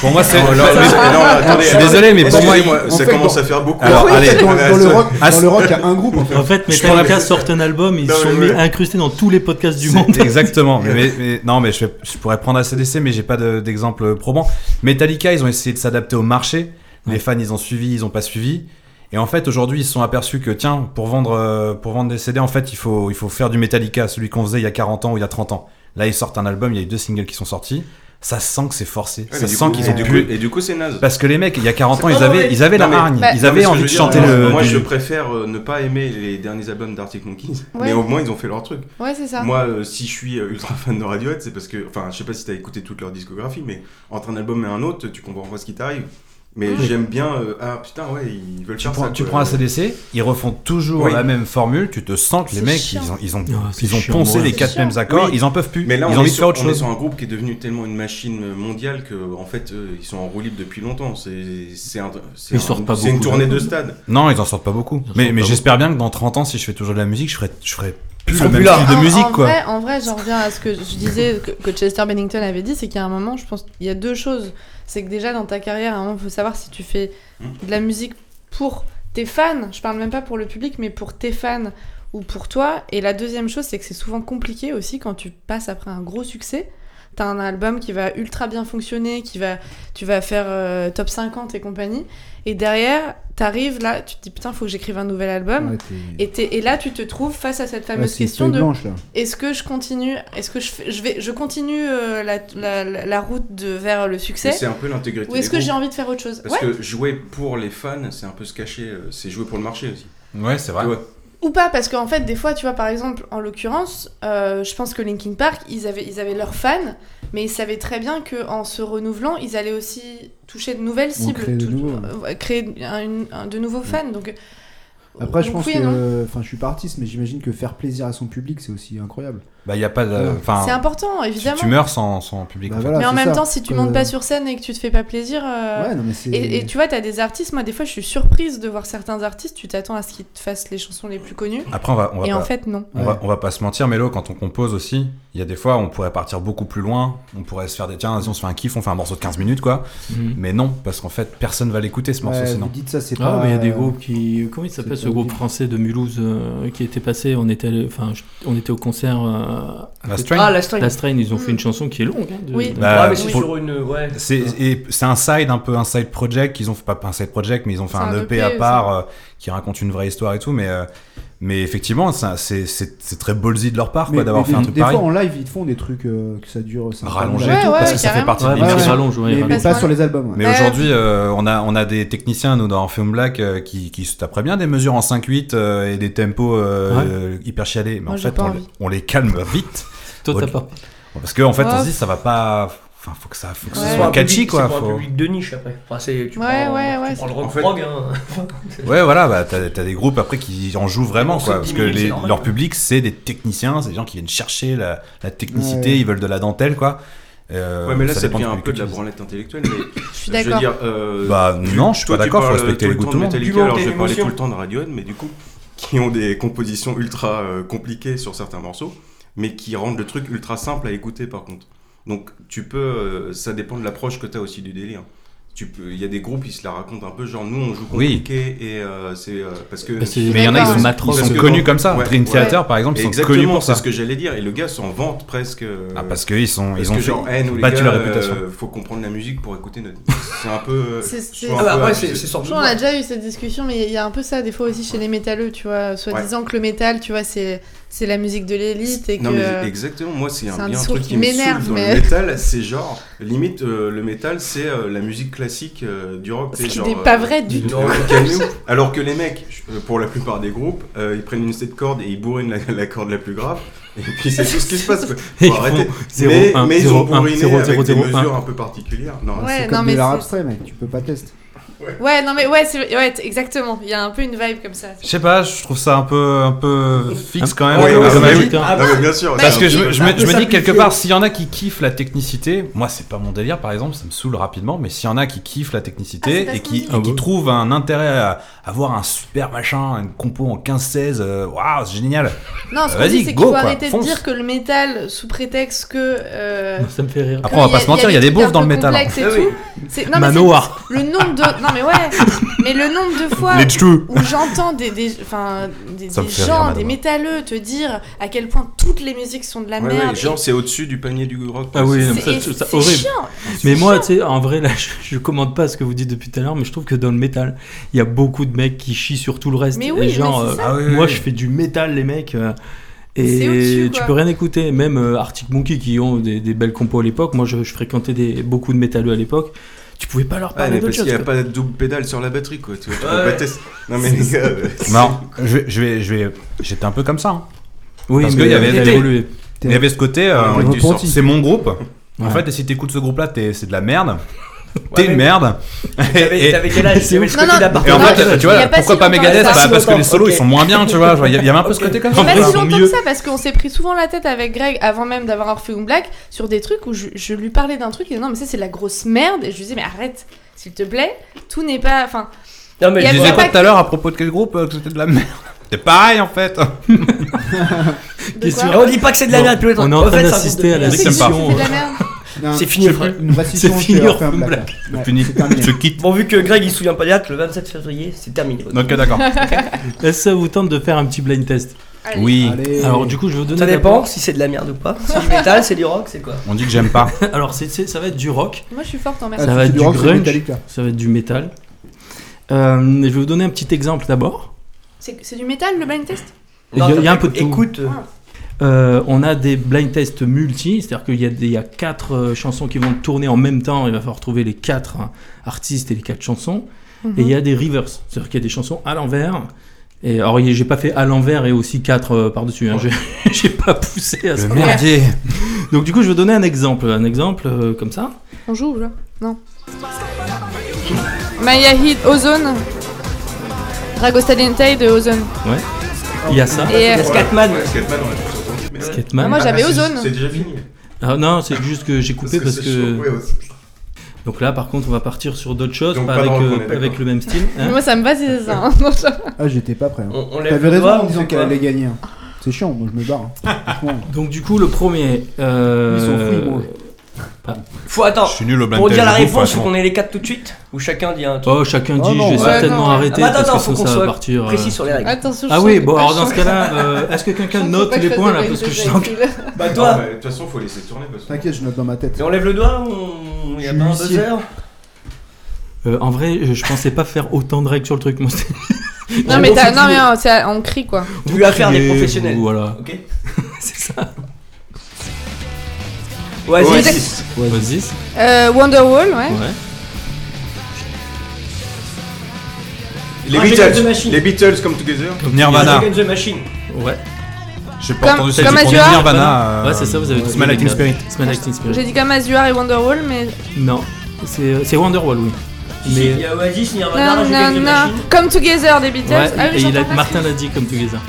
pour moi c'est.
Oh là, mais- non, mais attendez,
Je suis désolé, mais pour moi,
excusez-moi,
il- on
ça
fait
commence
dans-
à faire beaucoup.
Alors,
Pourquoi ils
allez.
mettent dans,
Ouais,
dans le
ça-
rock,
Ah,
dans le rock, il y a un groupe en fait.
En fait, Metallica sort un album, ils
Non,
sont
mais-
mis incrustés dans tous les podcasts du monde.
C'est- Exactement. mais, mais- mais- non, mais je, fais- je pourrais prendre ACDC, mais j'ai pas de- d'exemple probant. Metallica, ils ont essayé de s'adapter au marché. Les
Ouais.
fans, ils ont suivi, ils ont pas suivi. Et en fait, aujourd'hui, ils se sont aperçus que, tiens, pour vendre, euh, pour vendre des CD, en fait, il faut, il faut faire du Metallica, celui qu'on faisait il y a 40 ans ou il y a 30 ans. Là, ils sortent un album, il y a eu deux singles qui sont sortis. Ça sent que c'est forcé.
Ouais,
ça
mais du
sent
coup-
qu'ils
et
ont
du
pu.
coup- Et du coup, c'est naze.
Parce que les mecs, il y a 40 ans,
C'est
ils
pas
avaient,
vrai.
ils avaient la
Non, mais-
hargne.
Bah,
Ils avaient
Non, mais
envie
ce
de
que je veux
chanter
dire,
le.
Moi,
du-
je préfère euh, ne pas aimer les derniers albums d'Arctic Monkeys,
Ouais.
mais au moins ils ont fait leur truc.
Ouais, c'est ça.
Moi, euh, si je suis euh, ultra fan de Radiohead, c'est parce que, enfin, je sais pas si t'as écouté toute leur discographie, mais entre un album et un autre, tu comprends pas ce qui t'arrive. Mais j'aime bien. euh, ah putain, ouais, ils veulent
Tu
faire
prends,
ça.
tu
quoi.
prends ACDC, ils refont toujours
Oui.
la même formule, tu te sens que les
C'est
mecs,
chiant.
ils ont, ils ont,
Ah, c'est
ils ont
chiant,
poncé
ouais.
les
C'est
quatre
chiant.
mêmes accords,
Oui.
ils en peuvent plus.
Mais là,
ils
on,
ont
est
envie de
sur,
faire autre
on est
chose.
sur un groupe qui est devenu tellement une machine mondiale que, en fait, euh, ils sont en roue libre depuis longtemps. C'est c'est un- c'est
Ils
un-
sortent pas
c'est une
beaucoup,
tournée
là.
de stade.
Non, ils en sortent pas beaucoup.
Ils en
Mais,
sortent
mais
pas
j'espère bien que dans 30 ans, si je fais toujours de la musique, je ferai, je ferai plus
seront
le même
plus là.
style Ah, de
Ah, En-
musique,
en
quoi.
Vrai, en vrai, j'en reviens à ce que je disais, que, que Chester Bennington avait dit, c'est qu'il y a un moment, je pense, il y a deux choses. C'est que déjà dans ta carrière, à un moment, il faut savoir si tu fais de la musique pour tes fans. Je parle même pas pour le public, mais pour tes fans ou pour toi. Et la deuxième chose, c'est que c'est souvent compliqué aussi quand tu passes après un gros succès. T'as un album qui va ultra bien fonctionner, qui va, tu vas faire euh, top 50 et compagnie. Et derrière, t'arrives là, tu te dis putain, faut que j'écrive un nouvel album.
Ouais, t'es-
Et, t'es- et là, tu te trouves face à cette
ouais,
fameuse
c'est une
question
feuille
de
blanche là.
est-ce que je continue Est-ce que je, fais- je vais je continue euh, la, la, la- la route de vers le
Mais
succès
C'est un peu l'intégrité.
ou est-ce
des
que j'ai
groupes.
envie de faire autre chose
Parce
Ouais.
que jouer pour les fans, c'est un peu se cacher. euh, C'est jouer pour le marché aussi.
Ouais, c'est vrai.
Ouais.
Ou pas parce qu'en fait des fois tu vois par exemple en l'occurrence euh, je pense que Linkin Park ils avaient ils avaient leurs fans mais ils savaient très bien que en se renouvelant ils allaient aussi toucher de nouvelles
On
cibles
crée de
tou-
nouveaux.
euh, créer un- une- un- de nouveaux fans donc
Après, je
donc
pense
oui
que.
et non.
euh, Enfin, je suis pas artiste, mais j'imagine que faire plaisir à son public, c'est aussi incroyable.
Bah, il y a pas de.
Ouais.
c'est
Enfin,
important
tu,
évidemment
tu meurs sans, sans public.
Bah
en fait.
voilà,
mais en
c'est
même
ça.
temps si tu
Euh,
montes pas sur scène et que tu te fais pas plaisir euh,
Ouais, non, mais c'est.
Et, et tu vois, t'as des artistes, moi des fois je suis surprise de voir certains artistes, tu t'attends à ce qu'ils te fassent les chansons les plus connues,
Après, on va, on va
et
pas-
en fait non.
On, va,
Ouais.
on va pas se mentir, Mélo, quand on compose aussi, il y a des fois, on pourrait partir beaucoup plus loin, on pourrait se faire des tiens, vas-y, on se fait un kiff, on fait un morceau de 15 minutes, quoi.
Mhm.
Mais non, parce qu'en fait, personne va l'écouter ce morceau
Ouais,
sinon.
vous dites ça, c'est
Ah,
pas.
mais il y a des
euh,
groupes qui. Comment il s'appelle
c'est
ce
pas
groupe
horrible.
français de Mulhouse euh, qui était passé On était, allé- enfin, je- on était au concert. euh, à
Last
côté-
Train
Ah, la string.
Last Train, ils ont fait
Mm.
une chanson qui est longue. hein, de-
Oui.
de-
Bah,
ouais, Ah, mais c'est
pour-
sur une. Ouais.
C'est
Hein.
et c'est un side un peu un side project qu'ils ont fait pas pas un side project mais ils ont fait
C'est
un,
un
EP,
EP
à
aussi.
part euh, qui raconte une vraie histoire et tout mais euh, mais effectivement ça- c'est c'est c'est très ballsy de leur part
mais-
quoi d'avoir
mais
fait un
des-
truc
Des
pareil
fois, en live, ils te font des trucs euh, que ça dure. cinq
Ouais,
rallonger et
minutes.
tout
ouais,
parce que ça fait
carrément.
partie
Ouais,
de
ouais,
l'émission.
ils rallongent, ouais, ils
Mais, mais
rallongent.
pas sur les albums. ouais.
bah Mais
Ouais.
aujourd'hui, euh, on, a, on a des techniciens, nous, dans Film Black, euh, qui, qui se taperaient bien des mesures en 5-8 euh, et des tempos euh, hyper chialés. Mais
Moi,
en
j'ai
fait,
pas
on,
envie.
les- on les calme vite.
Toi, t'as
Ok.
pas.
Parce qu'en fait, on
Ouais.
se dit, ça va pas. Enfin, faut que ça, faut que
Ouais.
ça
Pour
soit
un
catchy,
public-
quoi.
C'est pour
faut-
un public de niche après. Enfin, c'est, tu
Ouais,
prends,
ouais,
tu
ouais,
prends le
en
rock
fait-
prog, hein.
Ouais, voilà, bah, t'as t'as des groupes après qui en jouent vraiment,
Des morceaux
quoi.
de
Parce
dix
que
minutes,
les-
c'est normal.
leur public, c'est des techniciens, c'est des gens qui viennent chercher la, la technicité,
Ouais.
ils veulent de la dentelle, quoi. Euh,
Ouais, mais là, ça,
dépend
devient
du
un
public
peu de la
que tu
branlette intellectuelle. Mais,
Je suis
euh, je veux
d'accord.
dire, euh,
Bah,
tu-
non, je suis
toi,
pas
tu
d'accord, faut
parles
respecter
tout
les
le
goûts de
temps
tout
de
le monde.
Metallica,
Du
alors
monde,
je vais
des
parler tout
émotions.
le temps de Radiohead, mais du coup, qui ont des compositions ultra euh, compliquées sur certains morceaux, mais qui rendent le truc ultra simple à écouter par contre. Donc, tu peux. euh, ça dépend de l'approche que tu as aussi du délire. tu peux, il y a des groupes, ils se la racontent un peu, genre nous on joue
Oui.
compliqué et euh, c'est euh, parce que.
Bah, c'est-
Mais il y en a qui
D'accord.
sont,
Matrox.
ils sont
Parce que
connus
dans-
comme ça.
ouais,
Dream
ouais.
Theater, par exemple, ils sont connus
Exactement,
pour
c'est
ça.
ce que j'allais dire. Et le gars s'en vante presque. euh,
Ah, parce qu'ils sont,
parce
ils ont
que
fait-
genre, hey, nous, les
battu
gars,
la réputation.
euh, faut comprendre la musique pour écouter notre. C'est un peu. euh,
C'est-
je
c'est-
trouve un
Ah bah
peu
après,
abusé.
c'est c'est sorti.
Franchement, on a déjà eu cette discussion, mais il y a un peu ça des fois aussi chez les métalleux, tu vois. Soit disant que le métal, tu vois, c'est c'est la musique de l'élite et
Non
que.
mais exactement, moi c'est un,
c'est un
bien un
discours
truc
qui
qui me
m'énerve,
saoule dans
mais-
le métal, c'est genre, limite euh, le métal c'est euh, la musique classique euh, du rock.
Ce
t'es
qui
genre,
n'est
euh,
pas vrai du tout.
Non, calmez-vous. Alors que les mecs, je- euh, pour la plupart des groupes, euh, ils prennent une set corde et ils bourrinent la, la corde la plus grave. Et puis c'est tout ce qui se passe. quoi.
Ils
Faut arrêter.
font 0,
mais,
1,
mais ils
0,
ont bourriné
0,
avec
0,
des
0,
mesures un peu particulières. Non,
Ouais,
c'est
non,
comme
mais
de l'art
c'est-
abstrait, mec, tu peux pas tester.
Ouais, non, mais ouais, c'est- ouais, t- exactement. Il y a un peu une vibe comme ça.
Je sais pas, je trouve ça un peu, un peu fixe quand même.
Ouais,
comme
ouais,
avis.
ouais,
ouais.
Ah, mais bien
Bah,
sûr.
Parce
c'est
que
un
je,
peu-
je me, je me dis
simplifié.
quelque part, s'il y en a qui kiffent la technicité, moi c'est pas mon délire par exemple, ça me saoule rapidement, mais s'il y en a qui kiffent la
Ah, c'est
technicité
pas
et
ce qu'on
qui,
dit.
et qui trouvent un intérêt à avoir un super machin, une compo en 15-16, euh, waouh, c'est génial.
Non, ce qu'on
Vas-y,
dit, c'est qu'il
go,
faut
quoi,
arrêter de
fonce.
dire que le métal, sous prétexte que. euh,
Ça me fait rire.
Après, on va
que
pas se mentir, il y a des
trucs
beaufs
un
dans
peu
le métal, hein.
complexes et
Ah oui.
tout. C'est- non, mais
Manoir.
c'est- le nombre de. Non, mais ouais. Mais le nombre de fois
true.
où j'entends des, des, enfin, des,
Ça me
des
fait rire,
gens,
madame.
des métalleux te dire à quel point toutes les musiques sont de la
Ouais,
merde.
ouais, genre c'est au-dessus du panier du rock.
Ah oui,
C'est-
non, mais ça,
et
je trouve ça
c'est
horrible.
chiant.
Mais moi, tu sais, en vrai, là, je, je commande pas ce que vous dites depuis tout à l'heure, mais je trouve que dans le métal, il y a beaucoup de mecs qui chient sur tout le reste.
Mais
Et
oui,
genre,
mais
euh,
c'est
Ah oui, oui,
moi,
oui.
je fais du métal, les mecs. euh,
C'est
et
au-dessus,
tu
quoi.
peux rien écouter. Même euh, Arctic Monkey qui ont des, des belles compos à l'époque. Moi, je, je fréquentais des, beaucoup de métalleux à l'époque. Tu pouvais pas leur
Ouais,
parler
mais
d'autre
parce qu'il
chose.
n'y a
quoi.
pas de double pédale sur la batterie, quoi. Tu vois, tu peux
Ouais.
pas tester. Non, mais les gars. euh,
Non, je, vais- je vais, je vais, j'étais un peu comme ça. hein.
Oui,
parce
mais
qu'il y
ça
avait l'été.
évolué.
Il y avait ce côté, euh,
Ouais, tu sors.
c'est mon groupe. En
Ouais.
fait, et si t'écoutes ce groupe-là, t'es- c'est de la merde. T'es
Ouais,
une
mais-
merde.
T'avais
Et-
t'avais quel âge T'avais
Non,
le côté
non,
Et en
Non,
d'appartenance.
fait,
je-
tu
il y
vois,
a pas
pourquoi
si
pas
longtemps
Megadeth
que ça.
Bah, Parce que les solos,
Ok.
ils sont moins bien, tu vois. Genre, Il y, a- il y avait un peu ce côté comme
Il y
ça.
a pas
vrai,
si
ils sont
longtemps
mieux.
que ça parce qu'on s'est pris souvent la tête avec Greg avant même d'avoir Orpheum Black sur des trucs où je, je lui parlais d'un truc et non mais ça c'est de la grosse merde et je lui disais mais arrête s'il te plaît tout n'est pas enfin
Non, mais
Il y
Je
avait
disais
voilà.
quoi
pas
tout à l'heure à propos de quel groupe euh, que c'était de la merde C'est pareil en fait
de
Question.
quoi
Et On dit pas que c'est de la
Bon,
merde, puis
on est en
en
train
fait, ça
d'assister à la
On sait que
section,
tu fais de la merde.
Non,
C'est fini,
je-
frère.
Une
C'est
vacillation,
fini,
je vais faire
Orphan
un
Black.
black.
Je
Ouais,
finis,
c'est terminé.
je quitte.
Bon, vu que Greg il se souvient pas de date, le 27 février, c'est terminé.
Donc euh, d'accord.
Est-ce que ça vous tente de faire un petit blind test
Allez.
Oui,
Allez.
Alors, du coup, je vais vous donner.
Ça
d'abord-
dépend si c'est de la merde ou pas. C'est du métal, c'est du rock, c'est quoi
on dit que j'aime pas.
Alors, c'est- c'est- ça va être du rock.
moi je suis forte en
Ah,
merde
Ça
c'est
va être
du
du
rock, c'est
grunge.
Metallica.
Ça va être du métal. Euh, je vais vous donner un petit exemple d'abord.
c'est c'est du métal le blind test
Il y a- il y a un peu de tout.
Écoute, euh,
Euh, on a des blind tests multi, c'est-à-dire qu'il y, a des- il y a quatre euh, chansons qui vont tourner en même temps. Il va falloir trouver les quatre hein, artistes et les quatre chansons. Et il y a des reverse, c'est-à-dire qu'il y a des chansons à l'envers. Et alors, il y a- j'ai pas fait à l'envers et aussi quatre euh, par-dessus. hein. J'ai- J'ai pas poussé à ça.
Le merdier.
Donc, du coup, je vais donner un exemple. Un exemple euh, comme ça.
on joue là non Maya Heat Ozone Dragostaliente de Ozone
Il y a ça.
et euh,
Scatman.
Ouais, Scatman, on l'a tous entendu, mais-
Skatman.
Moi,
Ah,
j'avais
c'est-
Ozone.
C'est déjà fini.
Ah, non, c'est juste que j'ai coupé parce que.
c'est chaud. Ouais, ouais, c'est-
Donc là, par contre, on va partir sur d'autres choses,
Donc
pas
pas
avec,
de rock,
euh,
on est
pas avec
d'accord.
le même style. hein.
moi ça me va c'est ça hein.
Ah, j'étais pas prêt. hein.
on, on lève
T'avais
le
raison
doigt,
en
on
disant
fait
qu'elle
quoi
allait gagner. hein. C'est chiant, moi je me barre. hein. Franchement.
Donc du coup, le premier... euh,
Ils sont fruits, moi.
Faut attendre.
Je suis nul au blind
Pour dire la
test,
réponse, faut
franchement.
qu'on ait les quatre tout de suite Ou chacun dit un truc
Oh, chacun dit,
Oh, non,
je vais
ouais,
certainement
non.
arrêter
Ah, attends,
parce
attends,
que sinon,
faut qu'on
ça va
soit
partir... euh,
précis sur les règles.
attention je
Ah
sens
oui,
que-
bon,
ah,
alors
je
dans
sens
ce
que-
cas-là, euh, est-ce que quelqu'un
Faut
note
pas que
les
je fasse
points
des
là
blagues
Parce que
de
je sens que...
Greg.
Bah
Ah,
toi
mais De toute façon, faut laisser tourner parce que.
T'inquiète, je note dans ma tête.
Et on lève le doigt on... Il y a
Je
pas un
suis huissier.
buzzer
Euh, en vrai, je, je pensais pas faire autant de règles sur le truc. Moi, c'est-
Non mais, t'as- non, mais euh, c'est- on crie quoi.
Tu vas faire des
criez,
professionnels.
vous, voilà,
Ok
c'est ça.
Oasis.
Oasis.
Oasis,
Euh, Wonderwall, ouais.
ouais.
Les
Ah, Rage Against the
Beatles.
Machine.
Les Beatles comme Together.
Nirvana.
Rage Against the Machine.
Ouais,
J'ai pas
Comme-
entendu ça.
comme
j'ai
un
entendu
duo.
Nirvana. euh,
ouais c'est ça, vous avez tous
Smell
les
Like Teen
quatre.
Spirit.
Smell Like Teen Spirit.
J'ai dit comme Azure et Wonderwall, mais.
Non, c'est euh, c'est Wonderwall, oui.
Si, si, Il y a Oasis,
Oh,
Nirvana,
Non,
Rage
non,
Against the
non.
Machine.
Comme Together des Beatles.
Ouais,
ah
et
oui,
il a-
j'entends pas.
Martin l'a dit comme Together.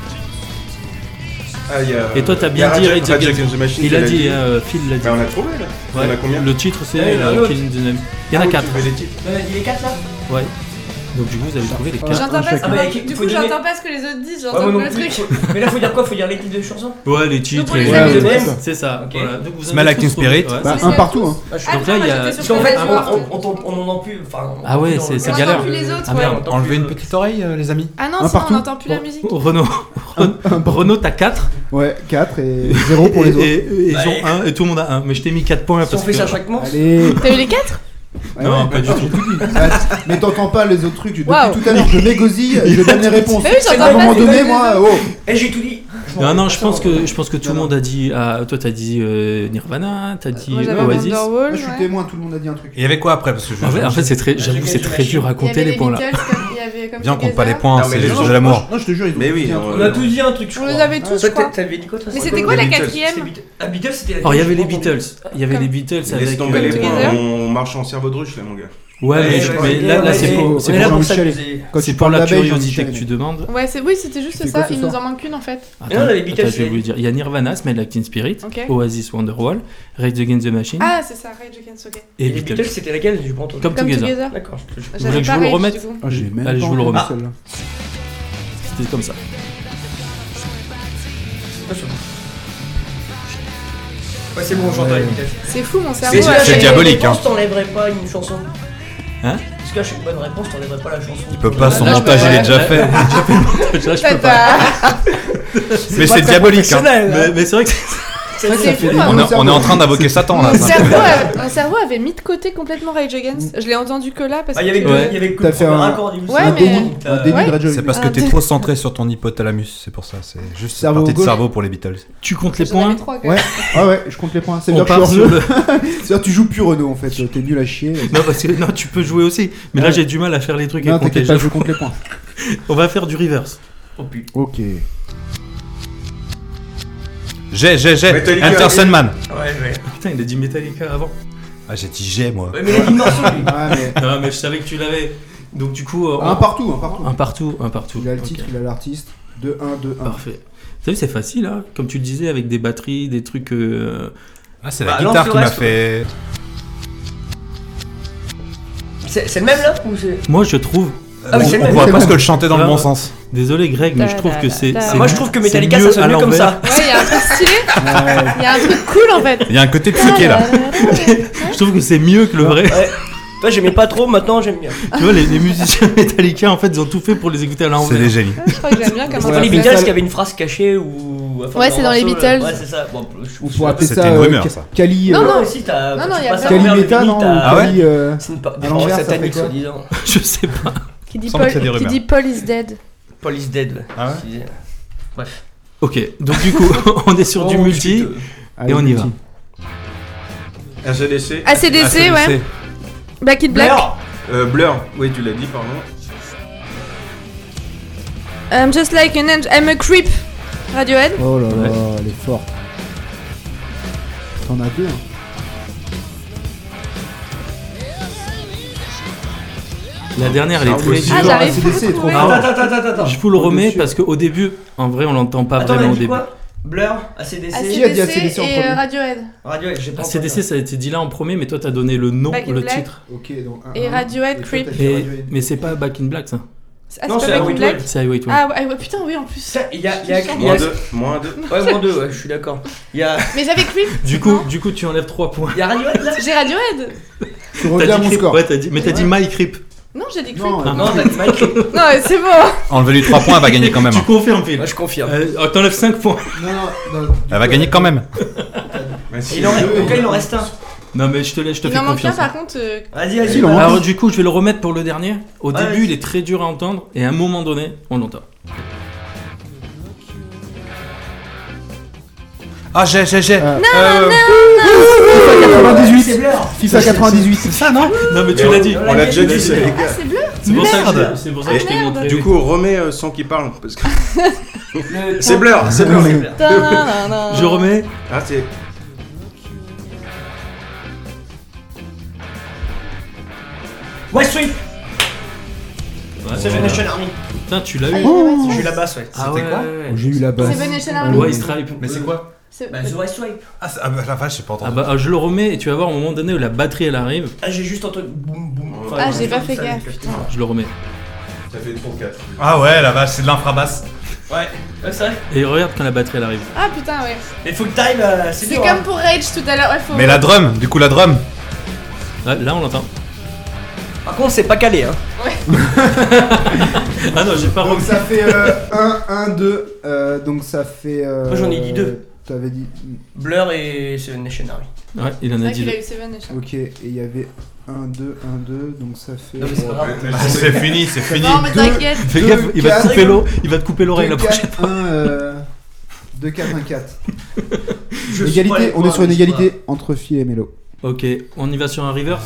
Ah, il y a-
Et toi, t'as bien
il y a
dit
Rage-
Rage
Rage
Against-
Against the Machine.
Il a
tu l'as
dit, euh, Phil l'a dit.
Bah, on l'a trouvé là. On
Ouais.
a combien
Le titre c'est
Ouais, il y en a
euh,
un autre.
Killing the Name. Il y en
Ah
a
oui, tu
4.
veux les titres.
Euh, Il est 4 là
Ouais. Donc du coup, vous avez trouvé les quatre.
J'entends
un
pas, ce
chacun.
Ah bah,
que-
écoute,
du
faut
coup,
donner-
j'entends pas ce que les autres disent,
Ouais,
j'entends
moi non
que le
plus.
truc.
Mais là, faut dire quoi Faut dire les titres de chansons
Ouais, les titres.
Donc, on les
a mis
ouais,
de
ouais,
même.
C'est ça.
Ok.
Voilà. Donc, vous avez
Smell
tous
Acting
trouvé,
Spirit.
ouais,
Bah,
c'est
un
ça.
partout, hein.
Ah, je suis
Ah,
dans-
Donc là,
non,
il y a-
moi, j'étais
Parce
sur
qu'en
les
fait,
joueurs.
on- on on t'en- on n'entend plus. enfin, on-
Ah ouais,
on-
c'est-
on-
c'est
on entend
galère.
plus les autres,
Ah,
ouais,
merde.
on entend
Enlevez
plus,
une
euh,
petite oreille, euh, les amis.
Ah
Un
non, sinon
partout.
on n'entend plus la
Bon,
musique.
Renault, Renault, t'as 4.
Ouais, 4 et 0 pour les
Et,
autres.
et- et ils
Bah,
ont 1, et tout le monde a 1. Mais je t'ai mis 4 points
Si on
parce
fait
que.
ça chaque mois,
Allez
T'as eu les 4
Ouais,
Non,
ouais.
pas du tout.
Ah, Mais t'entends pas les autres trucs. Depuis
Waouh.
tout à l'heure, je mégosille, je donne les réponses.
Bah oui,
À
j'entends
un
pas.
moment
c'est
donné,
pas-
moi, oh
Eh, j'ai tout dit.
Non, non, je pense que, je pense que tout le
Non,
monde a dit. ah, toi, t'as dit euh, Nirvana, t'as dit
Moi j'avais
Oasis.
Moi,
Wonderwall.
je suis
ouais.
témoin, tout le monde a dit un truc.
Il y avait quoi après Parce que je-
Ah
En fait, en fait, c'est très,
Ouais,
j'avoue,
j'ai
c'est
gagné,
très
j'ai
dur à
Il y
compter
avait
les
les
points là.
Beatles, comme- il y avait comme
Viens, on compte pas les
Together.
points,
Non, mais
c'est
les
les
gens-
jeux de l'amour.
Non, je te jure, ils ont
Mais oui,
dit un
on-
truc.
On a tous dit un truc, je
On
crois.
les avait tous, je
Toi,
crois.
t'a- t'avais dit quoi toi
Mais
ça
c'était
Les
quoi la
Beatles,
C'est
quatrième
Beatles. Ah, Beatles, c'était la
Alors, il y avait les
quatrième, je
Beatles. Il y avait
Comme-
les Beatles
Laisse
avec.
tomber les
euh,
points,
Together.
on marche en cerveau-de-ruche, les mon gars.
Ouais, mais,
Ouais,
mais
ouais,
là, là,
ouais,
c'est
ouais,
pour,
ouais.
c'est
Mais là,
pour,
pour ça
Jean-Michel.
que j'ai-
Quand
c'est
tu
pour
parles
la
d'abeille,
curiosité
Jean-Michel.
que tu Ah, demandes.
Ouais, c'est- oui, c'était juste
C'est
ça.
quoi ce
Il nous
soir
en manque une en fait.
Attends,
non, les Beatles,
attends, je vais
c'est-
vous le dire. Il y a Nirvana, Smell Like Teen Spirit,
Ok.
Oasis, Wonderwall, Rage Against the Machine
Ah, c'est ça, Rage Against the Machine.
et
Les
Beatles.
Beatles, c'était laquelle J'ai pas entendu.
Comme
Comme
Together.
Together.
D'accord. je- je-
voulez
J'avais
que
pas
je vous le
Rage,
remette
du coup.
Ah, j'ai même
Allez,
pas
je vous le remets.
entendu celle-là.
C'était comme ça.
Ouais, c'est bon, j'entends les Beatles.
C'est fou, mon cerveau.
C'est- c'est
a fait-
diabolique.
Je pense
hein.
t'enlèverais pas une chanson.
Hein
Parce que à chaque bonne réponse, t'enlèverais pas la chanson.
Il peut pas, son
Là, je
montage
peux-
il est déjà fait.
Là, je peux pas.
Tata.
Mais c'est diabolique. hein.
Mais, mais c'est vrai que
C'est
Ça fait
fou,
des
hein.
On
mots
est- on est en train d'invoquer Satan là.
Mon cerveau, avait, mon cerveau avait mis de côté complètement Rage Against. Je l'ai entendu que là parce
Bah, il y
que.
avait que
Ouais.
il y avait que
T'as
le
fait
premier
un-
accord du
Ouais,
un
mais-
déni, un déni de
Ouais.
Radiohead.
C'est parce que
Ah,
t'es
t'es-
trop centré sur ton hypothalamus, c'est pour ça. C'est juste cette
Cerveau
partie de
gauche.
cerveau pour les Beatles.
tu comptes les
J'en avais
points.
trois, quand
Ouais,
même.
ah ouais, je compte les points. C'est
On
bien que je suis
part
hors
sur
jeu.
le.
C'est-à-dire, tu joues plus Renault en fait. T'es nul à chier.
Non, parce que non, tu peux jouer aussi. Mais là,
Ouais.
j'ai du mal à faire les trucs et
Non,
compter.
t'inquiète pas,
Je-
je compte les points.
On va faire du reverse.
Oh putain.
Ok.
J'ai, j'ai, j'ai.
Metallica.
Enter Sandman.
Ouais, ouais.
Putain, il a dit Metallica avant.
Ah, j'ai dit j'ai moi.
Ouais, mais il a dit morceau, lui.
Ah, mais-
Non, mais je savais que tu l'avais. Donc du coup, euh,
Un
on-
partout, un partout.
un partout, un partout.
Il a le
Ok.
titre, il a l'artiste. 2, 1, 2, 1.
Parfait. T'as vu, c'est facile, hein comme tu le disais, avec des batteries, des trucs. euh,
Ah, c'est la
Bah, lance
guitare
le
qui m'a
reste,
fait.
C'est c'est le même là ou c'est.
Moi, je trouve.
Ah oui, c'est
On
le
on
même.
pourrait
c'est
presque le chanter dans le
Ah.
bon sens.
Désolé, Greg, mais je trouve que c'est.
Ah,
Ah,
c'est-
Moi, je trouve que
c'est
Metallica, ça sonne mieux
à
comme
l'envers.
ça.
Ouais, il y a un truc stylé. Il y a un truc cool en fait.
Il y a un côté psyché là.
Je trouve que c'est mieux que le vrai.
Ouais. Toi, j'aimais pas trop, maintenant j'aime bien.
tu vois, les, les musiciens Metallica, en fait, ils ont tout fait pour les écouter à
C'est
l'envers.
des génies.
Je crois que j'aime bien
C'est
comment
dans
Ouais,
les
ça
Beatles
ça-
qu'il y avait une phrase cachée ou. enfin,
Ouais,
dans
c'est
un
dans les
morceau,
Beatles.
Ouais, c'est ça. Bon, je-
Ou
je-
pour appeler
C'était
ça.
une
euh,
rumeur,
Ca-
ça.
Cali.
Non,
euh,
non,
Non, mais si, t'as.
Non,
tu
non,
fais
y a
pas
pas.
ça,
Cali
envers le
Beta,
mini,
non
t'as-
Ah ouais
Cali, euh,
C'est une pa-
À
des
l'envers,
paroles
ça fait
sataniques,
quoi
soi-disant.
Je sais pas.
Qui dit
Semble
Paul,
que c'est des
qui
rumeurs.
dit Paul is dead.
Paul is dead.
Ah ouais
ouais Bref.
Ok, donc du coup, on est sur du
Oh,
multi.
putain.
allez,
on y
petit.
va.
RGDC.
Ah. ACDC, ouais. Back in Black.
Blair.
Euh, Blur, oui, tu l'as dit, pardon.
I'm Um, just like an angel. I'm a creep. Radiohead.
Oh là là, elle est forte. T'en as deux, hein.
La dernière, elle est très
Impossible.
dure.
Ah, j'arrive
C'est
pas à
DC, trop
trouver.
Ah,
Attends,
ouais.
attends, attends, attends.
Je vous le remets
Au-dessus.
parce qu'au début, en vrai, on l'entend pas
Attends,
vraiment
on a
au
dit
début.
quoi Blur, ACDC,
Qui a dit ACDC en
et
premier
euh, Radiohead.
Radio, j'ai pas entendu.
CDC, ça a été dit là en premier, mais toi, t'as donné le nom,
Back in
le
Black.
titre.
Ok, donc un,
Et
un.
Radiohead,
Et toi,
Creep.
t'as dit
Et...
Radiohead.
Mais c'est pas Back in Black, ça.
Ah, c'est
Non,
pas
c'est
Back in
Radiohead.
Black
C'est Highway to Hell.
Ah ouais, ouais, putain, oui, en plus.
Ça, il y a. il Y a, il y a
Moins 2, moins 2.
ouais, moins deux, ouais, je suis d'accord. Il y a,
Mais j'avais Creep.
Du coup, du coup, tu enlèves 3 points.
il y a Radiohead là
J'ai Radiohead.
Tu
T'as
reviens à
dit
mon
Creep.
score.
Ouais, t'as dit, mais t'as dit My Creep.
Non, j'ai dit Creep.
Non,
Ah,
euh,
Non, t'as dit Michael.
Non, mais c'est bon.
Enlevez-lui 3 points, elle va gagner quand même. hein.
Tu confirmes, Phil.
Moi, je confirme.
Euh, oh, T'enlèves 5 points.
non, non, non,
Elle va gagner quand même.
Et il en reste, donc là, il en reste un.
Non, mais je te laisse, je te
Il
fais
en manque un
confiance.
par contre. euh,
Vas-y, vas-y.
Si, non.
bah,
Alors du coup, je vais le remettre pour le dernier. Au
Ouais,
début,
vas-y.
il est très dur à entendre et à un moment donné, on l'entend.
Ah, j'ai, j'ai, j'ai.
Euh,
Euh,
C'est
98
Blur.
6 à 98
ça, non
Ah, Non, mais tu l'as dit.
On l'a déjà dit, c'est les
Ah,
gars.
c'est bleu.
C'est pour ça que je-
Merde.
c'est pour ça que je t'ai
Ah, merde.
montré.
Du coup, remets euh, son qui parle. Parce que...
Le-
C'est Blur, c'est Blur.
C'est Blur.
je remets.
Ah, c'est.
West Street,
Ouais.
Nation Army.
Putain, tu
Ah,
l'as eu.
Je suis
C'était
la basse, ouais.
Ah
C'était
ouais,
quoi
ouais,
J'ai eu la
C'est
base.
Venetian
ouais.
Army.
White Stripe.
quoi
C'est-
Bah, The West Stripe.
Ah, c'est- ah, bah, la vache, j'ai pas
Ah
entendu.
bah, je le remets et tu vas voir au moment donné où la batterie elle arrive,
Ah, j'ai juste entendu boum boum.
Ah, j'ai pas fait gaffe, putain.
je le remets.
Ça fait 3 ou 4.
Ah ouais, la vache, c'est de l'infrabasse.
Ouais, ouais c'est vrai.
Et regarde quand la batterie elle arrive.
Ah putain, ouais.
Mais full time, euh, c'est
C'est
dur.
comme
hein.
pour Rage tout à l'heure. Ouais, faut...
Mais la drum, du coup la drum.
Là, là, on l'entend.
Par contre, c'est pas calé, hein.
Ah non, j'ai pas
Donc
remis.
ça fait euh, 1, 1, 2. Donc ça fait. euh,
Moi, j'en ai dit deux.
T'avais dit.
Blur et Seven Nation Army.
Ouais, il en
C'est
a
vrai
dit
qu'il
deux.
a eu Seven et
Ok, et il y avait 1, 2, 1, 2. Donc ça fait.
Non, mais c'est pas
Ah,
grave.
c'est fini, c'est fini.
Non, mais t'inquiète.
Fais
Deux,
gaffe, il va te
quatre,
couper l'eau, il va te couper l'oreille la
2,
prochaine.
4, 1, 2, 4, 1, 4.
Je suis pas allé
Égalité, on est
voir,
sur une
je suis pas-
égalité entre Phil et Mélo.
Ok, on y va sur un reverse.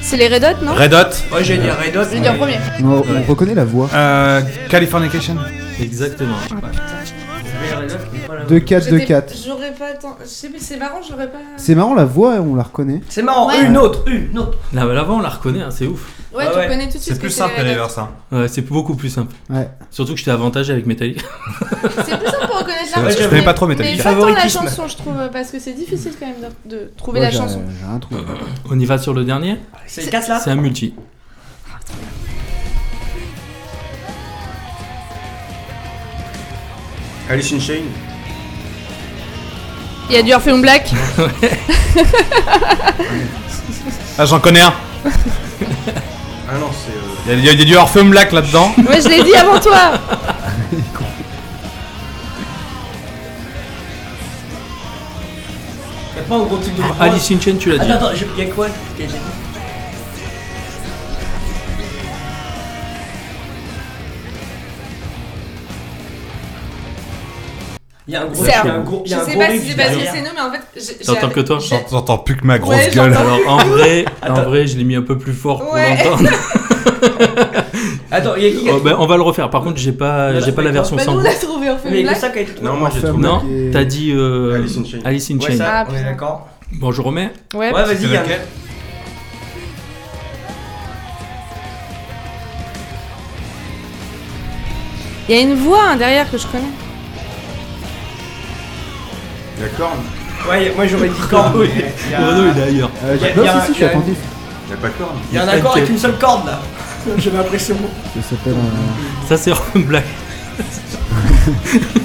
C'est les Red Hot, non
Red Hot,
Ouais, j'ai dit Red Hot.
Je l'ai dit en premier.
Non, on reconnaît la voix.
euh, Californication.
Exactement.
Mais Red Hot, c'est pas la-
2, 4, 2,
J'étais-
4.
J'aurais pas tant. je sais pas, C'est marrant, j'aurais pas.
C'est marrant, la voix, on la reconnaît.
C'est marrant,
Ouais.
une autre, une autre.
Là, là-bas, on la reconnaît, hein, c'est ouf.
Ouais,
Ah
tu
ouais.
connais tout de suite.
C'est
que
plus
c'est les
simple que les
Red Hot.
Rivers, hein.
Ouais, c'est beaucoup plus simple.
Ouais.
Surtout que j'étais avantagé avec Metallica.
C'est plus simple pour reconnaître
vrai,
la
je
chanson,
connais pas
mais-
trop Metallica.
Mais pas tant la
Favoritisme.
chanson, je trouve, parce que c'est difficile quand même de, de trouver
Ouais,
la
j'ai-
chanson.
J'ai un trou.
On y va sur le dernier
C'est les 4 là
C'est un multi.
Alice in Chain.
Il y a du Orpheum Black.
Ah, j'en connais un.
Ah non, c'est. euh,
Il y, a- il y a du Orpheum Black là-dedans.
Ouais, je l'ai dit avant toi.
Y'a pas un gros truc de.
Ah, Alice in Chains, tu l'as dit.
Attends, attends, je- y'a quoi Y'a- y'a- Y'a un gros.
C'est
Y'a
un-
un gros.
Je
Y'a un
sais
gros.
pas si
riff
c'est parce que
derrière.
c'est nous, mais en fait, j'ai-
T'entends
j'ai-
que toi
j'ai-
J'entends plus que ma grosse
Ouais,
gueule.
j'entends.
Alors en vrai, en
Attends.
vrai, je l'ai mis un peu plus fort pour
Ouais.
l'entendre.
Attends, y'a qui
Oh, ben, on va le refaire. Par contre, j'ai pas,
Voilà,
j'ai pas la
d'accord.
version
Bah, nous,
sans
on
goût.
a trouvé Orpheum
Mais que
Black.
ça qui a été trouvé.
Non, moi j'ai
Orpheum
trouvé.
Non,
Black et-
t'as dit euh,
Alice in Chains.
Alice in
Ouais,
Chains.
ça,
Ah,
on est
putain.
d'accord.
Bon, je remets.
Ouais.
Ouais, vas-y,
C'est
y'a.
lequel
Il y a une voix hein, derrière que je connais.
La corne.
Ouais, moi j'aurais dit corne.
Oui.
mais y a-
Renaud, il est ailleurs.
Euh,
Y a-
j'ai-
y a
Non,
un-
si, si, je suis
y a une-
attentif.
Il a pas de corne.
y a un accord avec une seule corde là. J'ai l'impression.
Ça s'appelle. euh,
Ça, c'est Orphan Black.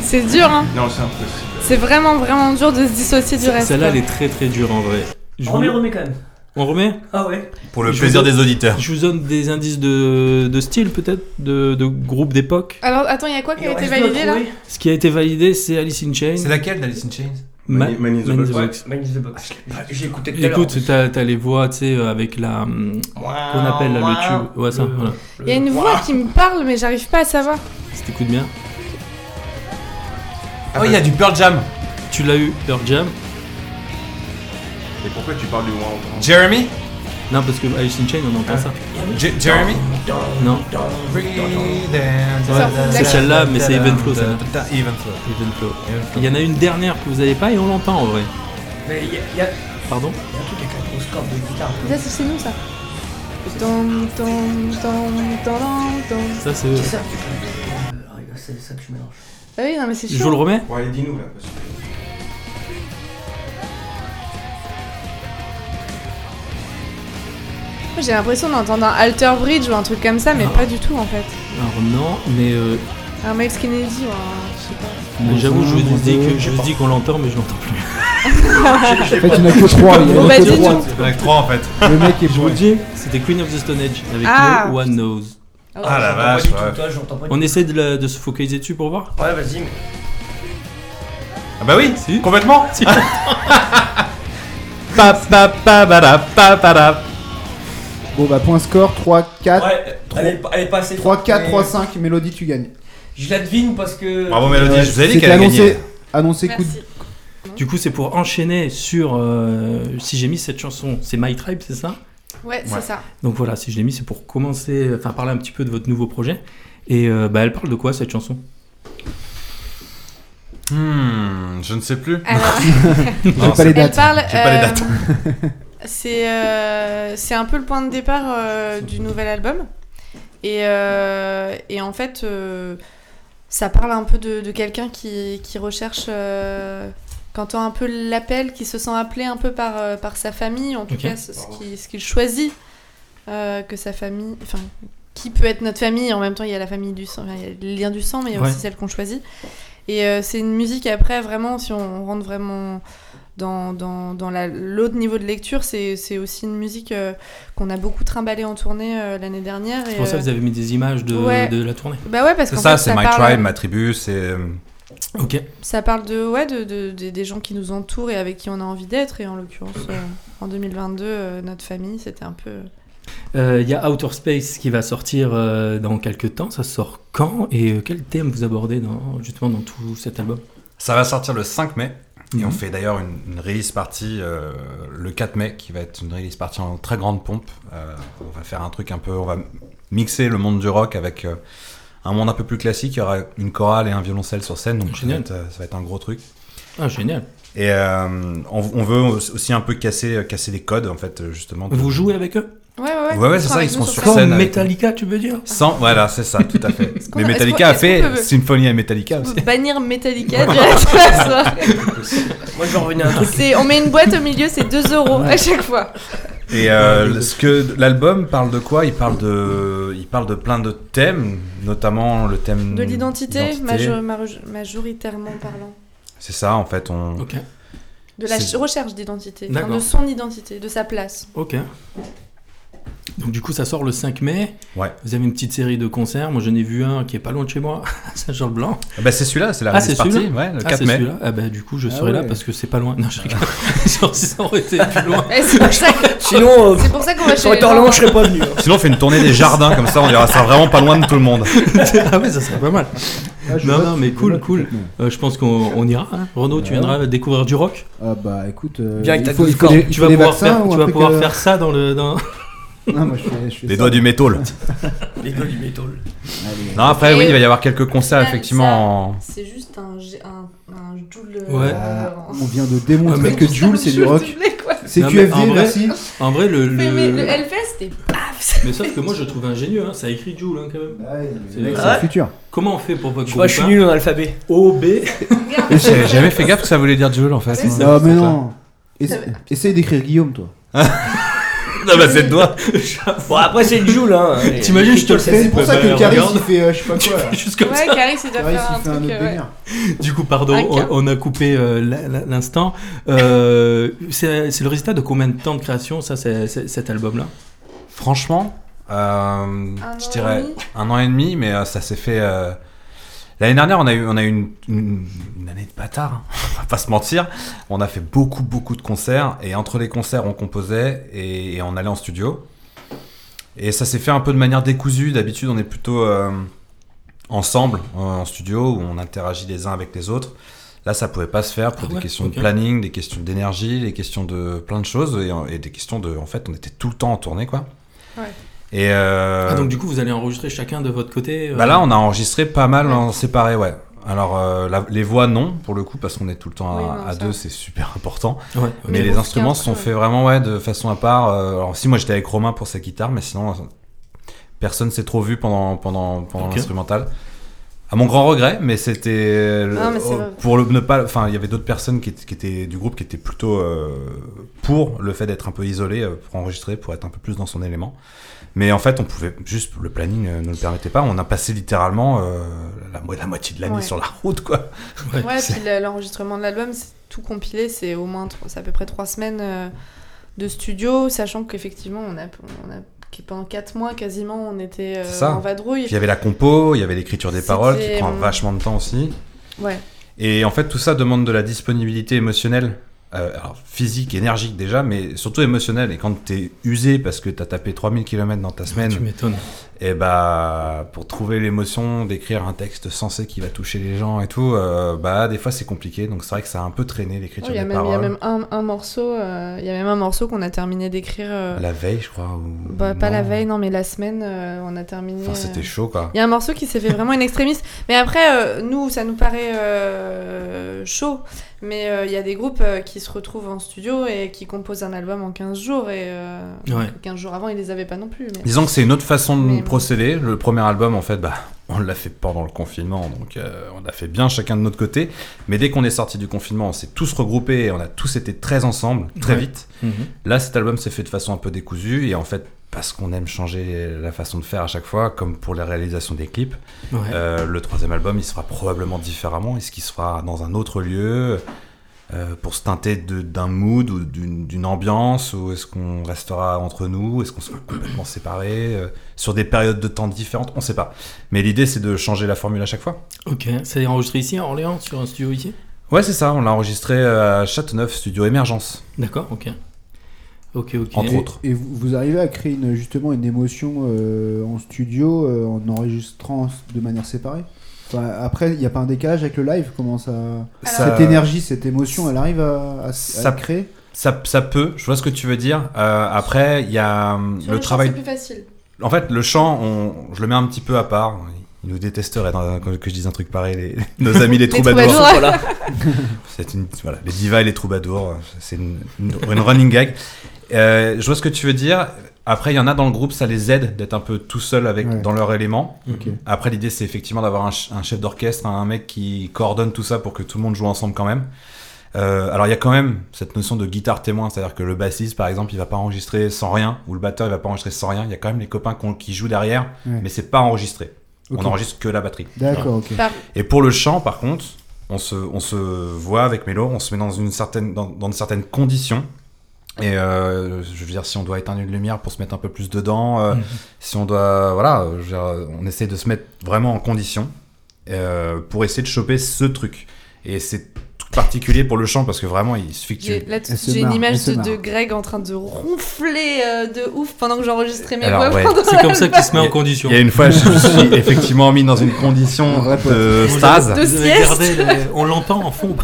C'est dur, hein.
Non, c'est impossible.
C'est vraiment, vraiment dur de se dissocier du reste.
Celle-là,
quoi.
elle est très très dure en vrai. Je vous-
Remets, remets quand même.
On remet
Ah ouais.
Pour le
Je
plaisir
vous-
des auditeurs.
Je vous donne des indices de, de style peut-être, de, de groupe d'époque.
Alors, attends, il y a quoi qui a été validé là
Ce qui a été validé, c'est Alice in Chains.
laquelle d'Alice in Chains
Ma-
Man- Man in the
Man in
Box.
the
Ouais.
Box.
Man is the Box. J'ai écouté tout à l'heure.
Écoute, t'as t'as les voix, tu sais, euh, avec la. hum,
qu'on
Qu'on appelle là, le tube. Ouais, ça, voilà.
Il y a une voix qui me parle, mais j'arrive pas à savoir.
Si t'écoutes bien.
Ah,
Oh, il y a du Pearl Jam.
Tu l'as eu, Pearl Jam.
Et pourquoi tu parles du Wow Wow
Jeremy
Non, parce que Alice in Chains, on entend ça.
J- Jeremy
Non.
Ah,
C'est celle-là, mais c'est Even Flow, celle-là.
Even Flow.
Even Flow. Il y en a une dernière que vous avez pas et on l'entend en vrai.
Mais il y a, y a- y a
Pardon
un truc avec la grosse corde de guitare.
Ça, c'est chez nous, ça. Tom, tom, tom, tom, tom.
Ça, c'est.
C'est ça. Euh, regarde, C'est ça que je mélange.
Ah oui, non, mais c'est
Je vous
chaud.
le remets
Bon, allez, dis-nous là. Parce que...
J'ai l'impression d'entendre un Alter Bridge ou un truc comme ça, mais
Ah.
pas du tout en fait.
Alors, non, mais. euh,
Un Miles Kennedy ou un. Je sais pas.
mais J'avoue, je vous dis que je vous dis qu'on l'entend, mais je l'entends plus.
En fait, il n'y en a que 3. Il y en
Bon,
a
bah,
que
dis
trois.
donc.
Avec trois en fait.
Le mec est
Je vous
bon.
le dis, c'était Queen of the Stone Age avec
Ah.
No One Knows.
Ah, la
J'entends pas
vache,
du tout,
ouais.
toi, j'entends pas du
On essaie de, la- de se focaliser dessus pour voir
tout. Ouais, vas-y, mais.
Ah bah oui,
Si.
complètement.
Si.
Pa, pa, pa, ba, da, pa, pa, da.
Bon, bah, point score 3, 4.
Ouais, elle est, pas- elle est pas assez.
3, 4,
mais
3, 5. Mélodie, tu gagnes. Euh,
Je la devine parce que.
Bravo Mélodie, je vous avais dit
C'était
qu'elle allait
annoncé.
gagner.
Annoncé coup de.
Merci.
Du coup, c'est pour enchaîner sur. euh, si j'ai mis cette chanson, c'est My Tribe, c'est ça
Ouais, c'est
Ouais.
ça.
Donc voilà, si je l'ai mis, c'est pour commencer, enfin parler un petit peu de votre nouveau projet. Et euh, bah, elle parle de quoi cette chanson
Hmm, je ne sais plus.
Alors,
Non,
pas les
c'est-
elle
dates.
parle.
J'ai pas les
euh,
dates.
c'est euh, c'est un peu le point de départ euh, du nouvel album. Et, euh, et en fait, euh, ça parle un peu de, de quelqu'un qui, qui recherche euh, quand t'as un peu l'appel, qui se sent appelé un peu par, euh, par sa famille, en tout
Ok.
cas ce, ce qui- ce qu'il choisit euh, que sa famille, enfin qui peut être notre famille, en même temps il y a la famille du sang, enfin, il y a le lien du sang, mais il y a
Ouais.
aussi celle qu'on choisit. Et euh, c'est une musique après vraiment, si on rentre vraiment dans, dans, dans la- l'autre niveau de lecture, c'est c'est aussi une musique euh, qu'on a beaucoup trimballée en tournée euh, l'année dernière.
C'est
et,
pour ça
euh,
que vous avez mis des images de,
Ouais.
de la tournée.
Bah ouais, parce
C'est
qu'en
ça,
fait,
c'est
ça
My
parle-
Tribe, ma tribu, c'est. euh,
Ok.
ça parle de, ouais, de, de- des- des gens qui nous entourent et avec qui on a envie d'être. Et en l'occurrence, euh, en 2022, euh, notre famille, c'était un peu.
Euh, Il y a Outer Space qui va sortir euh, dans quelques temps. Ça sort quand Et euh, quel thème vous abordez dans, justement dans tout cet album
Ça va sortir le 5 mai. Et
Mhm.
on fait d'ailleurs une, une release party euh, le 4 mai, qui va être une release party en très grande pompe. Euh, on va faire un truc un peu. On va mixer le monde du rock avec euh, un monde un peu plus classique. Il y aura une chorale et un violoncelle sur scène, donc ça va,
Génial.
être, euh, ça va être un gros truc.
Ah, génial.
Et euh, on, on veut aussi un peu casser, casser les codes, en fait, justement. de-
Vous jouez avec eux
Ouais, ouais, ouais.
Ouais, ouais,
ils
c'est
sont
ça,
avec
ils
nous
sont sur
Comme
scène avec-
Metallica, tu veux dire
Sans, voilà, c'est ça, tout à fait.
qu'on
Mais
a- est-ce
Metallica a
qu'on- est-ce qu'on
fait
peut-
Symphonie à Metallica
Vous
aussi.
Bannir Metallica direct de la soirée.
Moi, je vais revenir à un truc.
C'est- On met une boîte au milieu, c'est 2 euros à chaque fois.
Et euh, ce que l'album parle de quoi Il parle de, il parle de plein de thèmes, notamment le thème
De l'identité,
identité.
major- majo- majoritairement parlant.
C'est ça, en fait. On...
Ok.
De la
C'est-
ch- recherche d'identité, enfin,
D'accord.
de son identité, de sa place.
Ok. Donc du coup, ça sort le 5 mai.
Ouais.
Vous avez une petite série de concerts. Moi, j'en ai vu un qui est pas loin de chez moi, à Saint-Jean-le-Blanc.
Ah Bah, c'est celui-là, c'est la
Ah,
release
c'est
party,
celui-là
ouais, le
Ah,
4
c'est
mai.
celui-là Ah bah du coup, je
Ah
serai là
ouais.
parce que c'est pas loin. Non, je rigole. Genre, si ça aurait été plus loin.
Et Eh, C'est pour ça que-
Sinon, euh,
c'est pour ça qu'on va chez
sur
les
les Torlans,
gens.
je serais pas venu. hein.
Sinon, on fait une tournée des jardins, comme ça, on verra ça vraiment pas loin de tout le monde.
ah ouais, ça serait pas mal.
Ah, je
Non,
vote,
non, mais
je
cool,
vote
cool.
complètement.
Euh, je pense qu'on on ira. hein. Renaud, tu
Ouais.
viendras découvrir du rock.
Ah bah écoute, euh,
Viens avec
il
ta
faut, il
douce
faut
corde.
des, il
Tu
faut
vas
des
pouvoir,
vaccins
faire,
ou
tu
un
vas
truc,
pouvoir
euh,
faire ça dans le. Dans...
Non, moi je fais, je fais
Les
ça.
doigts du métal.
Les gars du métal.
Allez.
Non, après,
Et-
oui, il va y avoir quelques concerts,
Même
effectivement. en-
C'est juste un, gé- un, un joule. euh,
Ouais.
Ah, on vient de démontrer
Ouais, mais-
que Jules c'est du rock. C'est
Non, mais en
QFD,
vrai-
merci.
En vrai, le. le-
Mais, mais le Hellfest, t'es paf
mais sauf que moi, je trouve ingénieux. Hein. Ça écrit Joule hein, quand même.
C'est
C'est-
le
Ah ouais.
futur.
Comment on fait pour votre
Je crois
groupe
que je suis
hein
nul en alphabet.
O, B.
Et c'est-
J'avais jamais fait gaffe que ça voulait dire Jules, en fait.
C'est
Non,
Non, mais non. Essa- Essaye d'écrire Guillaume, toi.
bah, c'est doigt.
Bon, après, c'est le Joule, hein. Et-
T'imagines, je te le fais
C'est pour ça
bah,
que Caris
regarde.
il fait euh, je sais pas quoi. là.
Juste comme
Ouais,
ça.
Caris, il doit
Caris
faire un
il fait un
truc.
autre
euh, ouais.
délire.
Du coup, pardon,
Un
on,
quart.
on a coupé euh, la- la- l'instant. Euh, c'est c'est le résultat de combien de temps de création, ça, c'est- c'est- cet album-là
Franchement, euh,
Un
je
an
dirais
et demi.
un an et demi, mais euh, ça s'est fait. euh, L'année dernière, on a eu, on a eu une, une- une année de bâtard, hein, on va pas se mentir. On a fait beaucoup, beaucoup de concerts, et entre les concerts, on composait et, et on allait en studio. Et ça s'est fait un peu de manière décousue. D'habitude, on est plutôt euh, ensemble euh, en studio, où on interagit les uns avec les autres. Là, ça pouvait pas se faire pour
Ah
des
ouais,
questions
ok.
de planning, des questions d'énergie, des questions de plein de choses, et, et des questions de. En fait, on était tout le temps en tournée, quoi.
Ouais.
Et euh,
Ah, Donc, du coup, vous allez enregistrer chacun de votre côté euh,
bah là, on a enregistré pas mal en séparé, ouais. Alors, euh, la- les voix, non, pour le coup, parce qu'on est tout le temps à,
Oui, non,
à
ça.
deux, c'est super important.
Ouais.
Mais
Mais
les
bon,
instruments
c'est un
sont
peu-
faits vraiment, ouais, de façon à part. Euh, alors, si moi j'étais avec Romain pour sa guitare, mais sinon, euh, personne s'est trop vu pendant, pendant, pendant
Ok.
l'instrumental. À mon grand regret, mais c'était. euh,
Non, mais c'est
oh,
vrai.
pour le, ne pas. Enfin, il y avait d'autres personnes qui, étaient- qui étaient du groupe qui étaient plutôt euh, pour le fait d'être un peu isolé, euh, pour enregistrer, pour être un peu plus dans son élément. Mais en fait, on pouvait juste le planning euh, ne le permettait pas. On a passé littéralement euh, la, mo- la moitié de l'année
Ouais.
sur la route, quoi.
Ouais,
Ouais, puis le- l'enregistrement de l'album, c'est tout compilé, c'est au moins tro- c'est à peu près trois semaines euh, de studio, sachant qu'effectivement, on a, on a que pendant quatre mois quasiment, on était euh,
C'est ça.
en vadrouille.
Puis il y avait la compo, il y avait l'écriture des paroles qui
C'était,
prend
euh,
vachement de temps aussi.
Ouais.
Et en fait, tout ça demande de la disponibilité émotionnelle, euh, alors physique, énergique déjà, mais surtout émotionnelle. Et quand t'es usé parce que t'as tapé 3000 km dans ta semaine,
Ah, Tu m'étonnes.
et bah, pour trouver l'émotion, d'écrire un texte sensé qui va toucher les gens et tout, euh, bah, des fois c'est compliqué. Donc c'est vrai que ça a un peu traîné
Ouais,
l'écriture
Il y,
des
a même- il y a
paroles.
même un, un morceau, euh, il y a même un morceau qu'on a terminé d'écrire, euh,
La veille, je crois. ou-
bah, pas
non.
la veille, non, mais la semaine, euh, on a terminé.
Enfin,
euh,
c'était chaud, quoi.
Il y a un morceau qui s'est fait vraiment une extrémiste. Mais après, euh, nous, ça nous paraît euh, chaud. Mais euh, il y a des groupes euh, qui se retrouvent en studio et qui composent un album en 15 jours. Et euh,
Ouais.
15 jours avant, ils les avaient pas non plus. mais-
Disons que c'est une autre façon de
Mais-
procéder. Le premier album, en fait, bah, on l'a fait pendant le confinement, donc euh, on l'a fait bien chacun de notre côté. Mais dès qu'on est sorti du confinement, on s'est tous regroupés et on a tous été très ensemble, très
Ouais.
vite.
Mhm.
Là, cet album s'est fait de façon un peu décousue et en fait, parce qu'on aime changer la façon de faire à chaque fois, comme pour la réalisation des clips,
Ouais.
euh, le troisième album, il sera probablement différemment. Est-ce qu'il sera dans un autre lieu euh, pour se teinter de- d'un mood ou d'une d'une ambiance Ou est-ce qu'on restera entre nous Est-ce qu'on sera complètement séparés euh, Sur des périodes de temps différentes On sait pas. Mais l'idée, c'est de changer la formule à chaque fois.
Ok, ça a été enregistré ici à Orléans, sur un studio ici
Ouais, c'est ça. On l'a enregistré euh, à Châteauneuf, studio Émergence,
D'accord, ok. Ok, ok.
entre
Et-
autres.
Et vous, vous arrivez à créer une- justement une émotion euh, en studio euh, en enregistrant de manière séparée Enfin, Après, il n'y a pas un décalage avec le live Comment ça...
Ça-
Cette énergie, cette émotion, elle arrive à, à, à
Ça-
créer
Ça, ça peut, je vois ce que tu veux dire. Euh, après, il y a hum,
Sur
le
chant,
travail
C'est plus facile.
En fait, le chant, on, je le mets un petit peu à part. Ils nous détesteraient dans- que que je dise un truc pareil, les- nos amis les troubadours.
troubadours.
Voilà.
C'est une, voilà, les divas et les troubadours, c'est une, une- une running gag. Euh, je vois ce que tu veux dire. Après, il y en a dans le groupe, ça les aide d'être un peu tout seul avec,
Ouais.
dans leur élément.
Ok.
Après, l'idée, c'est effectivement d'avoir un, ch- un chef d'orchestre, un mec qui coordonne tout ça pour que tout le monde joue ensemble quand même. Euh, alors, il y a quand même cette notion de guitare témoin, c'est-à-dire que le bassiste, par exemple, il va pas enregistrer sans rien, ou le batteur, il va pas enregistrer sans rien. Il y a quand même les copains qu'on- qui jouent derrière,
Ouais.
mais c'est pas enregistré.
Ok.
On enregistre que la batterie.
D'accord, ok.
Et pour le chant, par contre, on se, on se voit avec Mélo, on se met dans une certaine, dans, dans de certaines conditions. Et euh, je veux dire, si on doit éteindre une lumière pour se mettre un peu plus dedans, euh,
Mhm.
si on doit, voilà, euh, je veux dire, on essaie de se mettre vraiment en condition euh, pour essayer de choper ce truc. Et c'est tout particulier pour le chant parce que vraiment, il suffit que tu...
J'ai là, tout de
Elle
suite,
se
j'ai une
marre, elle
image
se
de,
marre.
de Greg en train de ronfler euh, de ouf pendant que j'enregistrais mes
Alors,
voix.
ouais.
pendant
C'est comme ça
l'album.
qu'il se met en
Il-
condition.
Il y a une fois, je me suis effectivement mis dans une
Un
condition
vrai pote.
de
Vous
stase.
avez-
De
vous avez
sieste.
gardé les- euh, On l'entend en fond.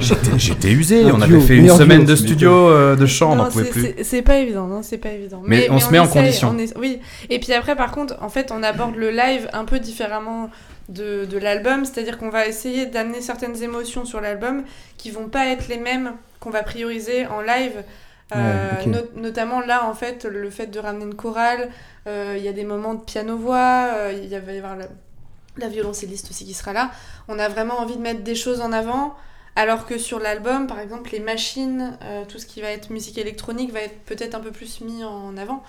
J'étais j'étais usé,
Un
on
duo,
avait fait une
meilleur
semaine
duo,
de
tu
studio euh, de chant, on
Non,
n'en pouvait
c'est-
plus.
c'est- C'est pas évident, non, c'est pas évident.
Mais on se met en condition.
on est- oui, et puis après, par contre, en fait, on aborde le live un peu différemment de, de l'album, c'est-à-dire qu'on va essayer d'amener certaines émotions sur l'album qui vont pas être les mêmes qu'on va prioriser en live. Euh,
Ouais, ok.
no- notamment là en fait le fait de ramener une chorale euh, il y a des moments de piano voix il y a- va y avoir la, la violoncelliste aussi qui sera là on a vraiment envie de mettre des choses en avant alors que sur l'album, par exemple, les machines, euh, tout ce qui va être musique électronique va être peut-être un peu plus mis en avant.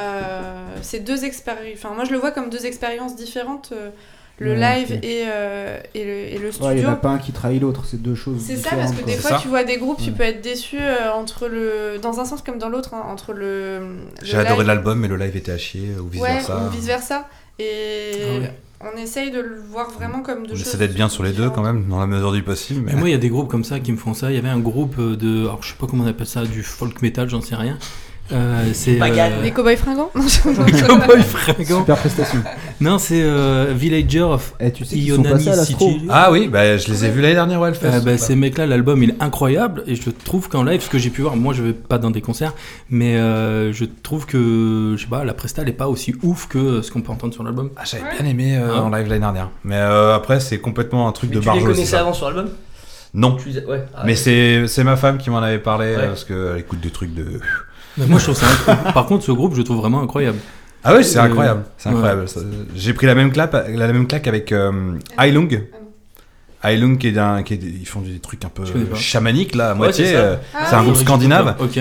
Euh, c'est deux expériences. Enfin, moi, je le vois comme deux expériences différentes, euh, le
Ouais,
live
ok.
et, euh, et, le, et le
Ouais, il n'y
studio.
en a pas un qui trahit l'autre, c'est deux choses
c'est ça,
différentes.
parce que des
C'est
fois,
ça.
tu vois des groupes, tu
Ouais.
peux être déçu euh, entre le, dans un sens comme dans l'autre, hein, entre le. le
J'ai adoré
live-
l'album, mais le live était à chier, ou vice
ouais,
versa.
ou vice versa. Et
Ah ouais.
on essaye de le voir vraiment comme deux
On
choses.
essaie d'être bien sur les deux quand même, dans la mesure du possible. Mais...
Mais moi, il y a des groupes comme ça qui me font ça. Il y avait un groupe de. Alors, je sais pas comment on appelle ça, du folk metal, j'en sais rien. Euh, c'est.
Pagan.
Les cowboys fringants Non, je-
Cowboy Fringant.
Super prestation.
Non, c'est euh, Villager of
Et tu sais qu'ils sont
Ionani
passés à l'astro.
City.
Ah oui, bah, je les ai vus l'année dernière au Hellfest.
Ah bah, ces mecs-là, l'album il est incroyable et je trouve qu'en live, ce que j'ai pu voir, moi je vais pas dans des concerts, mais euh, je trouve que je sais pas, la presta elle est pas aussi ouf que ce qu'on peut entendre sur l'album.
Ah, J'avais bien aimé euh,
Ah.
en live l'année dernière. Mais euh, après, c'est complètement un truc
Mais
de
tu les
barjo. c'est
connaissais
ça.
avant sur l'album
Non.
Tu les- ouais, ah,
Mais
ouais.
c'est c'est ma femme qui m'en avait parlé,
Ouais.
euh, parce qu'elle écoute des trucs de...
Mais moi je trouve ça. incroyable. Par contre, ce groupe, je le trouve vraiment incroyable.
Ah oui, c'est
Euh,
incroyable. C'est
ouais.
incroyable. ça. J'ai pris la même, clap, la même claque avec euh,
Ah
Ailung. Ailung, qui est d'un- qui est- ils font des trucs un peu
Je connais pas.
chamaniques, là, à
Ouais,
moitié.
c'est ça.
euh,
Ah
c'est un
oui.
groupe scandinave.
Ok.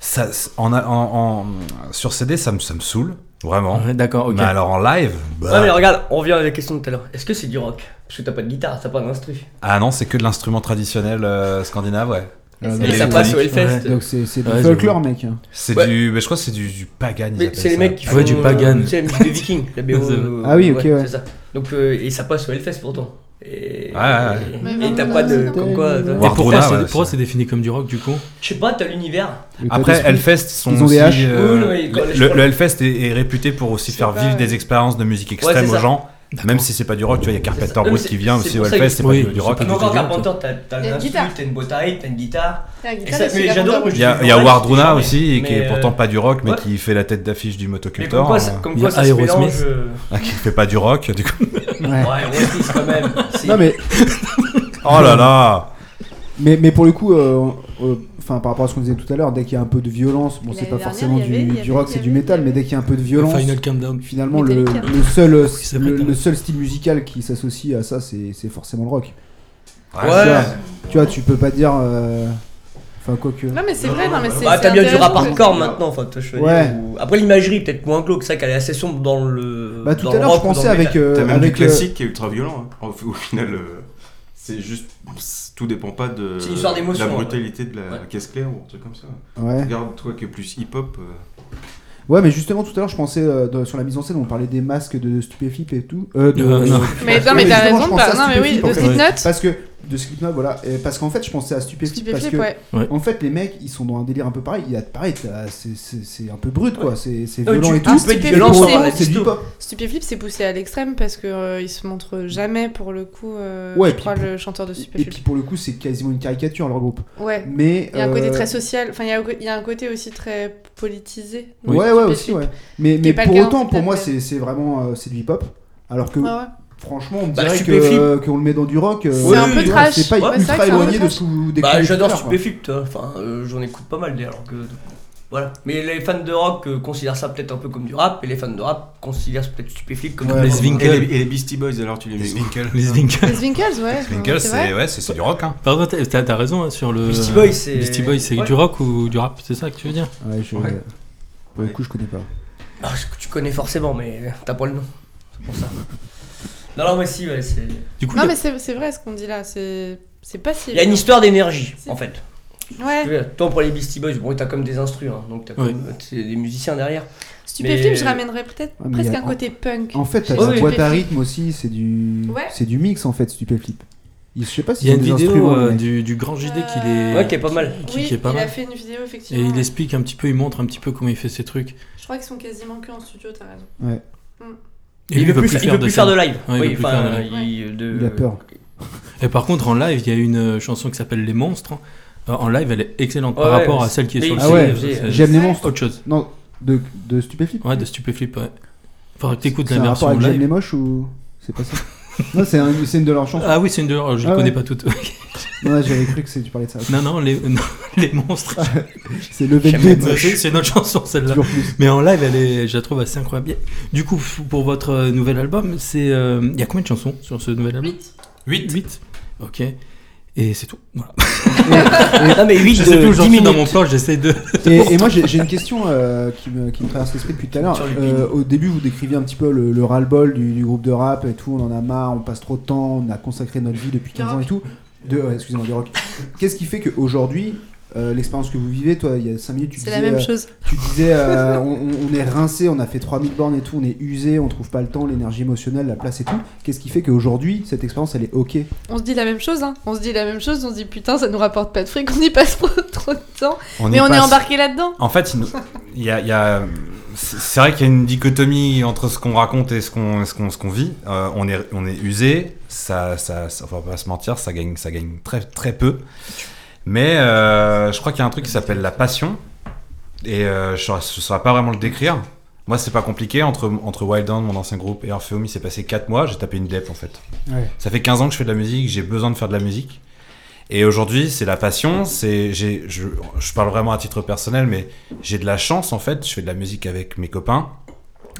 Ça, en, en- en- sur CD, ça me, ça me saoule, vraiment.
Ouais, D'accord. Ok.
Mais alors en live bah,
Ouais, mais regarde, on revient à la question de tout à l'heure. Est-ce que c'est du rock Parce que t'as pas de guitare, t'as pas d'instru.
Ah non, c'est que de l'instrument traditionnel euh, scandinave, ouais.
Euh,
Et
donc,
ça
les
passe au
électroniques.
Hellfest.
Donc c'est c'est du
Ouais,
folklore, mec. hein.
C'est
Ouais.
du. bah, je crois que c'est du, du pagan. ils
Mais
appellent
c'est les
ça. Ah
mecs qui font.
Ouais, du pagan.
euh, C'est la musique des Vikings, la BO. euh,
Ah oui, ok, ouais.
C'est ça. Donc, euh, et ça passe au Hellfest pourtant. Et
Ouais, ouais,
et-
Mais
et
vraiment,
t'as pas de.
non.
Comme quoi. t'as-
Et
War-
pourquoi
Wardrona,
c'est-
ouais,
pourquoi
c'est-
c'est défini comme du rock du coup
Je sais pas, t'as l'univers.
Le
Après,
Tadascrim.
Hellfest, ils sont
Ils ont
aussi.
des haches.
euh,
Oui, oui, quand les
le,
chevaux-
le Hellfest est, est réputé pour aussi faire
pas,
vivre
ouais.
des expériences de musique extrême
c'est
aux
ça.
gens. Même si c'est pas du rock, tu vois, il y a
C'est ça.
Carpenter
Non, mais
Brut
c'est-
qui vient
c'est
aussi au
pour ça
Hellfest,
que-
c'est pas
Oui,
du- du
c'est
rock.
pas
Mais encore
Violente.
Carpenter, t'as t'as
Il y a
un
une
instru,
guitare.
t'as une botaille, t'as une guitare.
La
Et
guitare,
ça,
c'est
mais
la
j'adore.
grandeur.
Il y a, il y a Wardruna aussi, et qui est
euh,
pourtant pas du rock, mais
ouais.
qui fait la tête d'affiche du
Mais comme
motocultor.
quoi, ça-
hein.
comme
Il y a
quoi ça se
Aerosmith.
mélange. euh,
Ah, qui fait pas du rock, du coup.
Ouais.
Ouais, Aerosmith quand même. C'est-
Non mais
Oh là là
Mais, mais pour le coup, euh, euh, enfin, par rapport à ce qu'on disait tout à l'heure, dès qu'il y a un peu de violence, bon, c'est
L'année
pas
dernière,
forcément
il y avait-
du,
il y avait-
du rock,
il y
c'est du
avait-
métal, mais dès qu'il y a un peu de violence,
Final Countdown.
finalement, le,
Metallica.
le seul, euh,
c'est vrai,
le,
t'as
le
raison.
seul style musical qui s'associe à ça, c'est c'est forcément le rock.
Ouais.
Tu, vois, tu vois, tu peux pas dire. euh, Enfin, quoi que.
Non, mais c'est
Non,
vrai,
non,
non, mais
bah,
c'est.
Bah,
c'est
t'as bien du
intéressant
rap
parce que-
hardcore maintenant, enfin, tu vois, je veux dire,
Ouais.
ou- Après, l'imagerie, peut-être moins glauque, ça, qu'elle est assez sombre dans le.
Bah, tout
Euh, dans
à
le
l'heure, je
rock ou dans
pensais
le
avec.
métal.
euh,
T'as même
avec
du
le-
classique qui est ultra violent. hein. Au, au final, euh, c'est juste. Tout dépend pas de
C'est une histoire d'émotion,
la
ouais.
brutalité de la
Ouais.
caisse claire ou un truc comme ça.
Ouais.
Regarde, toi qui es plus hip-hop. euh,
Ouais, mais justement, tout à l'heure, je pensais euh, dans- sur la mise en scène, on parlait des masques de stupéfiants et tout. Euh, de-
Euh, non.
Mais non,
Ouais,
mais
mais
t'as
justement, je
raison,
pensais
t'as-
à
non, mais oui,
Stupéflip,
de
en fait.
Slipknot,
Parce que de Slipknot, voilà, euh, parce qu'en fait, je pensais à Stupéflip parce
Stupéflip,
que
ouais.
en fait, les mecs, ils sont dans un délire un peu pareil. Il y a pareil, t'as- c'est- c'est c'est un peu brut quoi, c'est c'est
Ouais,
violent
tu
et tout.
peux être
Et
violent
pour
sans
autant,
parler
c'est
de
du
stop.
pop.
Stupéflip s'est poussé à l'extrême parce que euh, il se montre jamais pour le coup. euh,
Ouais,
je
puis-
crois le chanteur de
Et
Stupéflip.
puis pour le coup, c'est quasiment une caricature leur groupe.
Ouais.
Mais
Il y a un côté
euh,
très social. Enfin, il y a- il y, a un côté aussi très politisé.
Ouais, ouais, aussi, ouais. Mais, mais
est pas le
pour
cas, en
autant,
fait,
pour moi,
mais-
c'est c'est vraiment euh, c'est du hip hop. Alors que
Ouais, ouais.
franchement, on
Bah,
dirait que
Stupéflip.
euh, qu'on le met dans du rock. euh,
C'est
un peu
tu vois,
trash.
C'est pas
Ouais, c'est vrai
que
ultra
c'est un peu
éloigné de
trash.
ce que vous
Bah,
décrivez. tout
j'adore
à l'heure, quoi.
Stupéflip, toi. Enfin, euh, j'en écoute pas mal d'ailleurs. que- Voilà. Mais les fans de rock euh, considèrent ça peut-être un peu comme du rap, et les fans de rap considèrent peut-être Stupéflip comme
Ouais,
du
Les
rap.
Zwinkel.
Et les, et les Beastie Boys, alors tu les mets où
Les Zwinkel.
Les Zwinkels, ouais.
Winkle,
c'est vrai.
c'est ouais, c'est c'est du rock. Hein.
Pardon, t'as- t'as t'as raison hein, sur le.
Beastie Boys, c'est-
Beastie Boys, c'est
Ouais.
du rock ou du rap, c'est ça que tu veux dire
Ouais, je-
Ouais.
Pour le coup, je connais pas.
Ah, je- tu connais forcément, mais t'as pas le nom. C'est pour ça. Non, non, mais si, ouais, c'est.
Du coup,
Non,
il y a-
mais c'est c'est vrai ce qu'on dit là. C'est c'est pas si.
Il y a une histoire d'énergie, en fait.
Ouais.
Ouais, Toi pour les Beastie Boys, bon t'as comme des instrus, hein, donc t'as
Oui.
comme t'es des musiciens derrière.
Stupéflip,
Mais-
je ramènerais peut-être
Ouais, mais il
presque
y a-
un côté punk.
En fait, t'as
Oui,
la
oui.
boîte à rythme aussi, c'est du,
Ouais.
c'est du mix en fait, Stupéflip. Il- Je sais pas si
il y a une
des
vidéo
instruments,
euh,
mais-
du, du grand JD qui les.
Ouais, qui est pas mal.
qui-
oui,
qui est pas
il a
mal.
fait une vidéo
Et
effectivement.
il explique un petit peu, il montre un petit peu comment il fait ses trucs.
Je crois qu'ils sont quasiment que en studio, t'as raison.
Et
il
lui,
veut plus, il veut plus faire de
scène.
live.
Ouais, il veut plus
enfin,
faire de
il, euh, de-
Il a peur.
Et par contre, en live, il y a une euh, chanson qui s'appelle Les Monstres. Euh, En live, elle est excellente
Ouais,
par rapport
ouais,
à celle qui est
mais
sur le
il-
Ah ouais,
CD, c'est-
J'aime les
Ouais.
c'est
monstres.
Autre chose.
Non, de, de Stupéflip.
Ouais, de Stupéflip, ouais. Faudrait que t'écoutes
C'est
la
un
version
rapport avec J'aime
live.
les moches ou c'est pas ça Non, c'est un- c'est une de leurs chansons.
Ah oui, c'est une de leurs. Je
Ah
les connais
ouais.
pas toutes.
Non, là, j'avais cru que c'est- tu parlais de ça.
non, non, les, non, les monstres.
Ah, C'est Level
J'aime les
Dead,
moches.
C'est c'est notre chanson, celle-là.
toujours plus.
Mais en live, elle est, je la trouve assez incroyable. Du coup, pour votre euh, nouvel album, c'est, euh, il y a combien de chansons sur ce nouvel album 8. 8. Ok. Et c'est tout. Voilà.
Non mais 8
Je sais plus
de
où j'en suis
10 minutes.
dans mon plan, j'essaie de.
Et, et moi, j'ai j'ai une question euh, qui, me, qui me traverse l'esprit depuis tout à l'heure.
Sur les
Euh, au début, vous décriviez un petit peu le, le ras-le-bol du, du groupe de rap et tout. On en a marre, on passe trop de temps, on a consacré notre vie depuis 15 ans et tout. De, ouais, excusez-moi, du rock. Qu'est-ce qui fait qu'aujourd'hui, euh, l'expérience que vous vivez, toi, il y a 5 minutes, tu
C'est
disais,
la même
euh,
chose.
tu disais euh, on, on- on est rincé, on a fait 3000 bornes et tout, on est usé, on trouve pas le temps, l'énergie émotionnelle, la place et tout. Qu'est-ce qui fait qu'aujourd'hui, cette expérience, elle est ok
On se dit la même chose, hein. On se dit la même chose, on se dit putain, ça nous rapporte pas de fric, on y passe trop, trop de temps.
On y
Mais on est
passe.
embarqué là-dedans.
En fait, il nous- il y a, il y a- c'est c'est vrai qu'il y a une dichotomie entre ce qu'on raconte et ce qu'on ce qu'on ce qu'on vit. Euh, on est on est usé, ça ça, ça- on va pas se mentir, ça gagne ça gagne très très peu. Mais euh, je crois qu'il y a un truc qui s'appelle la passion et euh, je ne saurais pas vraiment le décrire. Moi, c'est pas compliqué. Entre, entre Wild On, mon ancien groupe, et Orpheum, il s'est passé 4 mois. J'ai tapé une dep en fait.
Ouais.
Ça fait 15 ans que je fais de la musique. J'ai besoin de faire de la musique. Et aujourd'hui, c'est la passion. C'est, j'ai, je, je parle vraiment à titre personnel, mais j'ai de la chance en fait. Je fais de la musique avec mes copains,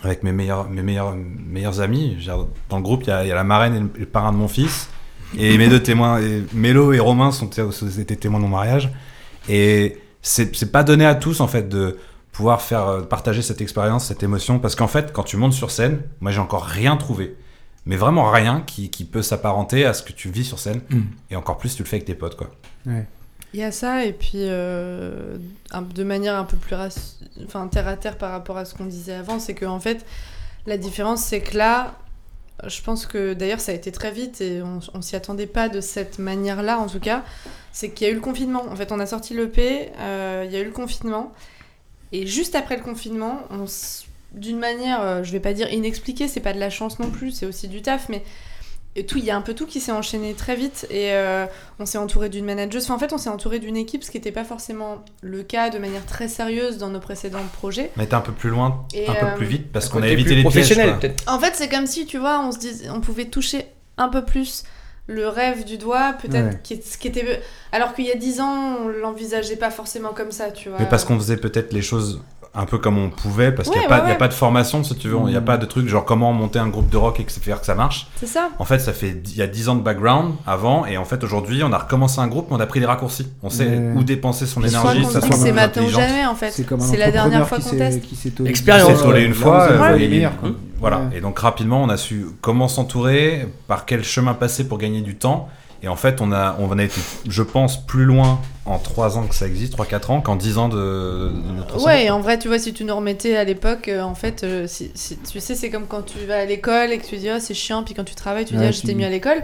avec mes meilleurs, mes meilleurs, meilleurs amis. Je veux dire, Dans le groupe, il y, a- il y a la marraine et le, le parrain de mon fils. Et mes deux témoins, et Mélo et Romain, sont, étaient témoins de mon mariage. Et c'est c'est pas donné à tous en fait de pouvoir faire euh, partager cette expérience, cette émotion, parce qu'en fait, quand tu montes sur scène, moi j'ai encore rien trouvé, mais vraiment rien qui, qui peut s'apparenter à ce que tu vis sur scène,
Mm.
et encore plus tu le fais avec tes potes quoi.
Il y a ça, et puis euh, un- de manière un peu plus raci- enfin, terre à terre par rapport à ce qu'on disait avant, c'est que en fait, la différence, c'est que là, je pense que d'ailleurs, ça a été très vite et on, on s'y attendait pas de cette manière-là, en tout cas. C'est qu'il y a eu le confinement. En fait, on a sorti l'EP, euh, il y a eu le confinement, et juste après le confinement, on s- d'une manière, euh, je vais pas dire inexpliquée, c'est pas de la chance non plus, c'est aussi du taf, mais et tout, il y a un peu tout qui s'est enchaîné très vite et. euh, on s'est entouré d'une manageuse. Enfin, en fait, on s'est entouré d'une équipe, ce qui n'était pas forcément le cas de manière très sérieuse dans nos précédents projets.
On était un peu plus loin,
Et,
un peu
euh,
plus vite, parce qu'on
Côté
a évité
plus
les pièges.
Ah
professionnel
quoi.
peut-être.
En fait, c'est comme si, tu vois, on se disait, on pouvait toucher un peu plus le rêve du doigt, peut-être
Ouais.
qui, est- ce qui était. Alors qu'il y a 10 ans, on l'envisageait pas forcément comme ça, tu vois.
Mais parce qu'on faisait peut-être les choses un peu comme on pouvait, parce qu'il n'y
Ouais,
a, pas-
ouais,
il y a
ouais.
pas de formation, si tu veux,
Mmh.
il n'y a pas de truc genre comment monter un groupe de rock et que- faire que ça marche.
C'est ça.
En fait, ça fait il y a 10 ans de background avant, et en fait, aujourd'hui, on a recommencé un groupe, mais on a pris des raccourcis. On sait
Ouais.
où dépenser son
Puis soit
énergie,
qu'on
ça
dit
soit
que
c'est
plus
maintenant ou
intelligente.
jamais en fait.
C'est comme un
C'est la dernière fois qu'on
entrepreneur
test.
qui s'est- qui s'est
Expérience.
On
On
s'est
s'est
tollé une fois,
là, on
euh,
est les
et-
meilleurs, quoi.
Voilà.
Ouais.
Et donc rapidement, on a su comment s'entourer, par quel chemin passer pour gagner du temps. Et en fait, on a, on a été, je pense, plus loin en 3 ans que ça existe, 3-4 ans, qu'en 10 ans de, de notre ensemble.
Ouais, et en vrai, tu vois, si tu nous remettais à l'époque, euh, en fait, euh, si, si- tu sais, c'est comme quand tu vas à l'école et que tu dis, oh, c'est chiant, puis quand tu travailles, tu dis,
Ouais,
ah,
tu
j'étais
dis-
mieux à l'école.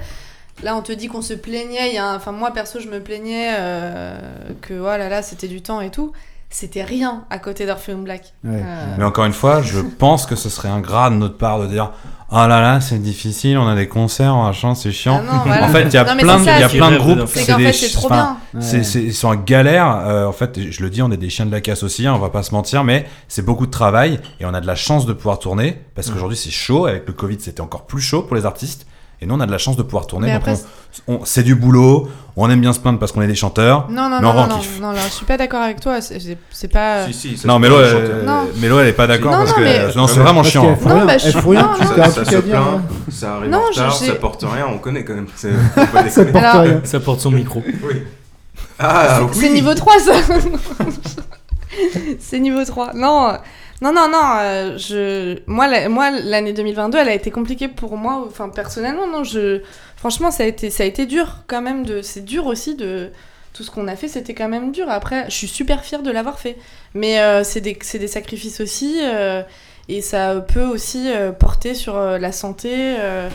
Là, on te dit qu'on se plaignait. il y a un- Enfin, moi, perso, je me plaignais euh, que, oh là là, c'était du temps et tout. C'était rien à côté d'Orpheum Black.
Ouais.
Euh,
Mais encore une fois, je pense que ce serait ingrat de notre part de dire Ah là là, c'est difficile, on a des concerts, machin, c'est
ah
chiant.
non, voilà.
En fait, il y a
Non, mais
plein,
c'est
de-
ça,
il y a
c'est-
plein de
c'est
groupes.
qu'en
C'est qu'en fait, c'est
ch-
trop
enfin,
bien.
Ouais.
C'est, c'est- ils sont en galère. euh, en fait, je le dis, on est des chiens de la casse aussi, hein, on va pas se mentir, mais c'est beaucoup de travail et on a de la chance de pouvoir tourner parce qu'aujourd'hui c'est chaud. Avec le Covid, c'était encore plus chaud pour les artistes. Et nous, on a de la chance de pouvoir tourner.
Mais
donc
après,
on- on- c'est du boulot. On aime bien se plaindre parce qu'on est des chanteurs.
Non, non,
Mais
non,
en vrai,
non,
on
non,
kiffe.
non, là, je suis pas d'accord avec toi. c'est- C'est c'est pas.
Ah. Si, si, ça
Non,
se
mais
peut,
Mélo,
les chanteurs.
euh,
Non.
Mélo, elle est pas d'accord
Non,
parce
non,
que
mais-
euh, non, c'est
Ouais,
vraiment
Parce
chiant.
qu'elle fout rien,
bah,
elle
je-
fout rien,
non,
parce
non,
qu'elle a
Ça,
un
ça
truc
se
à dire,
plaint,
hein.
ça arrive
Non,
en
je-
retard,
j'ai-
ça porte rien, on connaît quand même. c'est- faut pas
Ça
déconner.
porte
Alors-
rien.
Ça porte son micro.
Oui. Ah, oui.
C'est niveau 3 ça C'est niveau 3. Non, euh, non, non, non. euh, je... Moi, la- moi, l'année 2022, elle a été compliquée pour moi. Enfin, personnellement, non. Je... Franchement, ça a, été, ça a été dur quand même. De... C'est dur aussi de... Tout ce qu'on a fait, c'était quand même dur. Après, je suis super fière de l'avoir fait. Mais euh, c'est des, c'est des sacrifices aussi. euh, et ça peut aussi euh, porter sur euh, la santé. euh,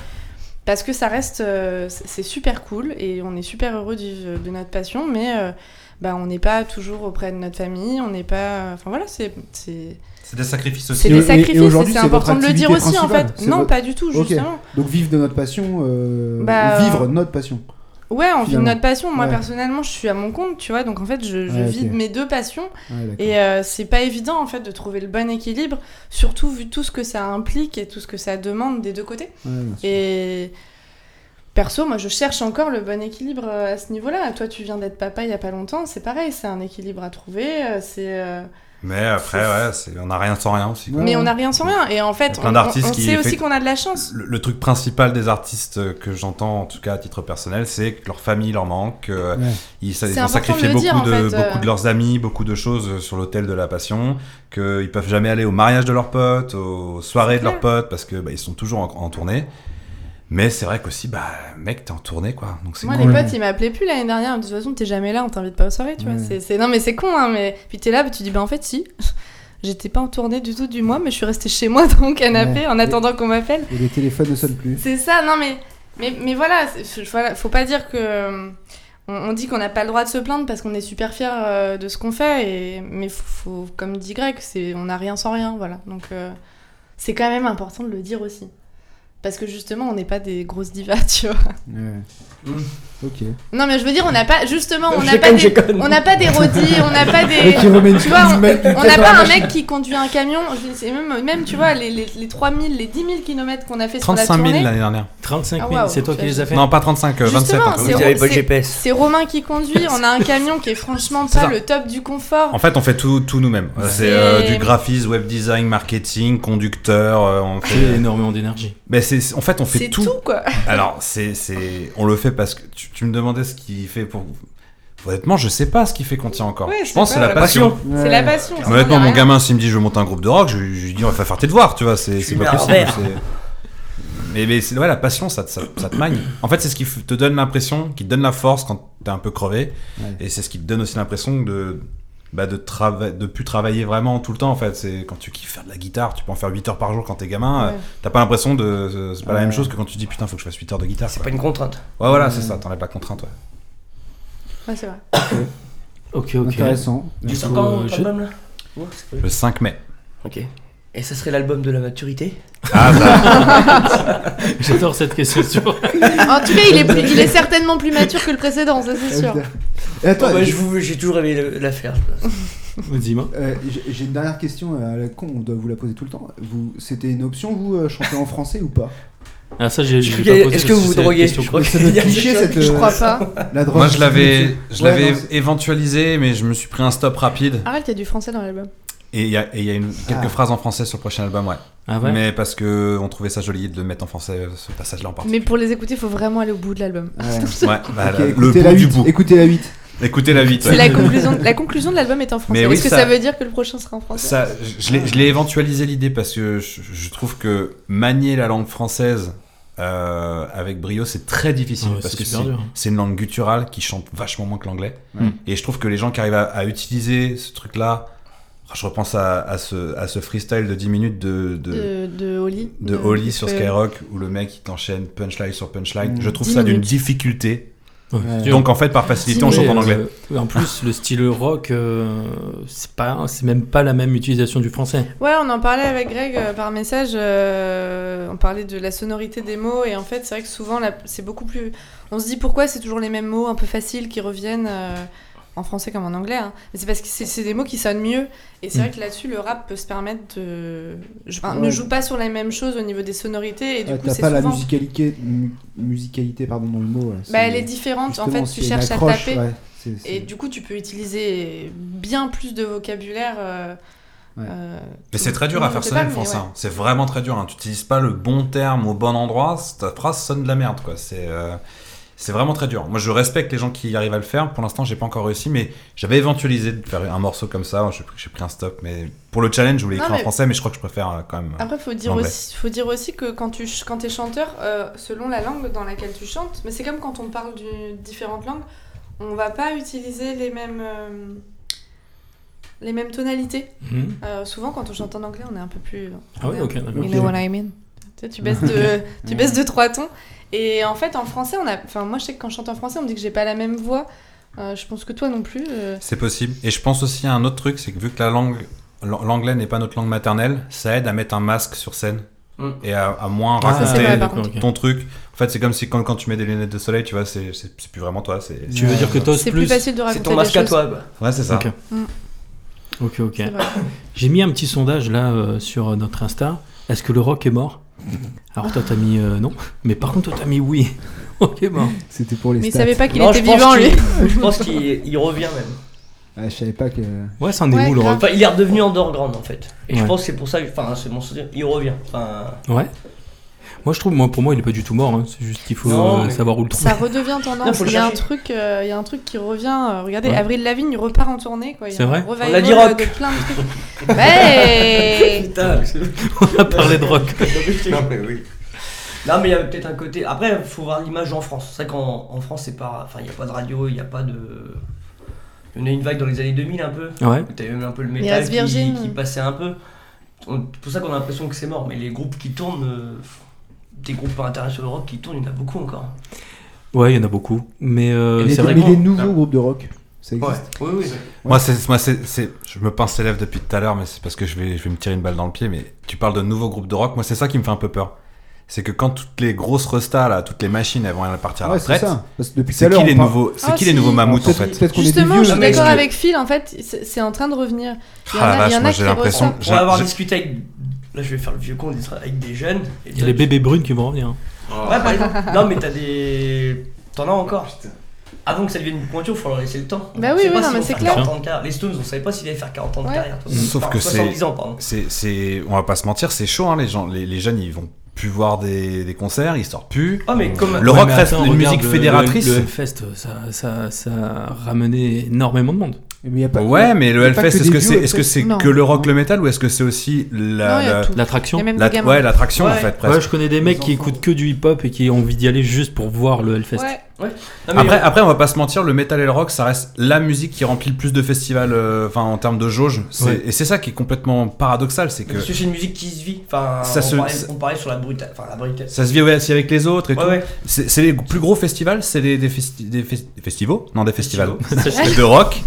parce que ça reste, euh, c'est c'est super cool et on est super heureux de, vivre de notre passion, mais euh, bah, on n'est pas toujours auprès de notre famille, on n'est pas. euh, Enfin voilà, c'est. c'est-
C'est des sacrifices
C'est
Et-
des
et- et
sacrifices et,
aujourd'hui,
c'est
c'est votre
important de le dire
activité
aussi en
principale,
fait.
c'est
Non,
votre-
pas du tout,
Ok.
justement.
Donc vivre de notre passion, euh,
Bah,
ou vivre
euh,
notre passion.
Ouais, on vit de
Finalement.
notre passion. Moi
Ouais.
personnellement, je suis à mon compte, tu vois, donc en fait, je, je
Ouais,
vis
ok.
de mes deux passions
Ouais, d'accord.
et euh, c'est pas évident en fait de trouver le bon équilibre, surtout vu tout ce que ça implique et tout ce que ça demande des deux côtés.
Ouais, bien sûr.
Et perso, moi, je cherche encore le bon équilibre euh, à ce niveau-là. Toi, tu viens d'être papa il y a pas longtemps, c'est pareil, c'est un équilibre à trouver. euh, C'est, euh,
Mais après, ouais, c'est- on a rien sans rien aussi. quoi.
Ouais,
mais
ouais.
on n'a rien sans rien. Et en
Il y
fait,
a
on,
plein d'artistes
on- on
qui
sait aussi
effectu-
qu'on a de la chance.
Le, le truc principal des artistes que j'entends, en tout cas à titre personnel, c'est que leur famille leur manque. euh,
Ouais.
Ils, ça-
C'est
ils ont
important
sacrifié
de le
beaucoup,
dire, en
de,
fait, euh.
beaucoup de leurs amis, beaucoup de choses euh, sur l'autel de la passion. Qu'ils peuvent jamais aller au mariage de leurs potes, aux soirées de leurs potes, parce que bah, ils sont toujours en, en tournée. Mais c'est vrai qu'aussi, bah, mec, t'es en tournée, quoi. Donc c'est
Moi,
cool.
les potes, ils m'appelaient plus l'année dernière. De toute façon, t'es jamais là, on t'invite pas aux soirées, tu vois.
Ouais.
C'est, c'est- Non, mais c'est con, hein. Mais... Puis t'es là, bah, tu dis, bah en fait, si. J'étais pas en tournée du tout du mois, mais je suis restée chez moi dans mon canapé
Ouais.
en attendant qu'on m'appelle.
Et les téléphones ne sonnent plus.
C'est ça, non mais, mais, mais voilà, c'est- voilà, faut pas dire que. euh, On, on dit qu'on n'a pas le droit de se plaindre parce qu'on est super fier euh, de ce qu'on fait, et, mais faut, faut- comme dit Greg, c'est, on n'a rien sans rien, voilà. Donc euh, c'est quand même important de le dire aussi. Parce que justement, on n'est pas des grosses divas, tu vois.
Ouais. Mm. Ok.
Non, mais je veux dire, on n'a pas, justement, on
Je
n'a pas,
déconne, je
des-
déconne.
on n'a pas des rodis, on n'a pas des.
Et qui remet une
Tu vois,
petite main qui
on
claque
n'a
dans
pas
la
un
machine.
mec qui conduit un camion, je- c'est même, même, tu vois, les, les, les 3000, les 10 000 km qu'on a fait sur la
35
tournée.
000 l'année dernière.
35 000,
Ah, waouh,
c'est toi qui les as fait
Non, pas 35, euh,
Justement,
27. pardon.
c'est-
Vous avez pas le
c'est-
GPS.
C'est Romain qui conduit, on a un camion qui est franchement
C'est
pas
ça.
le top du confort.
En fait, on fait tout, tout nous-mêmes. Euh, C'est
C'est-
euh, du graphisme, web design, marketing, conducteur. euh, on fait...
J'ai énormément d'énergie.
Mais c'est- en fait, on fait
C'est tout. quoi.
Alors, c'est, c'est, on le fait parce que tu, tu me demandais ce qui fait pour. Honnêtement, je sais pas ce qui fait qu'on tient encore.
Ouais,
je
c'est
pense que c'est
pas
la passion.
Ouais.
C'est la passion. sinon, on
Honnêtement,
est
mon
rien.
gamin, s'il me dit je veux monter un groupe de rock, je, lui- je lui dis on va faire tes devoirs, tu vois, c'est, c'est
suis
pas
un
possible.
revers.
c'est- Mais, mais c'est, ouais, la passion, ça, te- ça, ça te magne. En fait, c'est ce qui f- te donne l'impression, qui te donne la force quand t'es un peu crevé.
Ouais.
Et c'est ce qui te donne aussi l'impression de. Bah de, trava- de plus travailler vraiment tout le temps en fait c'est quand tu kiffes faire de la guitare tu peux en faire 8 heures par jour quand t'es gamin euh,
Ouais.
t'as pas l'impression de c'est pas la
Ouais.
même chose que quand tu dis putain faut que je fasse 8 heures de guitare
C'est
quoi.
pas une contrainte.
Ah,
Ouais, voilà,
Ouais.
c'est ça, t'enlèves la contrainte. Ouais.
Ouais, c'est vrai.
Ok, ok.
Intéressant.
Du
Tu sors
coup,
quand
euh,
ton
je-
album, là Ouais, c'est pas-
Le 5 mai.
Ok. Et ça serait l'album de la maturité
Ah, ça,
J'adore cette question.
En tout cas, il est, plus- il est certainement plus mature que le précédent, ça c'est sûr.
Et attends,
Oh, bah,
j'ai-
je vous- J'ai toujours rêvé de la faire.
Dis-moi.
euh, j'ai j'ai une dernière question à la con, on doit vous la poser tout le temps. Vous, c'était une option, vous, euh, chanter en français ou pas
Ah, ça, j'ai- j'ai
Je-
pas posé
Est-ce que
parce
vous vous
c'est une
droguez
question
Je crois
que-
qu'il y a des
cliché,
choses-
euh,
cette-
Je crois pas.
La drogue,
Moi, je l'avais, je
Ouais,
l'avais
non, c'est-
éventualisé, mais je me suis pris un stop rapide.
Arrête, il y a du français dans l'album.
Et il y a, et il y a une- quelques
Ah.
phrases en français sur le prochain album, ouais.
Ah ouais
Mais parce que on trouvait ça joli de le mettre en français, ce passage-là en particulier.
Mais pour les écouter, il faut vraiment aller au bout de l'album.
Ouais.
Ouais, bah,
Ok,
le- le
écoutez
bout
la
du
8.
bout.
Écoutez la 8.
Écoutez la 8.
C'est la conclusion. La conclusion de l'album est en français.
Mais oui,
Est-ce que
ça-
ça... veut dire que le prochain sera en français
Ça, je- je l'ai- je l'ai éventualisé l'idée parce que je, je trouve que manier la langue française euh, avec brio, c'est très difficile
Ah ouais,
parce
c'est
que
super
c'est
dur.
c'est une langue gutturale qui chante vachement moins que l'anglais.
Mm.
Et je trouve que les gens qui arrivent à, à utiliser ce truc-là, je repense à, à ce, à ce freestyle de 10 minutes de, de,
De, de Oli.
de Holly sur
de-
Skyrock où le mec il t'enchaîne punchline sur punchline.
Mm.
Je trouve
10
ça d'une
minutes.
difficulté.
Ouais.
Ouais.
Tu vois,
Donc en fait, par facilité, on
Oui,
chante en
euh,
anglais.
en plus, le style rock, euh, c'est pas, c'est même pas la même utilisation du français.
Ouais, on en parlait avec Greg euh, par message. euh, on parlait de la sonorité des mots et en fait, c'est vrai que souvent, la- c'est beaucoup plus. On se dit pourquoi c'est toujours les mêmes mots un peu faciles qui reviennent euh, en français comme en anglais. hein. Mais c'est parce que c'est- c'est des mots qui sonnent mieux. Et c'est
Mm.
vrai que là-dessus, le rap peut se permettre de. je- enfin,
Ouais.
Ne joue pas sur les mêmes choses au niveau des sonorités et du
Ouais,
coup,
T'as
c'est
pas la
souvent.
musicalité, mu- musicalité pardon, dans le mot. ouais.
Bah, elle
C'est-
est différente. en
justement,
fait, tu
c'est une
cherches à
accroche,
taper.
ouais. C'est- c'est-
Et du coup, tu peux utiliser bien plus de vocabulaire. euh,
Ouais.
euh,
Mais
tout-
c'est très
tout
dur
le
à
monde
faire
le fait
sonner
pas,
le
mais
français.
ouais.
hein. C'est vraiment très dur. hein. Tu n'utilises pas le bon terme au bon endroit, ta phrase sonne de la merde. quoi. C'est euh, c'est vraiment très dur. Moi, je respecte les gens qui arrivent à le faire. Pour l'instant, j'ai pas encore réussi, mais j'avais éventualisé de faire un morceau comme ça. J'ai j'ai pris un stop, mais pour le challenge, je voulais
Non,
écrire en
mais-
français, mais je crois que je préfère euh, quand même. euh,
Après, faut dire
L'anglais.
aussi, faut dire aussi que quand tu ch- quand es chanteur, euh, selon la langue dans laquelle tu chantes, mais c'est comme quand on parle de différentes langues, on va pas utiliser les mêmes euh, les mêmes tonalités.
Mhm.
Euh, souvent, quand on chante en anglais, on est un peu plus.
Ah ouais, ok.
You
d'accord.
know what I mean. Tu, sais, tu baisses de tu baisses de trois tons. Et en fait, en français, on a. Enfin, moi, je sais que quand je chante en français, on me dit que j'ai pas la même voix. Euh, je pense que toi non plus. euh,
C'est possible. Et je pense aussi à un autre truc, c'est que vu que la langue, l'an- l'anglais n'est pas notre langue maternelle, ça aide à mettre un masque sur scène
Mm.
et à, à moins
Ah,
c'est
raconter
vrai, par
d'accord, ok.
ton truc. En fait, c'est comme si quand, quand tu mets des lunettes de soleil, tu vois, c'est c'est- c'est plus vraiment toi. C'est
Tu veux dire que t'oses
C'est
plus
plus facile de
C'est
raconter
ton
les
masque à
choses.
toi. bah.
Ouais, c'est ça.
Ok.
Mm.
Ok, ok.
C'est vrai.
J'ai mis un petit sondage là euh, sur euh, notre Insta. Est-ce que le rock est mort Alors toi, t'as mis euh, non. Mais par contre, toi, t'as mis oui. Ok, mort.
C'était pour les
Mais il
stats.
savait pas qu'il
Non,
était
je pense
vivant lui.
qu'il- Je pense qu'il il revient même.
Ah, je savais pas que.
Euh,
Ouais, ça en est
Ouais,
où le rock
grave.
Enfin, il est redevenu underground en fait. Et je
Ouais.
pense que c'est pour ça, que- enfin, c'est mon souvenir, il revient. Enfin,
Ouais. Moi, je trouve, moi, pour moi, il est pas du tout mort. hein. C'est juste qu'il faut
Non,
euh,
mais-
savoir où le trouver.
Ça redevient
Non,
tendance.
faut le
Il y a un
chercher.
truc, euh, il y a un truc qui revient. euh, regardez,
Ouais.
Avril Lavigne il repart en tournée, quoi. Il y a
C'est
un
vrai
revival
On a dit
de-
rock.
de plein de trucs. Ouais.
putain,
On a parlé de rock.
Non, mais oui.
Non, mais il y avait peut-être un côté. Après, il faut voir l'image en France. C'est vrai qu'en en France, c'est pas. Enfin, il n'y a pas de radio, il n'y a pas de. Il y en a une vague dans les années 2000 un peu.
Ouais.
T'avais même un peu le
Il
métal
reste
qui,
Virgin.
qui passait un peu. On- C'est pour ça qu'on a l'impression que c'est mort. Mais les groupes qui tournent, euh, des groupes internationaux rock qui tournent, il y en a beaucoup encore.
Ouais, il y en a beaucoup. Mais euh,
Et
Mais
c'est
les-
vrai.
mais
vraiment-
des nouveaux groupes de rock, ça
Ouais,
existe.
oui, oui.
Moi, c'est, moi c'est, c'est- je me pince les lèvres depuis tout à l'heure, mais c'est parce que je vais, je vais me tirer une balle dans le pied. Mais tu parles de nouveaux groupes de rock, moi, c'est ça qui me fait un peu peur. C'est que quand toutes les grosses restas, là, toutes les machines, elles vont partir à la
Ouais, c'est
retraite,
ça. Parce que depuis tout à
c'est
l'heure,
qui
on
les
parle-
nouveaux, c'est
Ah,
qui les
si.
nouveaux mammouths, en
Peut-être-
fait
Peut-être qu'on est des
Justement,
vieux.
je suis
mais
d'accord
je-
avec Phil. En fait, c'est c'est en train de revenir. Il y en
Ah,
a,
la
il y en
vache,
a
moi,
qui
j'ai l'impression-
ressortent.
On va avoir
j'ai-
discuté avec. Là, je vais faire le vieux con, on sera avec des jeunes. et
Il y a les
t'as-
bébés brunes qui vont revenir. hein.
Oh,
Ouais, par exemple. Non, mais t'as des. T'en as encore. Avant que ça devienne une pointure, faut leur laisser le temps.
Bah
On
oui,
sait
oui,
pas
non,
s'ils
mais
vont
c'est
faire
clair.
40 ans de carrière. Les Stones, on savait pas s'ils allaient faire 40 ans de
Ouais.
carrière.
Sauf
Enfin,
que c'est-
70 ans, pardon.
C'est, c'est, on va pas se mentir, c'est chaud, hein, les gens, les, les jeunes, ils vont plus voir des, des concerts, ils sortent plus.
Ah, mais comme.
Le
Ouais,
rock
mais
reste
attends,
une
regarde,
musique
le-
fédératrice.
Le, le Hellfest, ça, ça, ça a ramené énormément de monde.
Mais Bah, y a pas-
ouais, mais le
y a pas
Hellfest,
que
est-ce
des
que
vieux
c'est,
au
est-ce que
Hellfest.
c'est
Non.
que le rock, le métal, ou est-ce que c'est aussi la,
Non, il y a
la-
tout.
L'attraction.
Il y a même
la-
des gamins.
ouais, l'attraction, en
Ouais.
fait, presque.
Ouais, je connais des mecs qui écoutent que du hip-hop et qui ont envie d'y aller juste pour voir le Hellfest.
Ouais.
Non, mais-
Après, après, on va pas se mentir, le metal et le rock, ça reste la musique qui remplit le plus de festivals, euh, enfin en termes de jauge. C'est-
Ouais.
Et c'est ça qui est complètement paradoxal, c'est
mais
que
Parce que c'est une musique qui se vit. Enfin,
Ça
on,
se-
parlait,
ça-
on parlait sur la brutale. Enfin, la brutale.
ça se vit aussi avec les autres et
Ouais,
tout.
ouais.
C'est c'est les plus gros festivals, c'est des, des, festi- des fes- des festivals, non des festivals
Festivals.
de rock.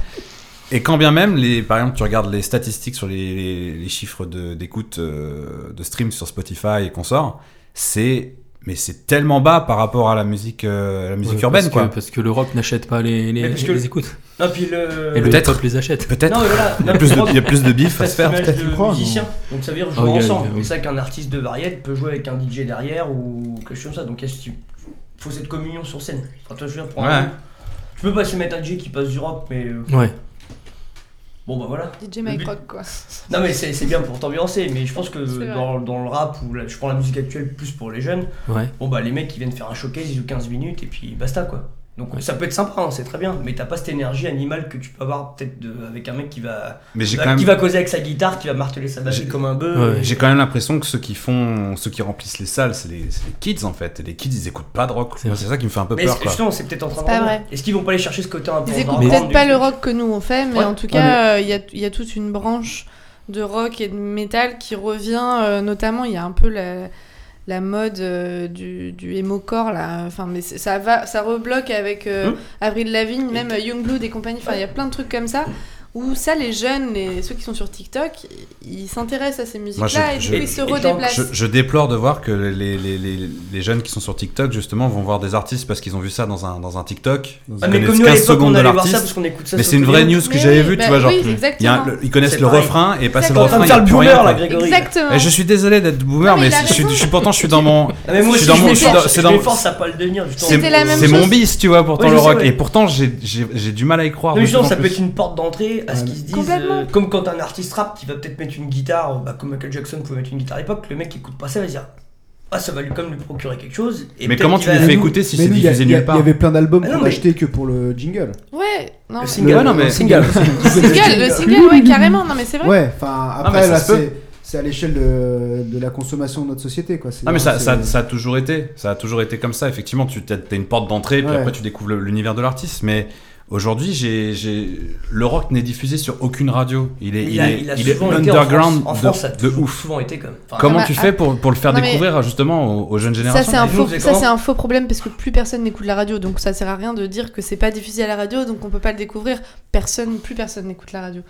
Et quand bien même, les, par exemple, tu regardes les statistiques sur les, les- les chiffres de- d'écoute, euh, de, stream sur Spotify et consorts, c'est mais c'est tellement bas par rapport à la musique, euh, à la musique
Ouais,
urbaine
parce
quoi.
Que, parce que le rock n'achète pas les, les,
Mais parce que-
les écoutes.
Non, puis le.
Et le
Peut-être.
peuple les achète.
Peut-être.
Non, mais voilà.
Il y a plus de- il y a plus de bif à
Parce
se faire.
l'image
peut-être.
de
prendre,
musicien. Donc ça veut dire
Ah
jouer
Oh, il y a-
ensemble.
il y a-
C'est ça qu'un artiste de variette peut jouer avec un DJ derrière ou quelque chose comme ça. Donc il faut cette communion sur scène. Enfin, toi, je veux dire, pour un-
Ouais.
Tu peux pas se mettre un DJ qui passe du rock, mais euh,
Ouais.
bon bah voilà.
DJ Mike
but-
Rock, quoi.
Non mais c'est c'est bien pour t'ambiancer, mais je pense que
C'est vrai.
dans, dans le rap ou la- je prends la musique actuelle plus pour les jeunes,
Ouais.
bon bah les mecs qui viennent faire un showcase, ils jouent 15 minutes et puis basta quoi. Donc
Ouais.
ça peut être sympa, hein, c'est très bien, mais t'as pas cette énergie animale que tu peux avoir peut-être de- avec un mec qui va
Mais j'ai
bah,
quand même.
qui va causer avec sa guitare, qui va marteler sa batterie
J'ai-
comme un bœuf.
Ouais, ouais.
J'ai quand même l'impression que ceux qui font, ceux qui remplissent les salles, c'est les, c'est les kids en fait. Et les kids, ils écoutent pas de rock.
C'est
Moi,
vrai.
C'est ça qui me fait un peu
Mais est-ce
peur.
que-
Quoi.
justement, c'est peut-être en train
C'est pas
de-
vrai.
Est-ce qu'ils vont pas aller chercher ce côté un peu
Ils écoutent
underground
peut-être
du
pas le
truc
rock que nous on fait, mais
Ouais.
en tout
Ouais,
cas, euh, il y, a, il y a toute une branche de rock et de métal qui revient, euh, notamment il y a un peu la, la mode euh, du, du emo-core, là. Enfin, mais c'est- ça, va, ça rebloque avec euh,
Hum.
Avril Lavigne, même euh, Youngblood et compagnie. Enfin, il y a plein de trucs comme ça. Où ça, les jeunes, les, ceux qui sont sur TikTok, ils s'intéressent à ces musiques-là et du
je-
coup, ils se
et tant que
redéplacent.
Je, je déplore de voir que les, les, les, les jeunes qui sont sur TikTok justement vont voir des artistes parce qu'ils ont vu ça dans un, dans un TikTok. Ils
Ah, mais
connaissent
comme nous à
15
l'époque,
secondes
on
de
allait voir ça
l'artiste.
parce qu'on écoute ça.
Mais
sur
c'est une
télé.
vraie news que
Mais
j'avais
oui,
vue,
bah
tu vois. Genre,
oui,
il y a un-
exactement.
le- ils connaissent
C'est
le
pareil.
refrain et
T'es
passer le
en train
refrain.
de
il y a
faire le
plus rien,
boomer
quoi.
là, Grégory.
Exactement.
Eh, je suis désolé d'être boomer,
Non, mais
mais,
il a
je, suis,
raison.
je suis pourtant je suis dans mon.
Non, mais moi
Je
aussi,
suis dans
je
mon-
m'efforce-
je suis dans- c'est
je
dans-
m'efforce à pas le devenir, justement.
C'est
C'était la même
c'est mon
chose.
bis, tu vois, pourtant
Oui, je
le
sais,
rock.
ouais.
Et pourtant, j'ai- j'ai j'ai du mal à y croire.
Non, mais
de
justement,
plus en
ça peut
plus.
être une porte d'entrée à ce qu'ils se disent.
Complètement.
euh, comme quand un artiste rap qui va peut-être mettre une guitare, bah, comme Michael Jackson pouvait mettre une guitare à l'époque, le mec qui écoute pas ça va se dire Ah, ça va lui comme lui procurer quelque chose. Et
Mais
peut-être
comment
qu'il
tu
va-
les fais
Mais nous-
écouter si
mais
c'est
nous, il y a-
diffusé
il y a-
nulle part
Il y avait plein d'albums
Ah non,
qu'on
mais-
acheté que pour le jingle.
Ouais, non,
Le
mais-
single.
Ouais, non, mais-
le
Single.
single.
le single, le single, ouais, carrément. Non, mais c'est vrai.
Ouais, enfin
mais
après
ça
là
se peut.
c'est c'est à l'échelle de, de la consommation de notre société quoi. C'est-
Non mais ça,
c'est-
ça, ça a toujours été, ça a toujours été comme ça. Effectivement, tu as une porte d'entrée, puis
Ouais.
après tu découvres le- l'univers de l'artiste. Mais aujourd'hui, j'ai, j'ai- le rock n'est diffusé sur aucune radio. Il est,
Mais
il,
Il a,
est,
il a
il est
souvent été en
underground
France. En France, ça a
de, de
toujours
ouf.
souvent été comme. enfin,
Comment
Ah bah,
tu
ah.
fais pour, pour le faire
Non, mais-
découvrir justement aux, aux jeunes
Ça
générations
c'est un
Nous,
faux,
on faisait
ça
comment
c'est un faux problème parce que plus personne n'écoute la radio, donc ça sert à rien de dire que c'est pas diffusé à la radio, donc on peut pas le découvrir. Personne, plus personne n'écoute la radio.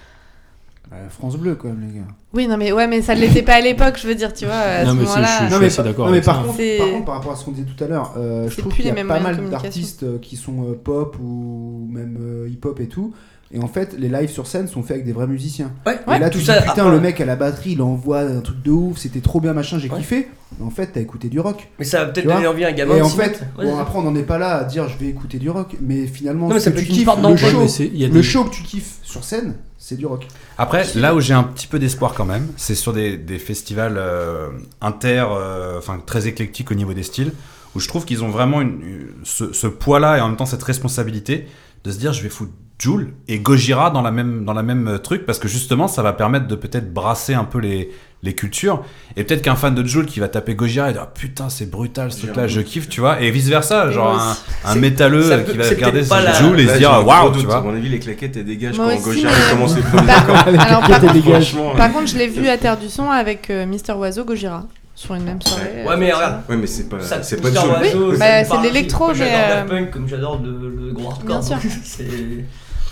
Euh, France Bleu quand même les gars.
Oui, non mais ouais, mais ça ne l'était pas à l'époque, je veux dire, tu vois. À
Non,
ce
mais c'est-
moment-là,
je-
Non
suis
mais,
assez
par-
d'accord
non, mais
avec
par,
ça.
contre,
C'est-
par contre, par rapport à ce qu'on disait tout à l'heure, euh, je
C'est
trouve
plus
qu'il y a
les mêmes
pas
moyens de
mal
communication.
d'artistes euh, qui sont euh, pop ou même euh, hip-hop et tout. Et en fait, les lives sur scène sont faits avec des vrais musiciens.
Ouais,
et là,
tout
tu te
ça. ah,
dis, putain,
après-
le mec à la batterie, il envoie un truc de ouf, c'était trop bien, machin, j'ai
Ouais.
kiffé. Mais en fait, t'as écouté du rock.
Mais ça va peut-être
Tu vois
donner envie à un gamin
Et
de
en
s'y
fait,
mettre. Ouais,
bon,
c'est-
après, on n'en est pas là à dire je vais écouter du rock, mais finalement,
Non, mais
ce
ça
que
peut
tu
être une
kiffes,
porte
le
d'entrée.
show,
Ouais, mais c'est- il y a
le
des-
show que tu kiffes sur scène, c'est du rock.
Après, là où j'ai un petit peu d'espoir quand même, c'est sur des, des festivals euh, inter, euh, enfin très éclectiques au niveau des styles, où je trouve qu'ils ont vraiment une- une- ce, ce poids-là et en même temps cette responsabilité de se dire je vais foutre Joule et Gojira dans la même dans la même euh, truc parce que justement ça va permettre de peut-être brasser un peu les les cultures et peut-être qu'un fan de Joule qui va taper Gojira et dire Ah, putain c'est brutal ce truc-là je kiffe tu vois et vice versa
Et
genre
moi
un,
aussi.
un
C'est- ça
métalleux
peut-
qui va
c'est
regarder
peut-être pas la-
Joule et se
Là, j'ai un
dire
gros
waouh
doute.
tu
À
vois
mon avis, les claquettes, elles dégagent
Moi
quand
aussi,
Gojira
mais-
il commence les premiers
Par-
accords.
alors, par,
Qui était
contre,
dégage.
Franchement.
par contre, je l'ai vu à Terre du Son avec euh, Mister Oiseau Gojira sur une même soirée.
Ouais,
euh, comme
mais
ça.
regarde.
Ouais, mais c'est pas,
Euh,
ça,
c'est pas
Mister
Joule.
Oiseau,
Oui,
ça
bah,
me
c'est
parle.
de l'électro,
Comme
mais,
J'adore
euh,
Daft Punk, comme j'adore le, le gros hardcore.
Bien sûr.
donc c'est-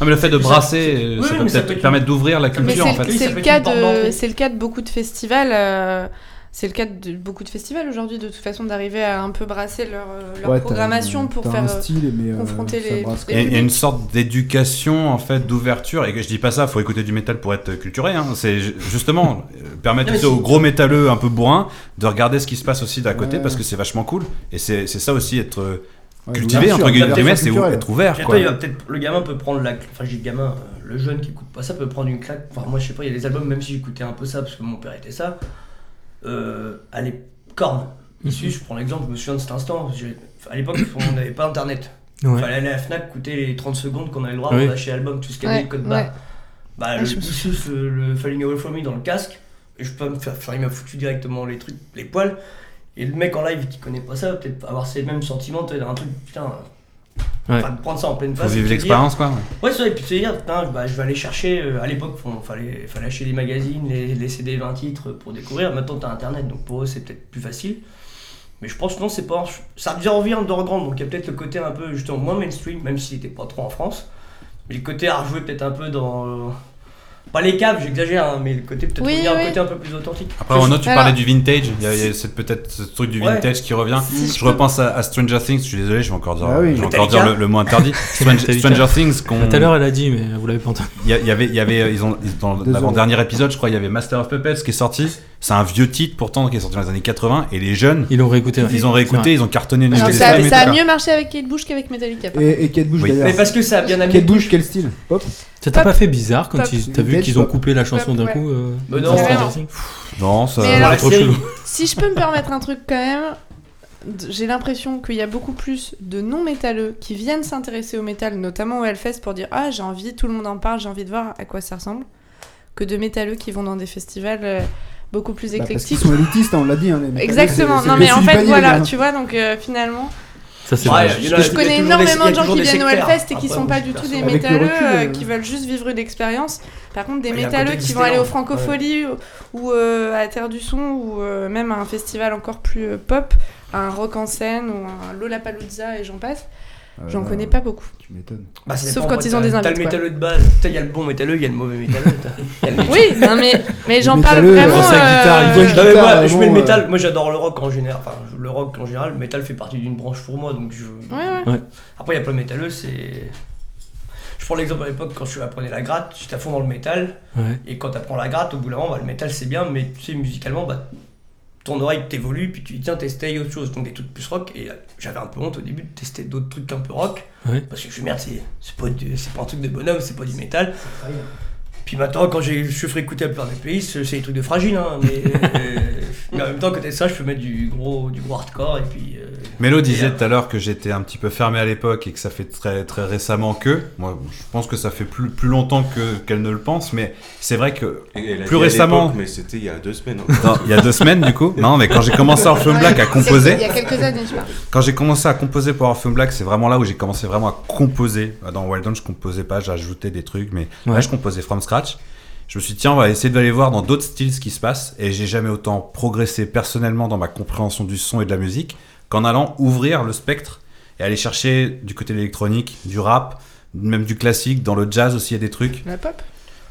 Non, mais le fait de
Ça-
brasser, euh,
oui,
ça peut
mais ça
peut-être
peut être-
permettre d'ouvrir la
Mais
culture
c'est
en
le-
fait.
Oui, ça
c'est
peut
le
être
cas
une porte d'entrée.
de c'est le cas de beaucoup de festivals. euh, C'est le cas de beaucoup de festivals aujourd'hui, de toute façon, d'arriver à un peu brasser leur, euh, leur
Ouais, t'as-
programmation pour
t'as
faire.
un
euh,
style, mais, euh,
confronter
ça
les-
brasse, quoi.
Il y a- il y a une sorte d'éducation en fait, d'ouverture, et que je dis pas ça, faut écouter du métal pour être culturé. Hein. C'est ju- justement euh, permettre
Non, mais
aussi aux
si-
gros métalleux un peu bourrins de regarder ce qui se passe aussi d'à côté
Ouais.
parce que c'est vachement cool. Et c'est c'est ça aussi être euh,
Ouais,
cultivé
bien sûr,
entre guillemets,
version
c'est ou-
culturelle.
être ouvert
Puis
quoi.
après, il va peut-être- le gamin peut prendre la. Enfin, j'ai le gamin, euh, le jeune qui écoute pas ça peut prendre une claque. Enfin, moi, je sais pas, il y a des albums, même si j'écoutais un peu ça, parce que mon père était ça. Euh, allez, corne.
Mhm.
Ici, je prends l'exemple, je me souviens de cet instant. j'ai- À l'époque, on n'avait pas internet.
Ouais.
Fallait aller à la Fnac, coûter les 30 secondes qu'on avait le droit
Oui.
de lâcher l'album, tout ce qu'il y avait,
Ouais,
le code
ouais.
barre. Bah,
Ah,
le
je me
Issus, euh, le Falling Away From Me dans le casque, et je peux me faire. Enfin, il m'a foutu directement les trucs, les poils. Et le mec en live qui connaît pas ça, va peut-être avoir ces mêmes sentiments, tu vois, un truc, putain. euh,
Ouais.
Enfin, de prendre ça en pleine
Faut
face. et
vivre
de dire,
l'expérience quoi.
Ouais, c'est vrai, et puis tu te dire, putain, bah, je vais aller chercher. euh, à l'époque, il fallait, fallait acheter des magazines, les, les CD 20 titres pour découvrir. Maintenant, t'as internet, donc pour eux, c'est peut-être plus facile. Mais je pense que non, c'est pas. Ça devient envie underground, donc il y a peut-être le côté un peu, justement, moins mainstream, même s'il était pas trop en France. Mais le côté à rejouer peut-être un peu dans. euh, Pas les caves, j'exagère, hein, mais le côté peut-être
Oui,
il y a un
oui.
côté un peu plus authentique.
Après, Renaud, tu
Alors-
parlais du vintage. Il y a, il y a cette- peut-être ce truc du
Ouais.
vintage qui revient.
Si
je
je peux-
repense à, à Stranger Things. Je suis désolé, je vais encore dire,
Ah oui.
je vais encore dire le,
Metallica.
le mot interdit. Stranger,
Metallica.
Stranger Things, qu'on.
Tout à l'heure, elle a dit, mais vous l'avez pas entendu.
Il y, a- il y avait, il y avait, euh, ils ont, ils- dans
Deux
l'avant-dernier épisode, je crois, il y avait Master of Puppets qui est sorti. C'est un vieux titre pourtant qui est sorti dans les années 80 et les jeunes,
Ils l'ont réécouté. hein. ouais.
ils ont réécouté, ils ont cartonné. une
Non, ça,
liste de
Ah, ça
films et tout
a
ça.
mieux marché avec Kate Bush qu'avec Metallica. par
Et, et Kate Bush
Oui.
d'ailleurs.
Mais parce que ça a bien amené.
Kate Bush, quel style Hop.
Ça t'a
Pop.
pas fait bizarre quand
Pop.
ils- t'as vu qu'ils ont coupé la chanson d'un
Pop, ouais.
coup euh,
Mais
dans
non.
Stranger
Vraiment.
Things
Non, ça.
Mais
Pour
alors-
la
trop
série.
chelou.
Si je peux me permettre un truc quand même, d- j'ai l'impression qu'il y a beaucoup plus de non-métalleux qui viennent s'intéresser au métal, notamment au Hellfest, pour dire Ah, j'ai envie, tout le monde en parle, j'ai envie de voir à quoi ça ressemble, que de métalleux qui vont dans des festivals euh, beaucoup plus
Bah, parce qu'ils
éclectiques.
sont élitistes, hein, on l'a dit. hein, les mecs.
Exactement,
C'est- c'est
non
le
mais en
Sylvie
fait
Panier, les
voilà,
gars.
tu vois, donc euh, finalement,
Ça, c'est vrai.
Ouais, il y en a-
je
il y a
connais
toujours des-
énormément
il y a
de gens
toujours
qui
des
viennent au
sectaires. hein,
Hellfest et qui
Après,
sont
bon,
pas
de
du
toute
tout
façon,
des
avec
le
métalleux,
recul,
euh,
euh,
qui veulent juste vivre une expérience. Par contre, des
Ouais, il y a un
métalleux
côté hein.
qui vont aller
Disneyland,
aux Francopholies ou, ou, euh, à Terre du Son ou euh, même à un festival encore plus euh, pop, à un rock en scène ou un Lollapalooza et j'en passe, j'en
Euh,
connais pas beaucoup.
Tu m'étonnes.
Bah, ça
Sauf
dépend,
quand
moi,
ils ont
t'as-
des
T'as le
invités, quoi.
métalleux de base, Putain, il y a le bon métalleux, il y a le mauvais métalleux. t'as- il y a le métalleux.
Oui, non, mais, mais j'en
Les
parle
métalleux,
vraiment.
euh,
sa guitare, il voit
euh,
Non, mais moi,
Guitare,
je mets le
bon,
métal, moi j'adore le rock en général, enfin le rock en général, le métal fait partie d'une branche pour moi, donc je...
Ouais, ouais.
Après il y a plein de métalleux, c'est... Je prends l'exemple à l'époque quand je apprenais la gratte, j'étais à fond dans le métal,
Ouais.
et quand t'apprends la gratte, au bout d'un moment, bah, le métal c'est bien, mais tu sais, musicalement, bah, ton oreille t'évolue, puis tu dis tiens, t'essayes autre chose, donc des trucs plus rock, et euh, j'avais un peu honte au début de tester d'autres trucs un peu rock,
Ouais.
parce que je me suis dit, merde, c'est- c'est pas, du- c'est pas un truc de bonhomme, c'est pas du métal. Puis maintenant, quand j'ai- je suis fréquenté à la plupart des pays, c'est c'est des trucs de fragile, hein, mais, euh, mais en même temps, côté ça, je peux mettre du gros, du gros hardcore, et puis. euh,
Mélo
Et,
disait
euh,
tout à l'heure que j'étais un petit peu fermé à l'époque et que ça fait très très récemment que. Moi, je pense que ça fait plus, plus longtemps que qu'elle ne le pense, mais c'est vrai que
Et elle a
Plus
dit à
récemment.
l'époque, Mais c'était il y a deux semaines. hein.
Non, il y a deux semaines du coup. Non, mais quand j'ai commencé Orpheum Black à composer,
Il y a quelques années, je parle.
quand j'ai commencé à composer pour Orpheum Black, c'est vraiment là où j'ai commencé vraiment à composer. Dans Wild On, je composais pas, j'ajoutais des trucs, mais là,
Ouais.
je composais from scratch. Je me suis dit, tiens, on va essayer d'aller voir dans d'autres styles ce qui se passe. Et j'ai jamais autant progressé personnellement dans ma compréhension du son et de la musique qu'en allant ouvrir le spectre et aller chercher du côté de l'électronique, du rap, même du classique. Dans le jazz aussi, il y a des trucs.
La pop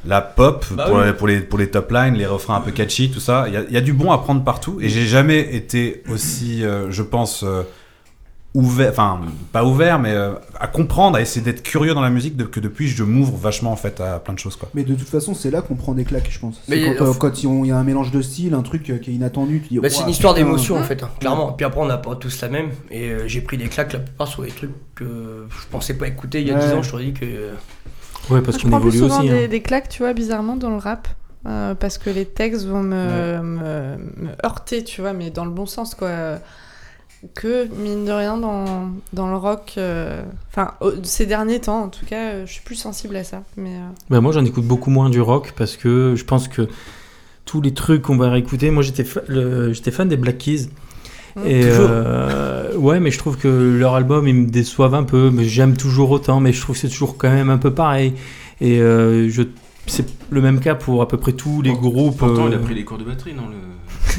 La pop,
Bah
pour,
oui.
les, pour, les, pour les top lines, les refrains un peu catchy, tout ça. Il y a- il y, a du bon à prendre partout. Et j'ai jamais été aussi, euh, je pense, euh, ouvert, enfin, pas ouvert, mais euh, à comprendre, à essayer d'être curieux dans la musique, de- que depuis, je m'ouvre vachement, en fait, à plein de choses, quoi.
Mais de toute façon, c'est là qu'on prend des claques, je pense.
Mais
C'est quand
en
euh,
fait-
quand il y a- il y a un mélange de styles, un truc euh, qui est inattendu, tu dis.
Bah,
Ouah,
c'est une histoire
putain.
d'émotion en fait, hein, clairement. Puis après, on n'a pas tous la même. Et euh, j'ai pris des claques la plupart sur des trucs que je pensais pas écouter il y a
Ouais.
10 ans. Je t'aurais dit que. euh,
Ouais, parce
Moi, je
qu'on
prends plus
évolue
souvent
aussi.
des,
hein.
des claques, tu vois, bizarrement, dans le rap. euh, parce que les textes vont me, me- me heurter, tu vois, mais dans le bon sens, quoi. Que, mine de rien, dans, dans le rock, euh, enfin, au- ces derniers temps, en tout cas, euh, je suis plus sensible à ça. Mais, euh,
Bah, moi, j'en écoute beaucoup moins du rock parce que je pense que tous les trucs qu'on va réécouter. Moi, j'étais fa- le- j'étais fan des Black Keys.
Mmh.
Mm.
Et
Toujours.
euh, ouais, mais je trouve que leur album, ils me déçoivent un peu. Mais j'aime toujours autant, mais je trouve que c'est toujours quand même un peu pareil. Et euh, je c'est le même cas pour à peu près tous les groupes.
Pourtant, il a
euh,
pris des cours de batterie dans le.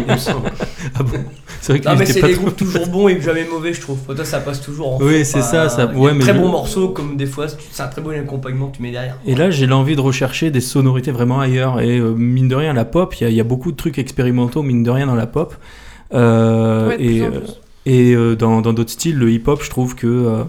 Il me semble.
Ah bon C'est vrai
Non,
qu'ils
mais
étaient
c'est
pas
des
trop.
groupes toujours bons et jamais mauvais, je trouve. Pour toi, ça passe toujours. En
Oui,
fait,
c'est ça,
enfin,
ça-
il y a
ouais,
de
mais
très
je-
bons morceaux, comme des fois, c'est un très bon accompagnement que tu mets derrière.
Et là, j'ai l'envie de rechercher des sonorités vraiment ailleurs. Et euh, mine de rien, la pop, il y, a- il y a beaucoup de trucs expérimentaux, mine de rien, dans la pop. Euh,
ouais, de
et
plus en
euh,
plus.
et euh, dans dans d'autres styles, le hip-hop, je trouve que, euh,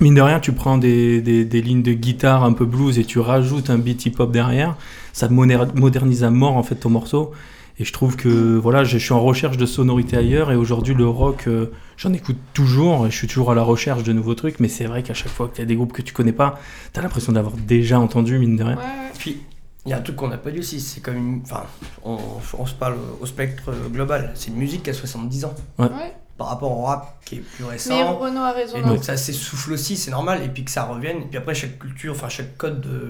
mine de rien, tu prends des, des- des lignes de guitare un peu blues et tu rajoutes un beat hip-hop derrière. Ça moner- modernise à mort, en fait, ton morceau. Et je trouve que, voilà, je je suis en recherche de sonorités ailleurs. Et aujourd'hui, le rock, euh, j'en écoute toujours. Et je suis toujours à la recherche de nouveaux trucs. Mais c'est vrai qu'à chaque fois qu'il y a des groupes que tu connais pas, t'as l'impression d'avoir déjà entendu, mine de rien.
Ouais, ouais.
Puis, il y a un truc qu'on n'a pas dit aussi, c'est comme une. Enfin, on, on se parle au spectre global. C'est une musique qui a 70 ans.
Ouais.
Ouais.
Par rapport au rap qui est plus
Mais
récent.
Renaud a raison. hein.
Et
dans-
donc ça s'essouffle aussi, c'est normal, et puis que ça revienne. Et puis après, chaque culture, enfin chaque code de.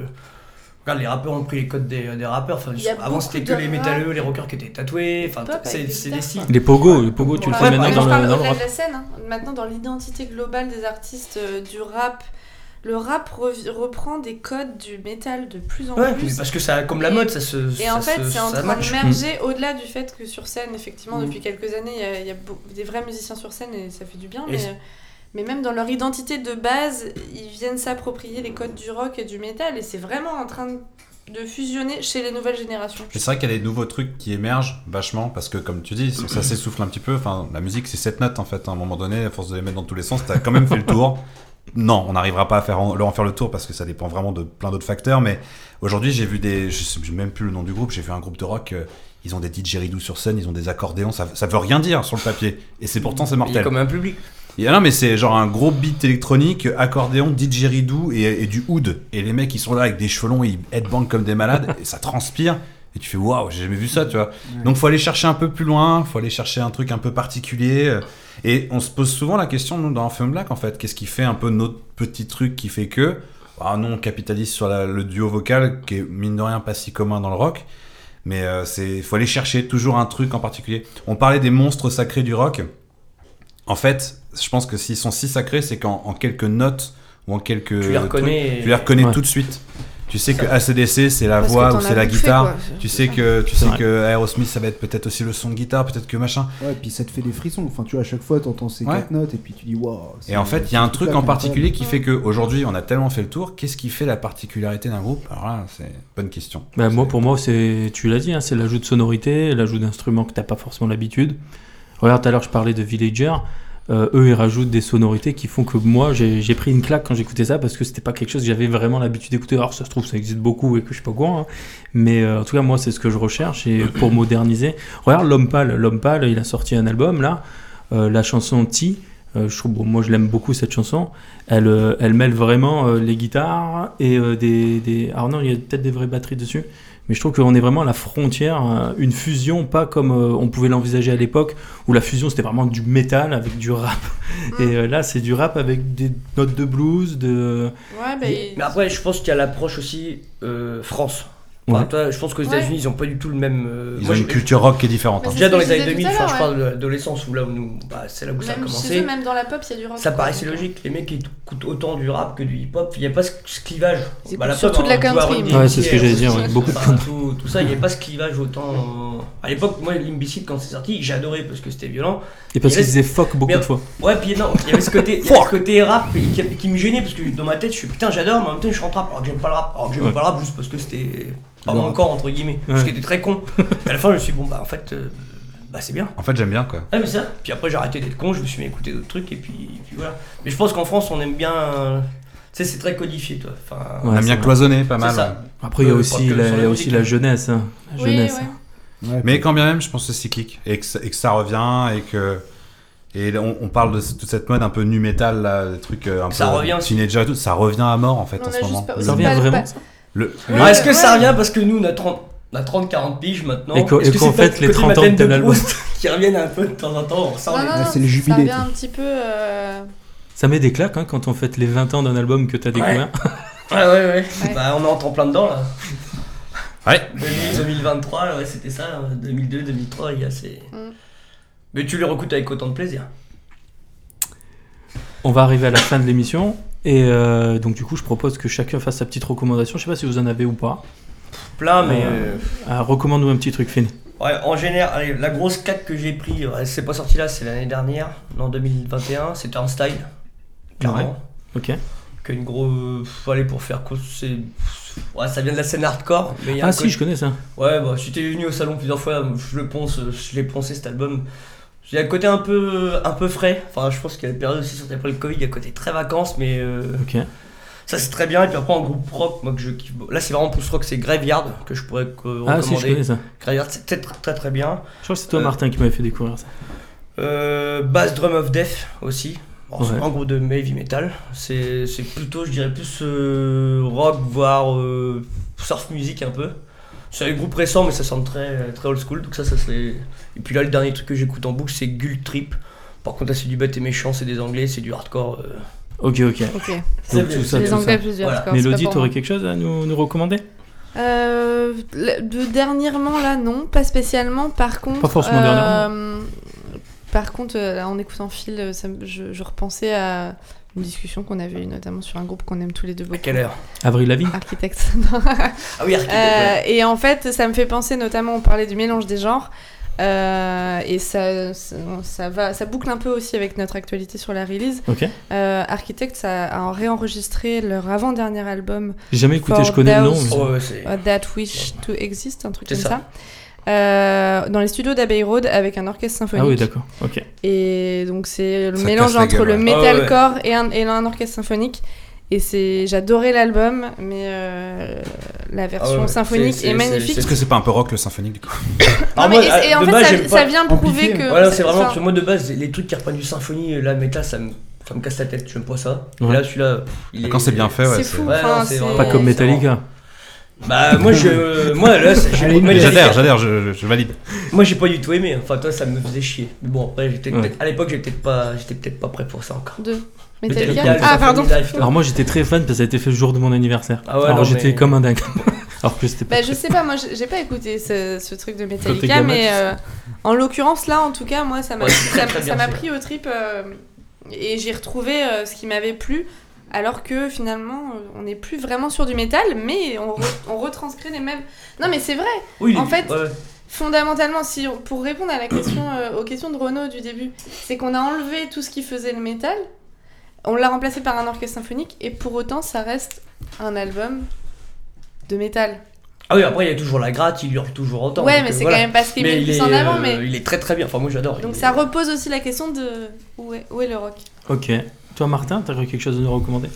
Regarde, les rappeurs ont pris les codes des, des rappeurs. Enfin,
Il y a
avant, c'était
beaucoup
que
de
les
rap.
métalleux, les rockers qui étaient tatoués. Enfin,
Pop
c'est
avec des
c'est des
guitares,
styles.
quoi.
Les pogos, les pogos, tu le
Ouais,
fais
mais
maintenant
je
dans le,
parle
dans le
au-delà
rap.
de la scène, hein. maintenant dans l'identité globale des artistes, euh, du rap. Le rap rev- reprend des codes du métal de plus en
Ouais, mais
plus.
parce que ça, comme la
Et-
mode, ça se.
Et
ça
en fait,
se-
c'est en
ça
train de
match.
merger au-delà du fait que sur scène, effectivement,
Mm.
depuis quelques années, il y a- il y, a beau- des vrais musiciens sur scène et ça fait du bien,
Et
mais,
c'est-
mais même dans leur identité de base, ils viennent s'approprier les codes du rock et du métal, et c'est vraiment en train de- de fusionner chez les nouvelles générations.
Et c'est vrai qu'il y a des nouveaux trucs qui émergent vachement parce que, comme tu dis, ça s'essouffle un petit peu. Enfin, la musique, c'est sept notes en fait. hein. À un moment donné, à force de les mettre dans tous les sens, t'as quand même fait le tour. Non, on n'arrivera pas à faire en, leur en faire le tour parce que ça dépend vraiment de plein d'autres facteurs. Mais aujourd'hui, j'ai vu des. Je sais j'ai même plus le nom du groupe. J'ai vu un groupe de rock. euh, ils ont des didgeridoo sur scène, ils ont des accordéons. Ça, ça veut rien dire sur le papier. Et c'est pourtant, c'est
Il y a
mortel.
comme un public.
Et, ah non, mais c'est genre un gros beat électronique, accordéon, didgeridoo et, et du oud. Et les mecs, ils sont là avec des chevelons, ils headbang comme des malades, et ça transpire. Et tu fais waouh, j'ai jamais vu ça, tu vois. Donc faut aller chercher un peu plus loin, faut aller chercher un truc un peu particulier. euh, Et on se pose souvent la question, nous, dans Film Black, en fait, qu'est-ce qui fait un peu notre petit truc qui fait que. Ah non, on capitalise sur la- le duo vocal, qui est mine de rien pas si commun dans le rock. Mais euh, c'est faut aller chercher toujours un truc en particulier. On parlait des monstres sacrés du rock. En fait, je pense que s'ils sont si sacrés, c'est qu'en en quelques notes ou en quelques
Tu les
trucs,
reconnais.
tu les reconnais
Ouais.
tout de suite. Tu sais que ACDC c'est la
Parce que
voix
t'en
ou
as
c'est la
bouffé,
guitare.
quoi.
Tu sais que tu sais
Ouais.
que Aerosmith ça va être peut-être aussi le son de guitare, peut-être que machin.
Ouais, puis ça te fait des frissons. Enfin, tu vois, à chaque fois, t'entends ces
Ouais.
quatre notes et puis tu dis waouh. euh,
Et en fait, il y a un truc en particulier qui
Ouais.
fait que aujourd'hui on a tellement fait le tour. Qu'est-ce qui fait la particularité d'un groupe Alors là, c'est bonne question.
Bah, moi,
C'est-
pour moi, c'est, tu l'as dit, hein, c'est l'ajout de sonorité, l'ajout d'instruments que t'as pas forcément l'habitude. Regarde, tout à l'heure, je parlais de Villager. Euh, eux, ils rajoutent des sonorités qui font que moi, j'ai, j'ai pris une claque quand j'écoutais ça parce que c'était pas quelque chose que j'avais vraiment l'habitude d'écouter. Alors, ça se trouve, ça existe beaucoup et que je suis pas au courant. hein. Mais euh, en tout cas, moi, c'est ce que je recherche et pour moderniser. Regarde L'Homme Pâle. L'Homme Pâle, il a sorti un album là. Euh, la chanson Ti. euh, je trouve, bon, moi je l'aime beaucoup cette chanson. Elle, euh, elle mêle vraiment euh, les guitares et euh, des, des. Alors non, il y a peut-être des vraies batteries dessus. Mais je trouve qu'on est vraiment à la frontière, euh, une fusion, pas comme euh, on pouvait l'envisager à l'époque, où la fusion c'était vraiment du métal avec du rap. Et euh, là, c'est du rap avec des notes de blues, de.
Ouais, bah,
Mais après, je pense qu'il y a l'approche aussi euh, France.
Ouais.
Enfin, toi, je pense qu'aux
Ouais.
États-Unis, ils ont pas du tout le même. euh,
Ils
moi,
ont
je-
une culture rock qui est différente. hein.
Bah,
Déjà dans
C'est ce
les
que je
années
disais
2000,
tout à
enfin, je
l'heure,
parle de l'adolescence où là, où nous, bah, c'est là où ça a
même
commencé.
chez eux, même dans la pop, il y a du rock.
Ça
quoi,
paraissait
donc,
logique, les mecs ils écoutent autant du rap que du hip-hop, il n'y a pas ce, ce clivage.
C'est
la
surtout
pop,
de la
hein, tu vois,
country,
Rodney
mais-
Ouais, c'est ce que
King,
j'allais dire,
euh,
ouais, beaucoup de
enfin, tout, tout ça, il n'y avait pas ce clivage autant. euh, À l'époque, moi, l'Imbécile, quand c'est sorti, j'adorais parce que c'était violent.
Et parce
Et
qu'ils
là,
disaient fuck beaucoup
mais-
de fois.
Ouais, puis non, il y avait ce côté, il y avait ce côté rap qui, qui me gênait parce que dans ma tête, je suis putain, j'adore, mais en même temps, je chante rap alors que j'aime pas le rap. Alors que j'aime
Ouais.
pas le rap juste parce que c'était pas
Le
mon
rap.
corps, entre guillemets. Parce
Ouais.
que j'étais très con. Et à la fin, je me suis dit, bon, bah en fait, euh, bah c'est bien.
En fait, j'aime bien quoi.
Ah mais ça. Puis après j'ai arrêté d'être con, je me suis mis à écouter d'autres trucs et puis, et puis voilà. Mais je pense qu'en France on aime bien. euh, Tu sais c'est très codifié toi. Enfin,
Ouais,
On aime
c'est
bien
vrai.
cloisonner, pas
c'est
mal.
ça.
ouais.
Après, il y a
Euh, pas
aussi,
que
la,
sur la
il y a aussi
musique.
la jeunesse. hein. La
Oui,
jeunesse.
ouais.
hein.
Mais quand bien même, je pense que c'est cyclique et que, ça- et que ça revient et que et là, on, on parle de toute cette mode un peu nu metal, là, des trucs euh, un
Ça
peu
revient.
teenager et tout. Ça revient à mort en fait
On
en
a
ce
juste
moment.
pas-
Ça
c'est
revient
pas-
vraiment.
pas-
Le-
Ouais,
Alors, est-ce que
ouais.
ça revient parce que nous on a 30, on a 30 40 piges maintenant
Et qu'au-
Est-ce
et
que
qu'en
c'est pas
fait,
le
les
côté
30
Madeleine
ans, t'as
de
l'album.
Proust qui reviennent un peu de temps en temps, on sent
Non,
les-
non, non,
c'est le jubilé,
Ça revient
tu sais.
un petit peu. euh,
Ça met des claques hein, quand on fête les 20 ans d'un album que t'as découvert. Ah,
Ouais ouais ouais.
Ouais.
Bah on entre en plein dedans là.
Ouais.
2000, 2023 là, ouais c'était ça, hein. là. 2002, 2003 il y a ces...
Mm.
Mais tu les recoutes avec autant de plaisir.
On va arriver à la fin de l'émission. Et euh, donc, du coup, je propose que chacun fasse sa petite recommandation. Je sais pas si vous en avez ou pas.
Plein mais...
Euh,
euh,
Ah, Recommande-nous un petit truc, Finn.
Ouais, en général, allez, la grosse claque que j'ai pris, ouais, c'est pas sorti là, c'est l'année dernière, en 2021, c'était en style, clairement.
Ok.
Que une gros, pff, allez pour faire cause, c'est, pff, ouais, ça vient de la scène hardcore. Mais il y a
Ah
un
si,
côté-
je connais ça.
Ouais, bah, j'étais venu au salon plusieurs fois, je le ponce, je l'ai poncé cet album. Il y a un côté un peu, un peu frais. Enfin, je pense qu'il y a une période aussi sortie après le Covid, il y a un côté très vacances, mais euh,
Ok.
ça c'est très bien. Et puis après en groupe rock, moi que je kiffe. Là, c'est vraiment plus rock, c'est Graveyard que je pourrais euh,
Ah si, je
recommander.
connais ça.
Graveyard, c'est peut-être très très bien.
Je crois que c'est toi,
Euh,
Martin, qui m'avait fait découvrir ça.
Euh, Bass Drum of Death aussi. Bon, C'est
Ouais.
un groupe de heavy metal. C'est c'est plutôt, je dirais, plus euh, rock, voire euh, surf music un peu. C'est un groupe récent, mais ça sonne très, très old school. Donc ça, ça c'est. Et puis là, le dernier truc que j'écoute en boucle, c'est Gull Trip. Par contre, là, c'est du bête et méchant, c'est des anglais, c'est du hardcore. euh.
Ok, ok.
Ok.
C'est
Donc
bien,
tout ça, tout
c'est
Les
bien.
ça.
Anglais plus du
Voilà.
hardcore, c'est pas
Mélodie,
pour
t'aurais
moi.
quelque chose à nous, nous recommander
Euh, le- de dernièrement là non, pas spécialement. Par contre, euh,
Pas forcément dernièrement.
Par contre, euh, là, en écoutant Phil, euh, ça me- je, je repensais à une discussion qu'on avait eue notamment sur un groupe qu'on aime tous les deux
À
beaucoup.
quelle heure
Avril Lavigne
Architecte. Non.
Ah oui, Arcade,
Euh, et en fait, ça me fait penser notamment, on parlait du mélange des genres.
Euh, et ça, ça, ça va, ça boucle un peu aussi avec notre actualité sur la release.
Ok.
Euh, Architect a, a réenregistré leur avant-dernier album
J'ai jamais écouté, je
For
connais le nom.
Daos.
mais-
Oh, ouais, c'est-
Uh, That Wish to Exist, un truc
C'est
comme ça. Euh, dans les studios d'Abbey Road avec un orchestre symphonique.
Ah oui, d'accord. Ok.
Et donc c'est le
Ça casse
mélange
la
entre
gueule,
le
ouais.
metalcore et, un, et un orchestre symphonique. Et c'est, j'adorais l'album, mais euh, la version
Ah ouais,
symphonique
c'est-
est,
c'est-
magnifique.
Est-ce que c'est pas un peu rock le symphonique du coup
Ah,
Non, mais
moi,
et-
ah,
et, en
de
fait,
base,
ça,
j'aime
ça
pas
vient prouver
amplifier.
que.
Voilà, c'est vraiment,
enfin,
parce que moi de base, les trucs qui reprennent du symphonie, la méta, ça me, ça me casse la tête, j'aime pas ça. Et
Ouais.
là, celui-là, pff, il est.
Quand c'est bien fait, ouais.
c'est
c'est-
fou.
Ouais,
enfin,
non, c'est
c'est-
vraiment-
Pas comme Metallica.
Bah, moi, je. Moi, là, c'est- j'ai
Allez,
moi,
J'adhère,
j'ai-
j'adhère, je, je- je valide.
Moi, j'ai pas du tout aimé, enfin, toi, ça me faisait chier. Mais bon, après, j'étais
Ouais.
peut-être- à l'époque, j'étais peut-être pas, j'étais peut-être pas prêt pour ça encore.
de
Metallica,
Metallica.
le
Ah,
Symphony
pardon.
Live, toi.
Alors moi j'étais très fan parce que ça a été fait le jour de mon anniversaire.
Ah ouais,
Alors
non,
j'étais
mais-
comme un dingue. Alors que c'était pas
Bah, je
très-
sais pas, moi j'ai j'ai pas écouté ce, ce truc de
Côté
Metallica,
gamin,
mais
tu sais.
euh, en l'occurrence là en tout cas, moi ça m'a
Ouais, c'est
ça-
très bien,
ça m'a
c'est
pris au trip euh, et j'ai retrouvé euh, ce qui m'avait plu. Alors que finalement, euh, on n'est plus vraiment sur du métal, mais on, re- on retranscrit les mêmes. Non, mais c'est vrai.
Oui, il
en
est-
fait,
ouais.
Fondamentalement, si on- pour répondre à la question, euh, aux questions de Renaud du début, c'est qu'on a enlevé tout ce qui faisait le métal, on l'a remplacé par un orchestre symphonique, et pour autant, ça reste un album de métal.
Ah oui, après, il y a toujours la gratte, il hurle toujours autant.
ouais,
donc,
mais
euh,
c'est
voilà.
quand même pas ce qui est mis
Mais
le
il
plus
est,
en avant,
euh,
mais
il est très très bien. Enfin, moi j'adore.
donc
Il est-
ça repose aussi la question de où est, où est le rock.
Ok. Toi Martin, t'as quelque chose à nous recommander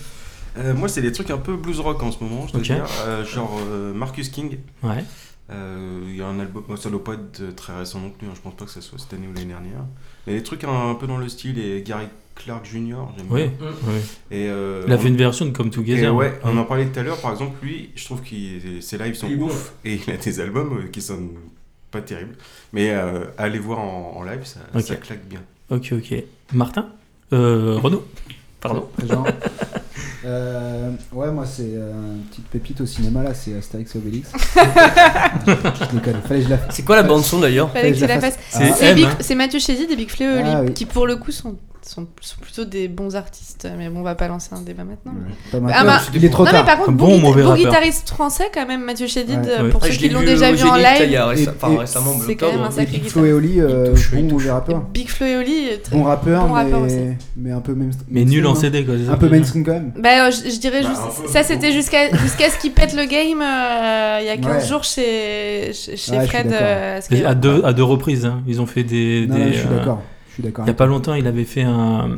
Euh, moi, c'est des trucs un peu blues rock en ce moment, je dois
Ok.
dire. Euh, genre euh, Marcus King.
Ouais.
Euh, Il y a un album, moi, ça doit pas être très récent non plus, hein, je pense pas que ça soit cette année ou l'année dernière. Mais des trucs un, un peu dans le style, et Gary Clark Jr., j'aime
Oui.
bien.
oui.
Et, euh,
Il a fait
on-
une version de Come
et
Together. hein.
ouais, on en parlait tout à l'heure, par exemple, lui, je trouve que ses lives sont
Il est bon.
ouf, et il a des albums euh, qui sonnent pas terribles. Mais euh, allez voir en, en live, ça,
Ok.
ça claque bien.
Ok, ok. Martin euh, Renaud Pardon.
Genre. Euh, ouais, moi c'est euh, une petite pépite au cinéma là, c'est Astérix et Obélix. je déconne, fallait que je la fasse.
C'est quoi la bande son d'ailleurs
Fallait que
je
tu la
fasse.
fasses.
C'est
C'est
M,
Big-
hein.
c'est Mathieu Chézy des Big Flea Oli,
Ah oui.
qui pour le coup sont, sont, sont plutôt des bons artistes, mais bon, on va pas lancer un débat maintenant.
Ouais, pas maintenant,
Ah bah,
parce qu'il est trop
non, mais
tard.
par contre,
Un
bon,
bon mauvais rappeur.
guitariste français quand même, Mathieu Chédid,
Ouais.
euh,
Ouais.
pour
Après,
ceux
Ah, je
qui
l'ai
l'ont
vu
déjà
au
vu en
Zénith, là, il y
live,
a récem-
Et-
enfin,
et-
récemment, mais
c'est quand même
octobre.
un sacré
Big
guitariste.
Flo et Oli, euh,
Il touche, il
bon
touche.
mauvais rappeur.
Big Flo et Oli, euh, très-
Bon rappeur,
Bon rappeur aussi.
mais... mais un peu même.
Mais nul en CD quoi. c'est ça
Un peu mainstream quand même.
Bah, euh, je, je dirais
Bah,
juste.
un peu,
ça,
un peu.
c'était jusqu'à jusqu'à ce qu'il pète le game euh, il y a 15
Ouais.
jours chez, chez chez
Ouais, je suis
Fred.
d'accord.
euh,
Et
Skylar.
À deux, à deux reprises, hein. ils ont fait des.
Non,
des,
non, je suis
euh,
d'accord. Je suis d'accord.
Il y a pas longtemps, il avait fait un.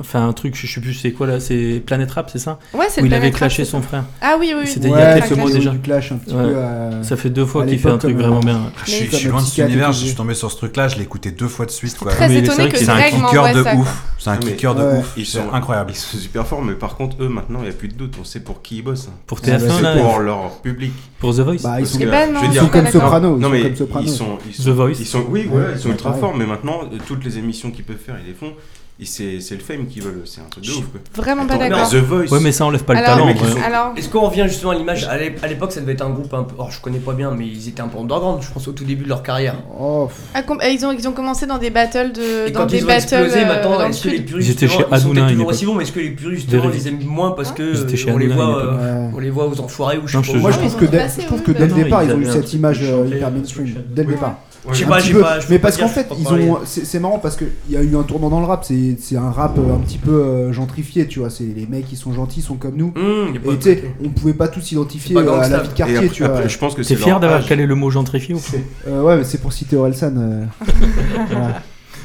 Enfin, un truc, je sais plus c'est quoi là, c'est Planet Rap, c'est ça
ouais, c'est
Où
le
il avait
Planet Rap,
clashé
c'est-
son frère.
Ah oui, oui, oui.
C'était il y a
Ouais,
quelques
Clash.
mois déjà.
Du clash un petit
Ouais.
peu. euh,
Ça fait deux fois
À
qu'il fait un
l'époque,
truc
comme,
vraiment
euh,
bien.
Ah, Je suis,
Mais-
je suis loin de cet
Comme
univers, je
Psychiatre,
suis tombé sur ce truc-là, je l'ai écouté deux fois de suite. quoi.
Très
Mais c'est vrai
étonné
que
que
Bah, C'est un
Greg
kicker
m'envoie
de
ça. quoi.
ouf. C'est un
Ouais. Ah,
kicker de
Ouais.
ouf.
Ils
C'est
sont-
incroyable.
Ils sont super forts, mais par contre, eux, maintenant, il n'y a plus de doute, on sait pour qui ils bossent. hein.
Pour
Ouais,
TF1,
bah,
C'est
là,
pour leur public.
pour The Voice.
Bah, ils
Parce
sont
Eh ben non,
je veux
ils
dire,
sont comme
non,
Soprano, ils
Non,
sont
mais
comme Soprano.
Ils sont, ils sont,
The Voice.
ils sont- oui,
Ouais,
voilà, ils
c'est
sont ultra
pareil.
forts, mais maintenant, euh, toutes les émissions qu'ils peuvent faire, ils les font. Et C'est c'est le fame qu'ils veulent, c'est un truc de
Je-
ouf. Quoi.
Vraiment pas
Attends, mais
d'accord.
The Voice.
Ouais, mais ça enlève pas
Alors-
le
Les
talent. hein.
mecs, ils
ouais.
sont-
Alors,
Est-ce qu'on revient justement à l'image À l'ép- à l'époque, ça devait être un groupe un peu. Alors, je connais pas bien, mais ils étaient un peu underground, je pense, au tout début de leur carrière.
Oh, pff,
à com- eh, ils ont, ils ont commencé dans des battles de.
Et
dans
quand
des
ils ont
battles.
explosé,
euh,
maintenant,
dans le
est-ce que les
sud.
puristes.
Ils étaient chez
justement, sont
Hanouna,
peut-être
à une
toujours
époque.
aussi bons, mais est-ce que les puristes, justement,
Vérif.
les aiment moins parce que.
Ils étaient
euh,
chez
on, les
Hanouna, à une
voit,
époque.
euh,
ouais.
on les voit aux enfoirés ou je
Non, je
sais pas.
te
Moi,
où.
je
Ouais,
pense
ils
que,
ont
dès-
passé,
je trouve
oui,
que
bah,
dès le
non, non,
départ,
ils
ils ont eu
avaient un
cette
truc
image euh,
de
hyper
chef.
mainstream. Dès le
Ouais.
départ.
Ouais,
Je sais
Un
pas,
petit
j'ai
peu.
pas. je
Mais
peux
parce
pas
qu'en
dire,
fait,
je peux
ils
pas parler.
ont, c'est c'est marrant parce qu'il y a eu un tournant dans le rap. C'est c'est un rap euh, un petit peu euh, gentrifié, tu vois. C'est les mecs qui sont gentils, sont comme nous.
Hum, y a
Et
pas de
tu sais,
côté.
on pouvait pas tous s'identifier
C'est pas
euh, à la
gangsta.
vie de
Et
quartier,
après-
tu vois.
après, je pense que
T'es
c'est
fier
leur
d'avoir
âge.
calé le mot gentrifié ou pas
Euh, ouais, mais c'est pour citer Orelsan. euh, voilà.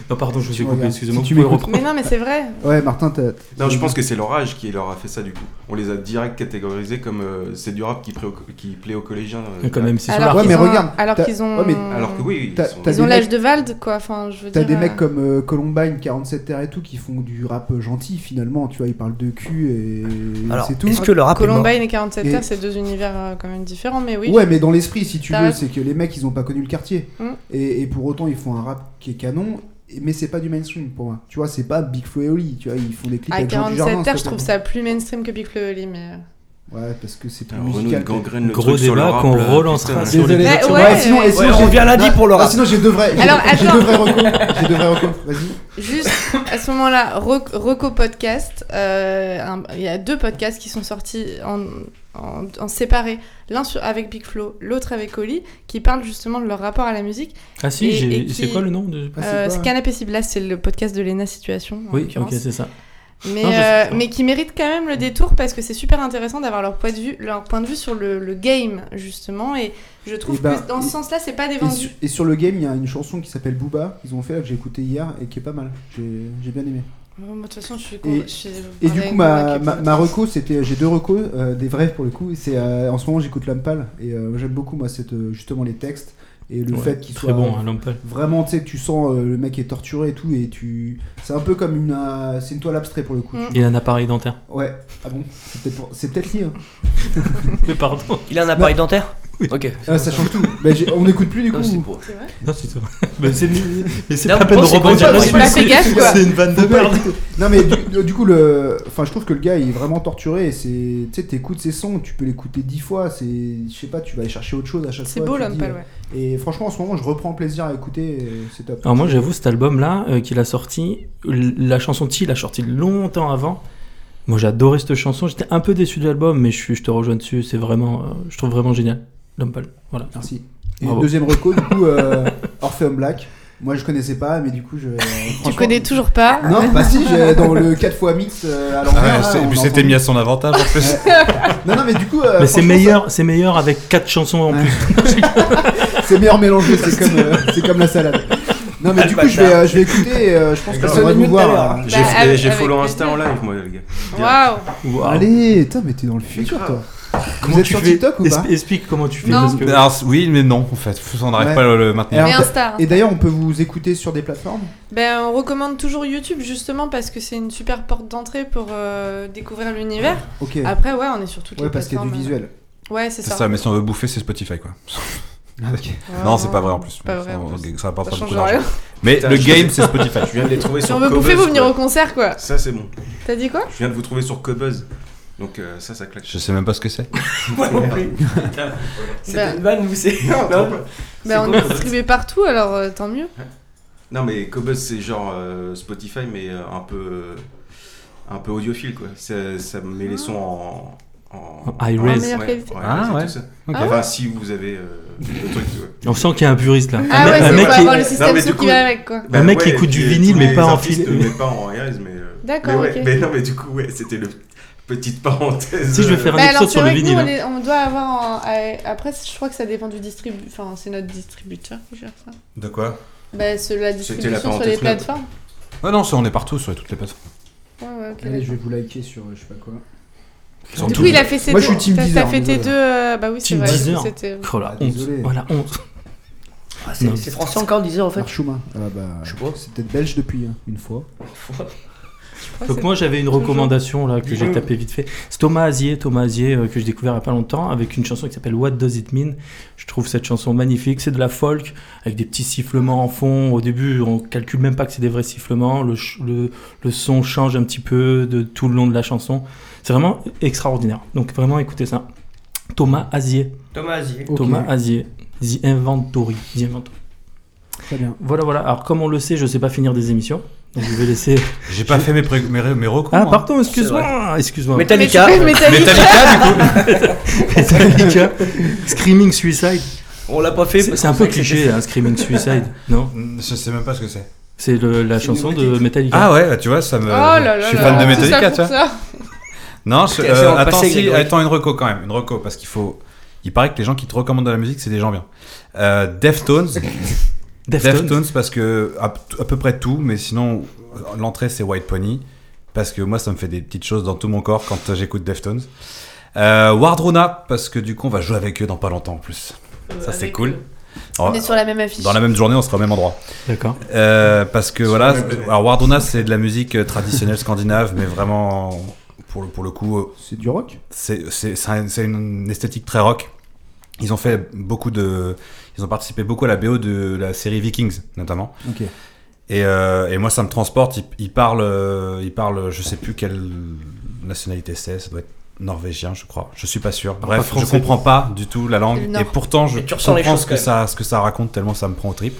Non, Bah, pardon, je me suis coupé,
Regarde,
excusez-moi.
si tu
vous pouvez
m'écoutes-
reprendre.
Mais non, mais c'est vrai.
Ouais, Martin, t'as.
Non,
Mm.
je pense que c'est leur âge qui leur a fait ça du coup. On les a direct catégorisés comme euh, c'est du rap qui, plaît aux- qui plaît aux collégiens. euh,
Quand même, c'est sur
Alors
Ouais,
qu'ils
mais
ont-
regarde,
Alors
t'as-
qu'ils ont.
ouais, mais-
Alors que oui,
T'as-
ils sont-
t'as
Ils ont
des
l'âge
mecs-
de Vald, quoi. Enfin, je veux
T'as
dire.
des
euh,
mecs comme euh, Columbine, 47 Terre et tout, qui font du rap euh, gentil finalement, tu vois, ils parlent de cul et
Alors,
c'est tout.
est-ce que le rap est mort
Columbine et 47
Et-
Terres, c'est deux univers euh, quand même différents, mais oui.
Ouais, mais dans l'esprit, si tu
T'as
veux,
raison.
c'est que les mecs, ils ont pas connu le quartier.
Mm.
Et, et pour autant, ils font un rap qui est canon, et- mais c'est pas du mainstream pour moi. Tu vois, c'est pas Big Flo et Oli, tu vois, ils font des clips
À
avec Jean du
47
Jardin.
Terres, je trouve ça plus mainstream que Big Flo et Oli, mais. euh,
Ouais, parce que c'est plus
Alors, Renaud, il
musical.
gangrène le
Gros
truc sur le
débat
rap,
qu'on
là,
relancera
putain.
sur les...
Désolé,
Ouais,
les-
ouais,
sinon,
ouais.
et sinon,
Ouais, on
j'ai-
vient lundi
Ah,
pour le rap.
ah, sinon, j'ai deux vrais. j'ai
Alors,
deux- J'ai
attends. Euh,
deux vrais recos. J'ai deux vrais recos. Vas-y.
Juste à ce moment-là, Roc- Rocco Podcast, euh, un- il y a deux podcasts qui sont sortis en, en, en séparé, l'un sur- avec Big Flo, l'autre avec Oli, qui parlent justement de leur rapport à la musique.
Ah si,
Et-
j'ai-
et qui-
c'est quoi le nom de...
Ah, c'est
Euh,
quoi,
c'est Canapé Cible, là c'est le podcast de Lena Situation. en
Oui, ok,
l'occurrence.
c'est ça.
mais,
Non, je
euh,
sais pas.
mais qui mérite quand même le détour parce que c'est super intéressant d'avoir leur point de vue, leur point de vue sur le, le game justement. Et je trouve
Eh ben,
que dans
et-
ce sens-là, c'est pas des
Et,
vendus.
su- et sur le game, il y a une chanson qui s'appelle Booba, qu'ils ont fait là, que j'ai écouté hier et qui est pas mal. J'ai j'ai bien aimé.
Bon, moi, De toute façon, je suis.
Et-
je suis
Et du
vraiment
coup, ma,
convaincue.
ma, ma reco, c'était. J'ai deux recos, euh, des vrais pour le coup. et C'est euh, en ce moment, j'écoute Lampal et euh, j'aime beaucoup, moi, cette, euh, justement les textes et le
Ouais,
fait qu'ils
Très
soient
bon, hein, Lampel.
Vraiment, tu sais, que tu sens euh, le mec est torturé et tout, et tu. C'est un peu comme une. euh, c'est une toile abstraite pour le coup.
Mm.
Il a un appareil dentaire.
Ouais, ah bon C'est peut-être pour- c'est peut-être lié. hein.
Mais pardon.
Il a un appareil dentaire Ok.
Ah, ça change tout. Bah, j'ai- on n'écoute plus du coup.
Non, c'est pour-
Non, c'est tout. Mais Ah, Ben, c'est mais c'est
Non,
pas la peine de
bon, c'est bon,
rebondir
c'est bon,
là-dessus.
j'ai pas fait gaffe, quoi.
C'est une vanne de
Faut pas
merde.
écouter. Non mais du, du coup le, enfin je trouve que le gars il est vraiment torturé. et C'est, tu sais, t'écoutes ses sons, tu peux l'écouter dix fois. C'est, je sais pas, tu vas aller chercher autre chose à chaque fois.
C'est beau
tu te
l'homme,
dis,
pas ouais.
euh, Et franchement en ce moment je reprends plaisir à écouter. euh, C'est top.
Alors moi j'avoue cet album là qu'il a sorti, l- la chanson T il a sorti longtemps avant. Moi j'adorais cette chanson, j'étais un peu déçu de l'album mais je, suis- je te rejoins dessus, c'est vraiment, euh, je trouve vraiment génial. Lumpal, voilà.
Merci. Et
Bravo.
deuxième reco du coup euh, Orpheum Black. Moi je connaissais pas, mais du coup je. euh,
Tu
franchement-
connais toujours pas
Non, bah si, j'ai- dans le 4 fois mix euh, à l'envers.
Ah ouais,
là,
c'est-
on
et puis
a
c'était
entendu.
mis à son avantage en plus.
Non, non, mais du coup. euh,
mais c'est
franchement,
meilleur, c'est meilleur avec quatre chansons en
Ouais.
plus.
ça- C'est meilleur mélangé, c'est comme, euh, c'est comme la salade. Non, mais
Ah,
du
le
coup, je vais,
bâtard.
euh, je vais écouter. et, euh, je pense
Ça
que ça
sonnait
va
mieux
nous
tout à l'heure,
voir.
hein.
J'ai
Bah,
fait- j'ai
avec
follow
plaisir.
Insta en live, moi, les gars.
Ah.
Waouh
Waouh.
Allez, putain, mais t'es dans le futur, toi.
comment
vous êtes
tu
sur
fais
TikTok ou
Esp-
pas
Explique comment tu fais.
Non.
parce que-
Alors, c- oui, mais non, en fait. On n'arrive
Ouais.
pas à le maintenir.
Alors,
Mais
t'as-
Insta. hein.
Et d'ailleurs, on peut vous écouter sur des plateformes
Ben, on recommande toujours YouTube justement parce que c'est une super porte d'entrée pour euh, découvrir l'univers.
Ok.
Après, ouais, on est Ah, sur toutes
Ouais,
les
parce qu'il y a
plateformes.
du visuel.
Ouais, c'est
C'est
ça.
ça, mais si on veut bouffer, c'est Spotify, quoi.
Ouais,
non, c'est pas vrai en plus.
Pas vrai.
Ça,
en plus.
ça rapporte
Ça
pas
change
beaucoup d'argent.
rien.
Mais
Putain,
le
je-
game, c'est Spotify.
Je viens de les trouver
Si
sur
on veut bouffer,
Cobuzz,
vous venir
quoi.
au concert quoi.
Ça, c'est bon.
T'as dit quoi
Je viens de vous trouver sur Cobuzz. Donc, euh, ça, ça claque.
Je sais même pas ce que c'est.
Moi non plus.
Ben-
Bah.
C'est une vanne ou c'est.
Ben, on
quoi,
est distribué partout alors euh, tant mieux.
Non, mais Cobuzz, c'est genre euh, Spotify, mais euh, un peu. Un peu audiophile, quoi. Ça, ça met les sons en. En
En high
ouais,
res.
meilleure
ouais,
qualité.
ouais,
Ah,
c'est
ouais.
tout ça.
Ok.
Enfin, si vous avez euh, le truc, tu vois.
On sent qu'il y a un puriste là.
Ah
un,
ouais,
mec- un Bah,
c'est
mec
pas
qui-
avoir le
Non,
système
mais
sous
du
qui
coup-
va avec quoi.
Bah
mec qui
ouais,
écoute du
tous
vinyle, mais
les
pas en
artistes,
fil-
Mais pas en RS, mais. euh,
D'accord,
mais ouais,
ok.
Mais non, mais du coup, ouais, c'était le. Petite parenthèse.
Si, je vais
euh,
faire un-
Ben,
épisode
alors
sur
c'est
le
vrai que nous
vinyle,
on, est- on doit avoir un- ah, eh, après je crois que ça dépend du distributeur enfin c'est notre distributeur qui gère ça.
De quoi
Ben c'est la
C'était
distribution
la
sur les
parenthèse neutre.
plateformes.
Ah non, ça, on est partout sur toutes les plateformes.
Ouais, ouais, ok.
Allez, je vais vous liker sur euh, je sais pas quoi. Ah,
Sur
Du
tout.
coup, il a fait ses
Moi,
deux.
je suis team
t'as-
Deezer,
T'as fait tes
désolé.
deux. euh, bah oui, c'est
Team
vrai.
Deezer.
C'était.
Oh la
Ah,
honte.
désolé.
Oh, la honte.
Ah, c'est-
Non.
C'est français encore 10 heures en fait.
Archuma. Ah bah.
Je sais pas.
C'est peut-être belge depuis, hein, une fois.
Donc moi j'avais une
Toujours.
recommandation là que j'ai
Toujours.
tapé vite fait. C'est Thomas Azier, Thomas Azier euh, que j'ai découvert il y a pas longtemps avec une chanson qui s'appelle What Does It Mean. Je trouve cette chanson magnifique. C'est de la folk avec des petits sifflements en fond. Au début on calcule même pas que c'est des vrais sifflements. Le, ch- le, le son change un petit peu de tout le long de la chanson. C'est vraiment extraordinaire. Donc vraiment écoutez ça. Thomas Azier,
Thomas, Azier.
Ok,
Thomas Azier, The Inventory, The Inventory.
Très bien.
Voilà voilà. Alors comme on le sait, je sais pas finir des émissions. Donc je vais laisser.
J'ai pas fait mes, pré- mes, mes recours.
Ah
moi.
pardon, excuse-moi, excuse-moi.
Metallica.
Mais tu fais Metallica.
Metallica, du coup.
Metallica, Screaming Suicide.
On l'a pas fait.
C'est
parce
c'est un
qu'on
peu
sait que
cliché, hein, Screaming Suicide, non
Je sais même pas ce que c'est.
C'est le- la chanson de Metallica.
Ah ouais, tu vois, ça me.
Oh là là
euh, je suis
là
fan de
là, tout ça
Metallica,
pour
tu vois.
ça.
Non, je-
Ok,
euh,
c'est bon,
attends,
passez,
si,
Grégory.
attends, une reco quand même, une reco, parce qu'il faut. Il paraît que les gens qui te recommandent de la musique, c'est des gens bien. Euh, Deftones,
Deftones.
Deftones parce que à, p- à peu près tout, mais sinon l'entrée c'est White Pony parce que moi ça me fait des petites choses dans tout mon corps quand euh, j'écoute Deftones. Euh, Wardrona parce que du coup on va jouer avec eux dans pas longtemps en plus. Ça c'est
Euh, avec
cool.
eux.
On-
On est sur la même affiche.
dans la même journée on sera au même endroit.
Ah. D'accord.
Euh, parce que voilà, alors Wardona c'est de la musique euh, traditionnelle scandinave, mais vraiment pour le, pour le coup, euh,
C'est du rock
c'est c'est- c'est un- c'est une esthétique très rock. Ils ont fait beaucoup de, ils ont participé beaucoup à la BO de la série Vikings notamment.
Ok.
Et, euh, et moi ça me transporte. Ils, ils parlent, euh, ils parlent, je sais plus quelle nationalité c'est, ça doit être norvégien, je crois. Je suis pas sûr.
Ah, pas
Bref, je
français.
comprends pas du tout la langue.
Le Nord.
Et pourtant, je
Et tu ressens les
comprends
choses
ce que,
quand
ça, ce que ça raconte tellement ça me prend au trip.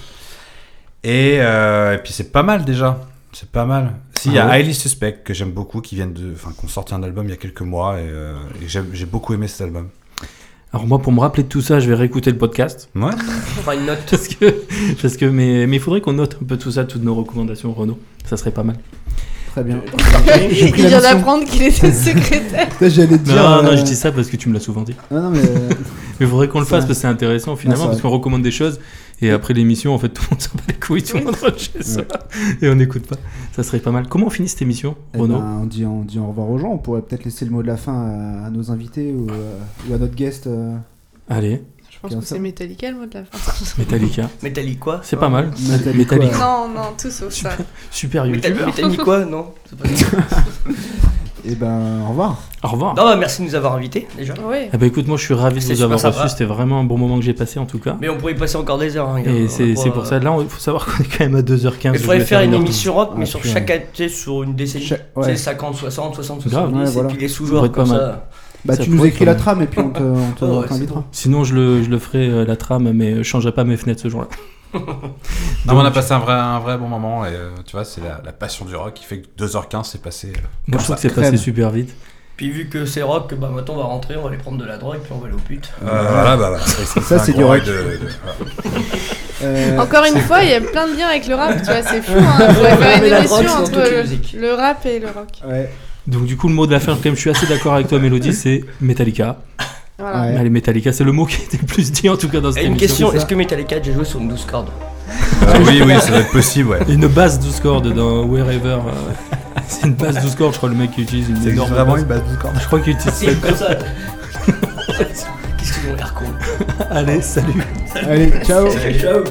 Et, euh, et puis c'est pas mal déjà. C'est pas mal. Si, il y a
Ah ouais.
Highly Suspect que j'aime beaucoup, qui viennent de, enfin, qu'on sorti un album il y a quelques mois et, euh, et j'aime- j'ai beaucoup aimé cet album.
Alors moi, pour me rappeler de tout ça, je vais réécouter le podcast.
Ouais.
Enfin, une note.
Parce que, parce que mais mais il faudrait qu'on note un peu tout ça, toutes nos recommandations, Renaud. Ça serait pas mal.
Très bien. J'ai pris
Il
la
vient
notion.
d'apprendre qu'il était secrétaire.
Putain, J'allais te
Non,
dire.
non,
euh,
je dis ça parce que tu me l'as souvent dit.
non, non, mais. euh,
Mais il faudrait qu'on le
C'est
fasse
vrai.
parce que c'est intéressant finalement,
Non, c'est
parce qu'on recommande des choses et après l'émission, en fait, tout le monde s'en bat les couilles, tout le monde rentre chez soi et on n'écoute pas. Ça serait pas mal. Comment on finit cette émission,
eh
Renaud
ben, on, dit, on dit au revoir aux gens. On pourrait peut-être laisser le mot de la fin à, à nos invités ou, euh, ou à notre guest. euh,
Allez,
Je pense que c'est Metallica le mot de la fin.
Metallica.
Metallic quoi
C'est pas mal.
Metallica.
non, non, tout sauf ça.
Super YouTube.
Metal- Metallic quoi Non c'est pas-
Eh ben, au revoir.
Au revoir.
Non, bah, merci de nous avoir invités déjà.
Oui.
Eh ben écoute, moi je suis ravi de
C'est
vous avoir
super sympa.
reçu. C'était vraiment un bon moment que j'ai passé en tout cas.
Mais on pourrait y passer encore des heures. hein, gars.
Et
On
c'est
va
c'est
pas-
pour ça. Là, il faut savoir qu'on est quand même à 2h15.
Il
je
faudrait
vais
faire une
1h12.
émission rock, mais
Ah,
sur
putain.
chaque année, tu sais, sur une décennie.
Cha-
Tu sais,
ouais.
50, 60, 60,
Grave,
70,
ouais, voilà.
et puis les
Ça
sous-genres
pourrait
comme
être pas
ça.
Bah,
Ça
tu
pourrait
nous
être
écris la
pas
trame et puis on te- on te-
Ouais,
on
ouais,
t'invitera.
Sinon, je le, je le ferai euh, la trame, mais je changerai pas mes fenêtres ce jour-là.
Non, mais on a passé un vrai, un vrai bon moment et euh, tu vois, c'est la, la passion du rock qui fait que 2h15 c'est passé. euh,
Moi, je trouve que c'est
crème.
passé super vite.
Puis vu que c'est rock, bah maintenant on va rentrer, on va aller prendre de la drogue, puis on va aller au pute.
euh, voilà, bah, voilà. Et
Ça,
un
c'est du
gros
rock.
de- de- voilà.
Euh,
Encore une fois, il y a plein de liens avec le rap, tu vois, c'est fou. Hein. On pourrait faire
Mais
une
la
émission
drogue, c'est dans
entre
toutes les musiques.
le, le rap et le rock.
ouais.
Donc, du coup, le mot de la fin, quand même, je suis assez d'accord avec toi, Mélodie, c'est Metallica.
Voilà.
Ouais.
Allez, Metallica, c'est le mot qui a été le plus dit en tout cas dans cette
Et une
émission.
question,
c'est ça.
est-ce que Metallica a déjà joué sur une 12 cordes
Euh, oui, oui, ça doit être possible, ouais.
Une base 12 cordes dans Wherever. euh, c'est une base 12 cordes, je crois, le mec qui utilise une énorme. base.
base de cordes.
Je crois qu'il utilise
C'est comme ça. Qu'est-ce qu'ils ont l'air con
Allez, salut
Allez, ciao.
Ciao